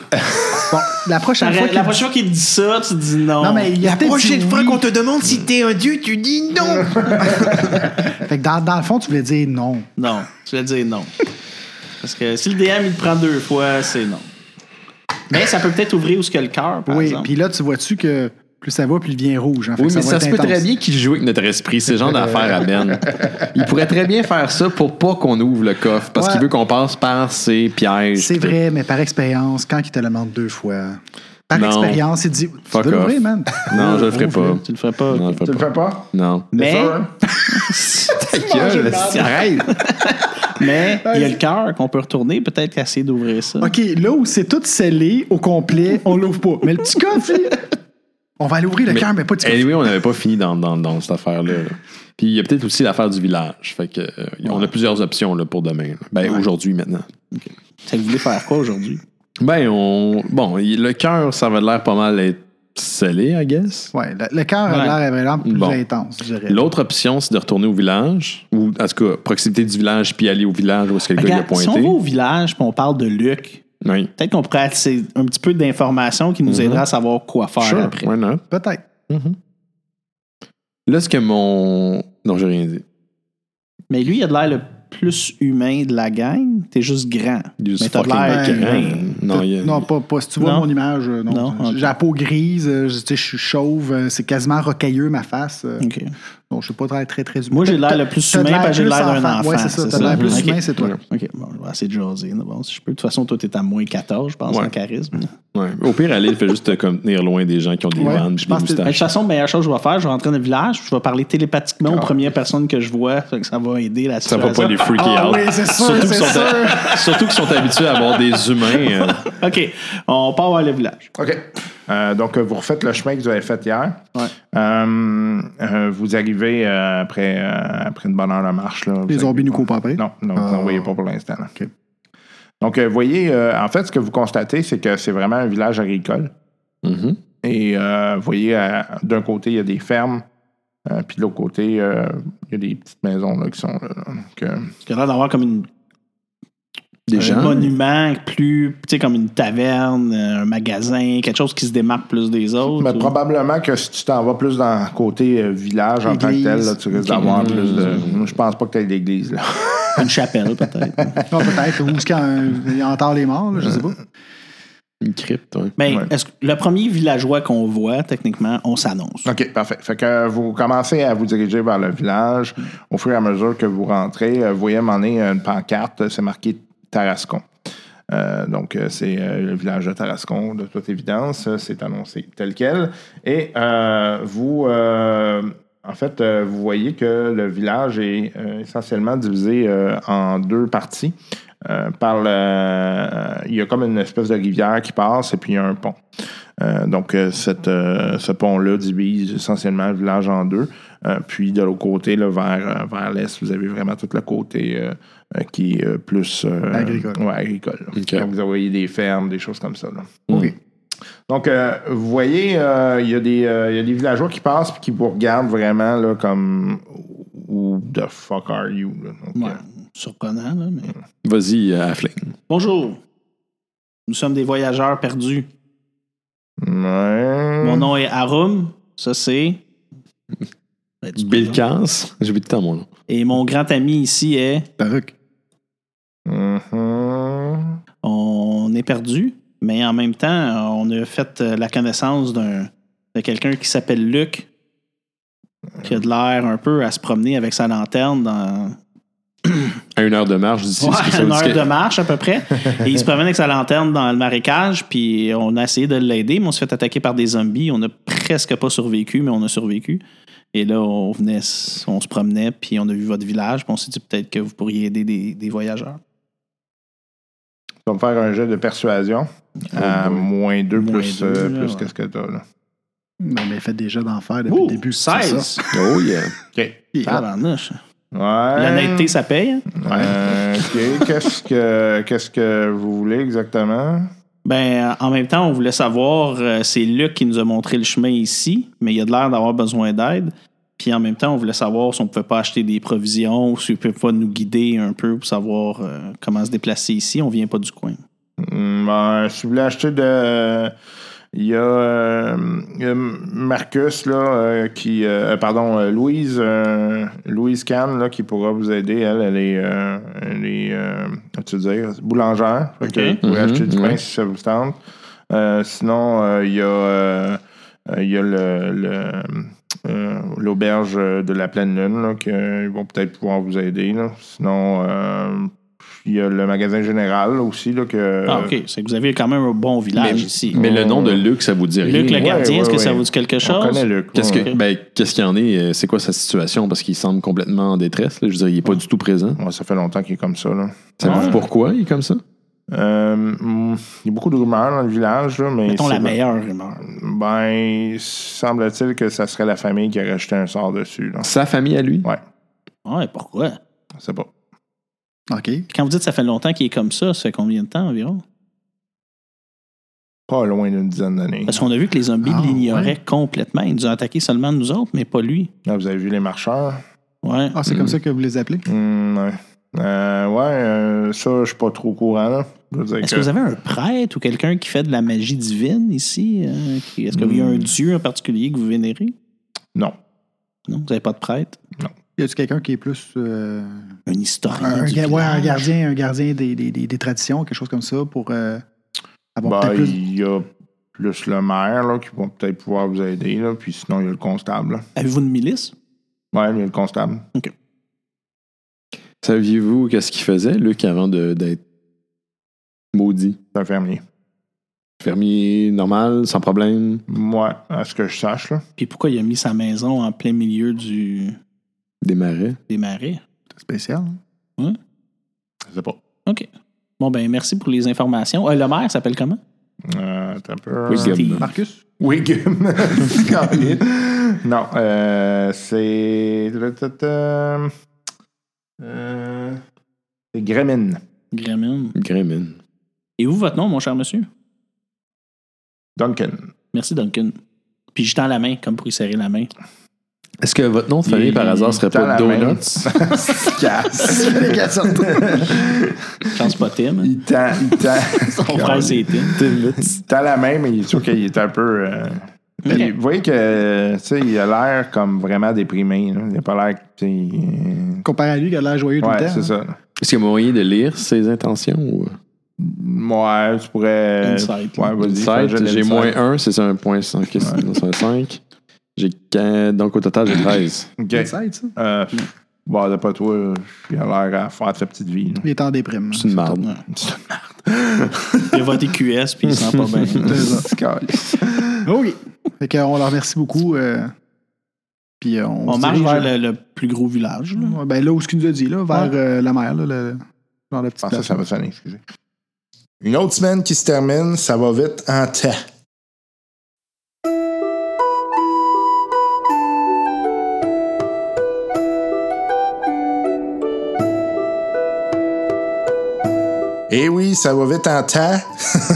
Speaker 4: Bon, la prochaine
Speaker 3: T'aurais-
Speaker 4: fois.
Speaker 3: La
Speaker 4: qu'il-
Speaker 3: prochaine fois qu'il te dit ça, tu dis non.
Speaker 4: Non, mais il y a peut-être dit oui.
Speaker 5: te demande si t'es un dieu, tu dis non.
Speaker 4: Fait que dans, dans le fond, tu voulais dire non.
Speaker 3: Non, tu vas dire non. Parce que si le DM, il te prend deux fois, c'est non. Mais ça peut peut-être ouvrir où ce que le cœur, par
Speaker 4: oui,
Speaker 3: exemple.
Speaker 4: puis là, tu vois-tu que plus ça va, plus il devient rouge. hein? Fait
Speaker 1: Oui,
Speaker 4: que
Speaker 1: mais
Speaker 4: va
Speaker 1: ça
Speaker 4: être
Speaker 1: se peut
Speaker 4: intense.
Speaker 1: très bien qu'il joue avec notre esprit, ces genre d'affaires à Ben. Il pourrait très bien faire ça pour pas qu'on ouvre le coffre, parce
Speaker 4: Ouais.
Speaker 1: qu'il veut qu'on passe par ses pièges.
Speaker 4: C'est
Speaker 1: pis
Speaker 4: vrai, mais par expérience, quand il te le demande deux fois, par
Speaker 1: Non.
Speaker 4: expérience, il te dit Tu
Speaker 1: Fuck
Speaker 4: veux l'ouvrir,
Speaker 1: off.
Speaker 4: man
Speaker 1: tout. Non, je le ferai pas.
Speaker 3: Tu le ferais pas.
Speaker 1: Non, je le
Speaker 2: tu
Speaker 1: ferai
Speaker 2: le
Speaker 1: pas.
Speaker 2: fais pas
Speaker 1: Non.
Speaker 3: Mais,
Speaker 2: Ça, hein?
Speaker 1: Ta gueule, c'est- arrête!
Speaker 3: mais il y a le cœur qu'on peut retourner, peut-être essayer d'ouvrir ça.
Speaker 4: OK, là où c'est tout scellé au complet, on l'ouvre pas. Mais le petit coffre, lui, on va aller ouvrir le
Speaker 1: Mais-
Speaker 4: cœur, mais pas le petit coffre.
Speaker 1: Anyway, on n'avait pas fini dans, dans, dans cette affaire-là. là. Puis il y a peut-être aussi l'affaire du village. Fait que, euh, On a plusieurs options là, pour demain. là. Ben, aujourd'hui, maintenant.
Speaker 3: Ça voulait faire quoi aujourd'hui?
Speaker 1: Ben, on... bon, il- le cœur, ça va l'air pas mal être scellé, I guess.
Speaker 4: Ouais, le, le cœur a
Speaker 3: Ouais.
Speaker 4: l'air vraiment plus
Speaker 1: Bon.
Speaker 4: intense, je dirais.
Speaker 1: L'autre option, c'est de retourner au village, ou en tout cas, proximité du village, puis aller au village où est-ce que le gars il a
Speaker 3: Regarde, si on
Speaker 1: pointé.
Speaker 3: va au village puis on parle de Luc,
Speaker 1: Oui.
Speaker 3: peut-être qu'on pourrait attirer un petit peu d'informations qui nous aidera à savoir quoi faire
Speaker 1: Sure,
Speaker 3: après.
Speaker 1: why not?
Speaker 4: Peut-être.
Speaker 1: Là, ce que mon. Non, j'ai rien dit.
Speaker 3: Mais lui, il a de l'air le plus humain de la gang. T'es juste grand.
Speaker 1: Il est
Speaker 3: Mais t'as de l'air
Speaker 1: fucking
Speaker 3: humain.
Speaker 1: grand. Non, il y a-
Speaker 4: Non, pas, pas. Si tu vois
Speaker 3: Non.
Speaker 4: mon image, euh, non.
Speaker 3: Non,
Speaker 4: J'ai la peau grise, euh, je tu sais, je suis chauve, euh, c'est quasiment rocailleux ma face. euh,
Speaker 3: Ok.
Speaker 4: Non, je suis pas très, très, très humain.
Speaker 3: Moi, j'ai l'air le plus
Speaker 4: T'as de
Speaker 3: humain parce que j'ai
Speaker 4: plus
Speaker 3: l'air d'un enfant.
Speaker 4: Ouais, c'est ça. T'as l'air plus humain, c'est toi.
Speaker 3: OK, bon, je vais essayer de jaser. là, Bon, si je peux. De toute façon, toi, t'es à moins 14, je pense,
Speaker 1: Ouais.
Speaker 3: en charisme.
Speaker 1: Ouais. Au pire, aller, il fait juste te comme, tenir loin des gens qui ont des
Speaker 4: Ouais,
Speaker 1: vannes,
Speaker 4: je
Speaker 1: puis des
Speaker 4: pense
Speaker 3: Mais
Speaker 4: que-
Speaker 3: de toute
Speaker 1: moustaches.
Speaker 3: façon, la meilleure chose que je vais faire, je vais rentrer dans le village, puis je vais parler télépathiquement
Speaker 4: Ah.
Speaker 3: aux premières personnes que je vois. Fait que ça va aider la
Speaker 1: Ça
Speaker 3: situation.
Speaker 1: va pas les freaker
Speaker 4: Ah
Speaker 1: out.
Speaker 4: oui, c'est sûr,
Speaker 1: surtout qu'ils
Speaker 4: c'est
Speaker 1: sont, surtout qu'ils sont habitués à avoir des humains. euh,
Speaker 3: OK, on part vers le village.
Speaker 2: OK. Euh, donc, euh, vous refaites le chemin que vous avez fait hier.
Speaker 3: Ouais.
Speaker 2: Euh, euh, vous arrivez euh, après, euh, après une bonne heure de marche. Là, Vous
Speaker 4: Les
Speaker 2: avez-
Speaker 4: zombies nous courent pas après.
Speaker 2: Non, non, vous
Speaker 4: Ah.
Speaker 2: n'en voyez pas pour l'instant. là.
Speaker 4: OK.
Speaker 2: Donc, euh, vous voyez, euh, en fait, ce que vous constatez, c'est que c'est vraiment un village agricole.
Speaker 1: mhm.
Speaker 2: Et euh, vous voyez, euh, d'un côté, il y a des fermes. euh, Puis de l'autre côté, euh, il y a des petites maisons là, qui sont là. là. Donc, euh,
Speaker 3: Parce que là, d'avoir comme une
Speaker 1: Des
Speaker 3: un
Speaker 1: gens.
Speaker 3: monument plus, tu sais, comme une taverne, euh, un magasin, quelque chose qui se démarque plus des autres.
Speaker 2: mais
Speaker 3: ou-
Speaker 2: probablement que si tu t'en vas plus dans le côté euh, village en tant que tel,
Speaker 4: Église.
Speaker 2: là, tu risques d'avoir plus de. Je pense pas que tu aies d'église. là.
Speaker 3: Une chapelle, peut-être.
Speaker 4: Non, peut-être. Ou est-ce qu'il y a encore les morts, là, je sais pas.
Speaker 1: Une crypte, ouais.
Speaker 3: Mais
Speaker 2: Ouais.
Speaker 3: est-ce que le premier villageois qu'on voit, techniquement, on s'annonce.
Speaker 2: OK, parfait. Fait que euh, vous commencez à vous diriger vers le village. Au fur et à mesure que vous rentrez, euh, vous voyez à un moment donné une pancarte, euh, c'est marqué Tarascon. Euh, donc, euh, c'est euh, le village de Tarascon, de toute évidence. Euh, C'est annoncé tel quel. Et euh, vous, euh, en fait, euh, vous voyez que le village est euh, essentiellement divisé euh, en deux parties. Euh, par le- euh, il y a comme une espèce de rivière qui passe et puis il y a un pont. Euh, donc, euh, cette, euh, ce pont-là divise essentiellement le village en deux. Euh, puis, de l'autre côté, là, vers, euh, vers l'est, vous avez vraiment tout le côté euh, euh, qui est euh, plus euh,
Speaker 4: Agricole.
Speaker 2: ouais, agricole. là.
Speaker 1: OK.
Speaker 2: Donc, vous voyez des fermes, des choses comme ça. là. Mm.
Speaker 1: OK.
Speaker 2: Donc, euh, vous voyez, euh, il y, a des, euh, il y a des villageois qui passent et qui vous regardent vraiment là, comme Who the fuck are you? là. Donc,
Speaker 3: Ouais, Euh, surprenant, là, mais...
Speaker 1: Vas-y, euh, Affleck.
Speaker 3: Bonjour. Nous sommes des voyageurs perdus.
Speaker 2: euh, ouais.
Speaker 3: Mon nom est Arum. Ça, c'est. Ben, tu-
Speaker 1: Bill Cass. J'ai oublié de temps, mon nom.
Speaker 3: Et mon grand ami ici est.
Speaker 4: Baruch.
Speaker 2: Mhm.
Speaker 3: On est perdu, mais en même temps, on a fait euh, la connaissance d'un de quelqu'un qui s'appelle Luc, qui a de l'air un peu à se promener avec sa lanterne dans
Speaker 1: À une heure de marche d'ici.
Speaker 3: Ouais,
Speaker 1: ce que ça
Speaker 3: une
Speaker 1: veut
Speaker 3: heure
Speaker 1: dire que-
Speaker 3: de marche à peu près. Et il se promène avec sa lanterne dans le marécage, puis on a essayé de l'aider, mais on s'est fait attaquer par des zombies. On n'a presque pas survécu, mais on a survécu. Et là, on venait, s- on se promenait, puis on a vu votre village, puis on s'est dit peut-être que vous pourriez aider des, des voyageurs.
Speaker 2: Tu vas me faire un jet de persuasion à moins 2
Speaker 3: Oh, Moins
Speaker 2: plus,
Speaker 3: deux,
Speaker 2: euh,
Speaker 3: là,
Speaker 2: plus
Speaker 3: ouais.
Speaker 2: que ce que tu as. Là.
Speaker 4: Non, mais faites déjà d'enfer depuis
Speaker 3: Ouh,
Speaker 4: le début. c'est ça.
Speaker 3: 16!
Speaker 1: Oh, yeah.
Speaker 2: OK.
Speaker 3: Tabarnouche.
Speaker 4: Euh,
Speaker 2: Ouais.
Speaker 3: L'honnêteté, ça paye. hein?
Speaker 2: Euh, ok. Qu'est-ce que qu'est-ce que vous voulez exactement?
Speaker 3: Ben, euh, en même temps, on voulait savoir, euh, c'est Luc qui nous a montré le chemin ici, mais il a de l'air d'avoir besoin d'aide. Puis en même temps, on voulait savoir si on ne pouvait pas acheter des provisions, ou si on ne pouvait pas nous guider un peu pour savoir euh, comment se déplacer ici. On vient pas du coin.
Speaker 2: Hmm, ben, si vous voulez acheter de. Il y, a, euh, il y a Marcus, là, euh, qui. euh, pardon, euh, Louise. euh, Louise Kahn, là, qui pourra vous aider. Elle, elle est. euh, elle est. euh, comment-tu dire? Boulangère. Fait que
Speaker 3: Ok.
Speaker 2: vous pouvez
Speaker 1: Mhm,
Speaker 2: acheter du
Speaker 1: ouais.
Speaker 2: pain si ça vous tente. Euh, sinon, euh, il y a. euh, euh, il y a le. le, euh, L'auberge de la pleine lune, là, qui, euh, ils vont peut-être pouvoir vous aider. là. Sinon, euh, il y a le magasin général aussi. Là, que,
Speaker 3: Ah, OK. C'est que vous avez quand même un bon village
Speaker 1: mais,
Speaker 3: ici.
Speaker 1: mais le nom de Luc, ça vous dit rien.
Speaker 3: Luc le
Speaker 2: Ouais,
Speaker 3: gardien,
Speaker 2: ouais,
Speaker 3: est-ce que ça
Speaker 2: ouais.
Speaker 3: vous dit quelque
Speaker 2: On
Speaker 3: chose?
Speaker 2: connaît Luc.
Speaker 1: Qu'est-ce
Speaker 2: ouais.
Speaker 1: que- ben, qu'est-ce qu'il y en est? euh, C'est quoi sa situation? Parce qu'il semble complètement en détresse. là. Je veux dire, il n'est pas du tout présent.
Speaker 2: Ouais, ça fait longtemps qu'il est comme ça. Là.
Speaker 1: Savez-vous pourquoi il est comme ça?
Speaker 2: Euh, mm, il y a beaucoup de rumeurs dans le village. Là, mais
Speaker 3: Mettons
Speaker 2: c'est
Speaker 3: la
Speaker 2: vrai-
Speaker 3: meilleure rumeur.
Speaker 2: Ben, semble-t-il que ça serait la famille qui aurait jeté un sort dessus. Là.
Speaker 1: Sa famille à lui?
Speaker 2: Ouais,
Speaker 3: Ouais, pourquoi?
Speaker 2: je sais pas.
Speaker 4: OK.
Speaker 3: Puis quand vous dites que ça fait longtemps qu'il est comme ça, ça fait combien de temps environ?
Speaker 2: Pas loin d'une dizaine d'années.
Speaker 3: Parce qu'on a vu que les zombies
Speaker 4: Ah,
Speaker 3: l'ignoraient complètement. Ils nous ont attaqué seulement nous autres, mais pas lui.
Speaker 2: Là, Ah, vous avez vu les marcheurs?
Speaker 3: Ouais.
Speaker 4: Ah, c'est comme ça que vous les appelez?
Speaker 2: Hmm, ouais, Euh, ouais euh, ça, je suis pas trop au courant. Là. Je veux dire
Speaker 3: Est-ce
Speaker 2: que-
Speaker 3: que vous avez un prêtre ou quelqu'un qui fait de la magie divine ici? euh, qui- Est-ce qu'il y a un dieu en particulier que vous vénérez?
Speaker 2: Non.
Speaker 3: Non, vous n'avez pas de prêtre?
Speaker 4: Y a-tu quelqu'un qui est plus. euh,
Speaker 3: Un historien
Speaker 4: un,
Speaker 3: du
Speaker 4: ga- ouais, un
Speaker 3: village?
Speaker 4: gardien, un gardien des, des- des- des traditions, quelque chose comme ça, pour euh, avoir
Speaker 2: Ben,
Speaker 4: peut-être plus.
Speaker 2: il y a plus le maire là, qui va peut-être pouvoir vous aider. Là, puis sinon, il y a le constable. là.
Speaker 3: Avez-vous une milice?
Speaker 2: Ouais, il y a le constable.
Speaker 1: Saviez-vous qu'est-ce qu'il faisait, Luc, avant de- d'être maudit?
Speaker 2: C'est un fermier.
Speaker 1: Fermier normal, sans problème.
Speaker 2: Moi, à ce que je sache, là.
Speaker 3: Puis pourquoi il a mis sa maison en plein milieu du...
Speaker 1: Des marais.
Speaker 3: des marais?
Speaker 4: spécial. hein?
Speaker 2: Je sais pas.
Speaker 3: OK. Bon, ben merci pour les informations. Euh, le maire s'appelle comment?
Speaker 2: Euh, t'as un peu.
Speaker 1: Oui, Gab.
Speaker 3: Steve.
Speaker 4: Marcus?
Speaker 2: Wiggum. C'est carré. non, euh, c'est. Euh, c'est Gremin.
Speaker 3: Gramin.
Speaker 1: Grémin.
Speaker 3: Et vous, votre nom, mon cher monsieur?
Speaker 2: Duncan.
Speaker 3: Merci, Duncan. Puis je tends la main, comme pour y serrer la main.
Speaker 1: Est-ce que votre nom de famille,
Speaker 2: Il-
Speaker 1: par hasard, serait
Speaker 2: il tend la
Speaker 1: pas
Speaker 2: main.
Speaker 1: Donuts?
Speaker 2: Casse.
Speaker 3: Je pense pas Tim. hein.
Speaker 2: il tend. Il tend.
Speaker 3: Mon frère, c'est Tim.
Speaker 2: Il tend la main, mais il est sûr qu'il est un peu. euh, il- Vous voyez que, tu sais, il a l'air comme vraiment déprimé. là. Il a pas l'air. que, tu sais, il-
Speaker 4: Comparé à lui qui a l'air joyeux tout le
Speaker 2: Ouais,
Speaker 4: temps.
Speaker 2: c'est
Speaker 4: hein?
Speaker 2: ça.
Speaker 1: Est-ce qu'il y a moyen de lire ses intentions? Ou...
Speaker 2: Ouais, tu pourrais.
Speaker 3: Insight.
Speaker 2: Ouais, vas-y. fais un
Speaker 1: Sept,
Speaker 2: jet
Speaker 1: j'ai
Speaker 2: d'insight.
Speaker 1: moins 1, c'est ça, un point 5. C'est un 5. J'ai qu'un- Donc, au total, j'ai 13.
Speaker 2: Ok.
Speaker 4: Inside, ça?
Speaker 2: Euh, bon, d'après toi, il a l'air à faire sa petite vie. là.
Speaker 4: Il est en déprime. hein,
Speaker 1: C'est une marde.
Speaker 3: Il a voté QS, puis il sent pas bien.
Speaker 4: Oui. Fait qu'on leur remercie beaucoup. euh, puis euh, on,
Speaker 3: On
Speaker 4: se
Speaker 3: marche
Speaker 4: dirige
Speaker 3: vers
Speaker 4: vers-
Speaker 3: le, le plus gros village. là.
Speaker 2: Mm.
Speaker 4: Ouais, Ben là où ce qu'il nous a dit, là, vers euh, la mer, là, le, dans la petite
Speaker 2: Ah, ça,
Speaker 4: place.
Speaker 2: ça va sonner, excusez.
Speaker 6: Une autre semaine qui se termine, ça va vite en temps. Eh oui, ça va vite en temps.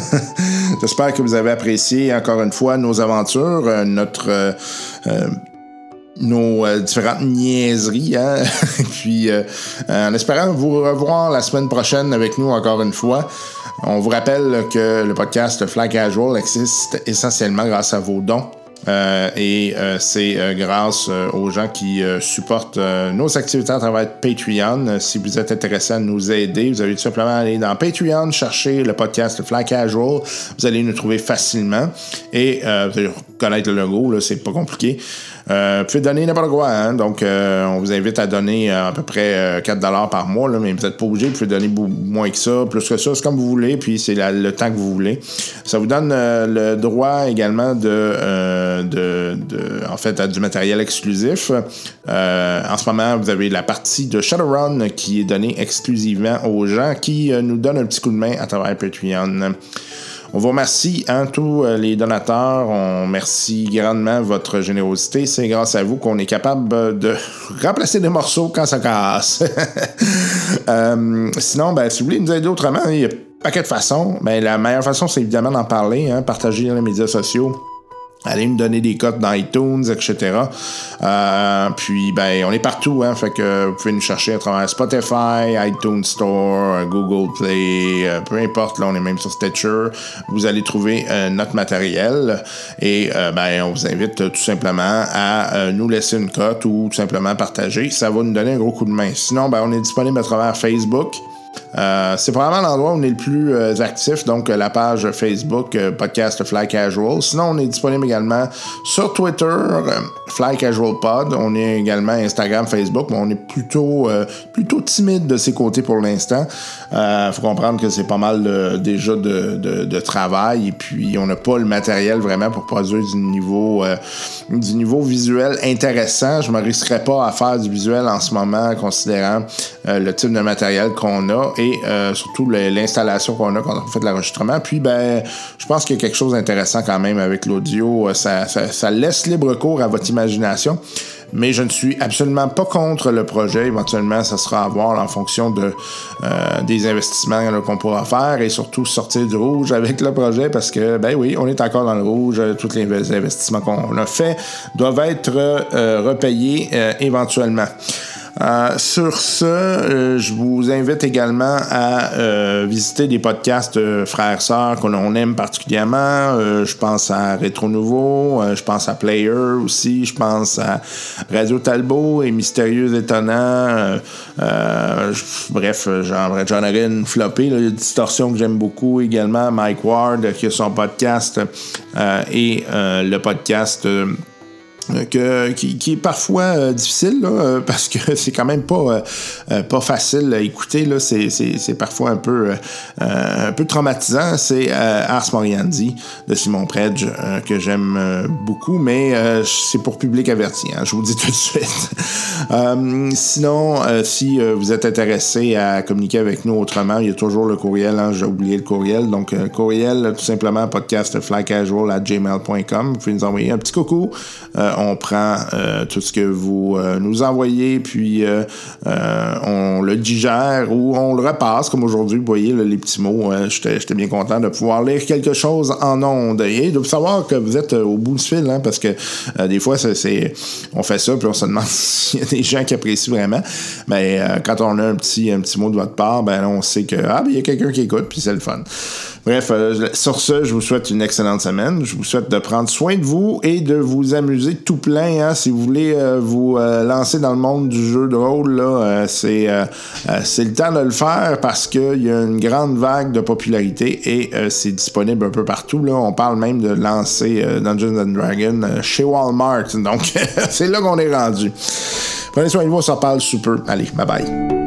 Speaker 6: J'espère que vous avez apprécié encore une fois nos aventures, euh, notre euh, euh, nos euh, différentes niaiseries. hein. Puis, euh, euh, en espérant vous revoir la semaine prochaine avec nous encore une fois. On vous rappelle que le podcast Flag Casual existe essentiellement grâce à vos dons. Euh, et euh, c'est euh, grâce euh, aux gens qui euh, supportent euh, nos activités à travers Patreon. Euh, Si vous êtes intéressé à nous aider, vous avez tout simplement à aller dans Patreon, chercher le podcast Fly Casual. Vous allez nous trouver facilement et euh, vous allez reconnaître le logo, là, c'est pas compliqué. Euh, vous pouvez donner n'importe quoi, hein. donc euh, on vous invite à donner euh, à peu près euh, 4 dollars par mois, là, mais vous n'êtes pas obligé, vous pouvez donner bou- moins que ça, plus que ça, c'est comme vous voulez, puis c'est la- le temps que vous voulez. Ça vous donne euh, le droit également de, euh, de, de- en fait, à du matériel exclusif. Euh, en ce moment, vous avez la partie de Shadowrun qui est donnée exclusivement aux gens qui euh, nous donnent un petit coup de main à travers Patreon.
Speaker 2: On vous remercie, hein, tous euh, les donateurs. On remercie grandement votre générosité. C'est grâce à vous qu'on est capable euh, de remplacer des morceaux quand ça casse. Euh, sinon, ben, si vous voulez nous aider autrement, il y a un paquet de façons. Ben, la meilleure façon, c'est évidemment d'en parler, hein, partager dans les médias sociaux. Allez nous donner des cotes dans iTunes, etc. Euh, puis, ben, on est partout, hein. Fait que vous pouvez nous chercher à travers Spotify, iTunes Store, euh, Google Play, euh, peu importe. Là, on est même sur Stitcher. Vous allez trouver euh, notre matériel. Et, euh, ben, on vous invite euh, tout simplement à euh, nous laisser une cote ou tout simplement partager. Ça va nous donner un gros coup de main. Sinon, ben, on est disponible à travers Facebook. Euh, c'est probablement l'endroit où on est le plus euh, actif, donc euh, la page Facebook euh, Podcast Fly Casual. Sinon, on est disponible également sur Twitter, euh, Fly Casual Pod. On est également Instagram, Facebook, mais on est plutôt euh, plutôt timide de ces côtés pour l'instant. Euh, faut comprendre que c'est pas mal de- déjà de, de- de travail et puis on n'a pas le matériel vraiment pour produire du niveau euh, du niveau visuel intéressant. Je me risquerais pas à faire du visuel en ce moment, considérant euh, le type de matériel qu'on a et euh, surtout le- l'installation qu'on a quand on fait de l'enregistrement. Puis, ben, je pense qu'il y a quelque chose d'intéressant quand même avec l'audio. Euh, Ça, ça- ça laisse libre cours à votre imagination. Mais je ne suis absolument pas contre le projet. Éventuellement, ça sera à voir en fonction de, euh, des investissements là, qu'on pourra faire et surtout sortir du rouge avec le projet parce que, ben oui, on est encore dans le rouge. Euh, Tous les investissements qu'on a faits doivent être euh, repayés euh, éventuellement. Euh, sur ce, euh, je vous invite également à euh, visiter des podcasts euh, frères sœurs qu'on on aime particulièrement. Euh, je pense à Rétro Nouveau, euh, je pense à Player aussi, je pense à Radio Talbot et Mystérieux Étonnant. Euh, euh, je- bref, j'en j'en aurais une flopée. là. Distorsion que j'aime beaucoup également. Mike Ward euh, qui a son podcast euh, et euh, le podcast. euh, euh, que, qui, qui est parfois euh, difficile là, euh, parce que c'est quand même pas, euh, euh, pas facile à écouter. Là, c'est, c'est- c'est parfois un peu, euh, euh, un peu traumatisant. C'est euh, Ars Moriandi de Simon Predge euh, que j'aime euh, beaucoup, mais euh, c'est pour public averti. hein, je vous le dis tout de suite. Euh, sinon, euh, si euh, vous êtes intéressé à communiquer avec nous autrement, il y a toujours le courriel. hein, j'ai oublié le courriel. Donc, euh, courriel, tout simplement, podcastflycasual à gmail.com. Vous pouvez nous envoyer un petit coucou. Euh, on prend euh, tout ce que vous euh, nous envoyez, puis euh, euh, on le digère ou on le repasse, comme aujourd'hui. Vous voyez, là, les petits mots, euh, j'étais j'étais bien content de pouvoir lire quelque chose en ondes. Et de savoir que vous êtes euh, au bout du fil, hein, parce que euh, des fois, ça, c'est, on fait ça, puis on se demande s'il y a des gens qui apprécient vraiment. Mais euh, quand on a un petit, un petit mot de votre part, ben, là, on sait que ah, ben, il y a quelqu'un qui écoute, puis c'est le fun. Bref, euh, sur ce, je vous souhaite une excellente semaine. Je vous souhaite de prendre soin de vous et de vous amuser tout plein. hein. Si vous voulez euh, vous euh, lancer dans le monde du jeu de rôle, là, euh, c'est euh, euh, c'est le temps de le faire parce qu'il y a une grande vague de popularité et euh, c'est disponible un peu partout. Là. On parle même de lancer euh, Dungeons and Dragons euh, chez Walmart. Donc, c'est là qu'on est rendu. Prenez soin de vous, ça parle sous peu. Allez, bye bye.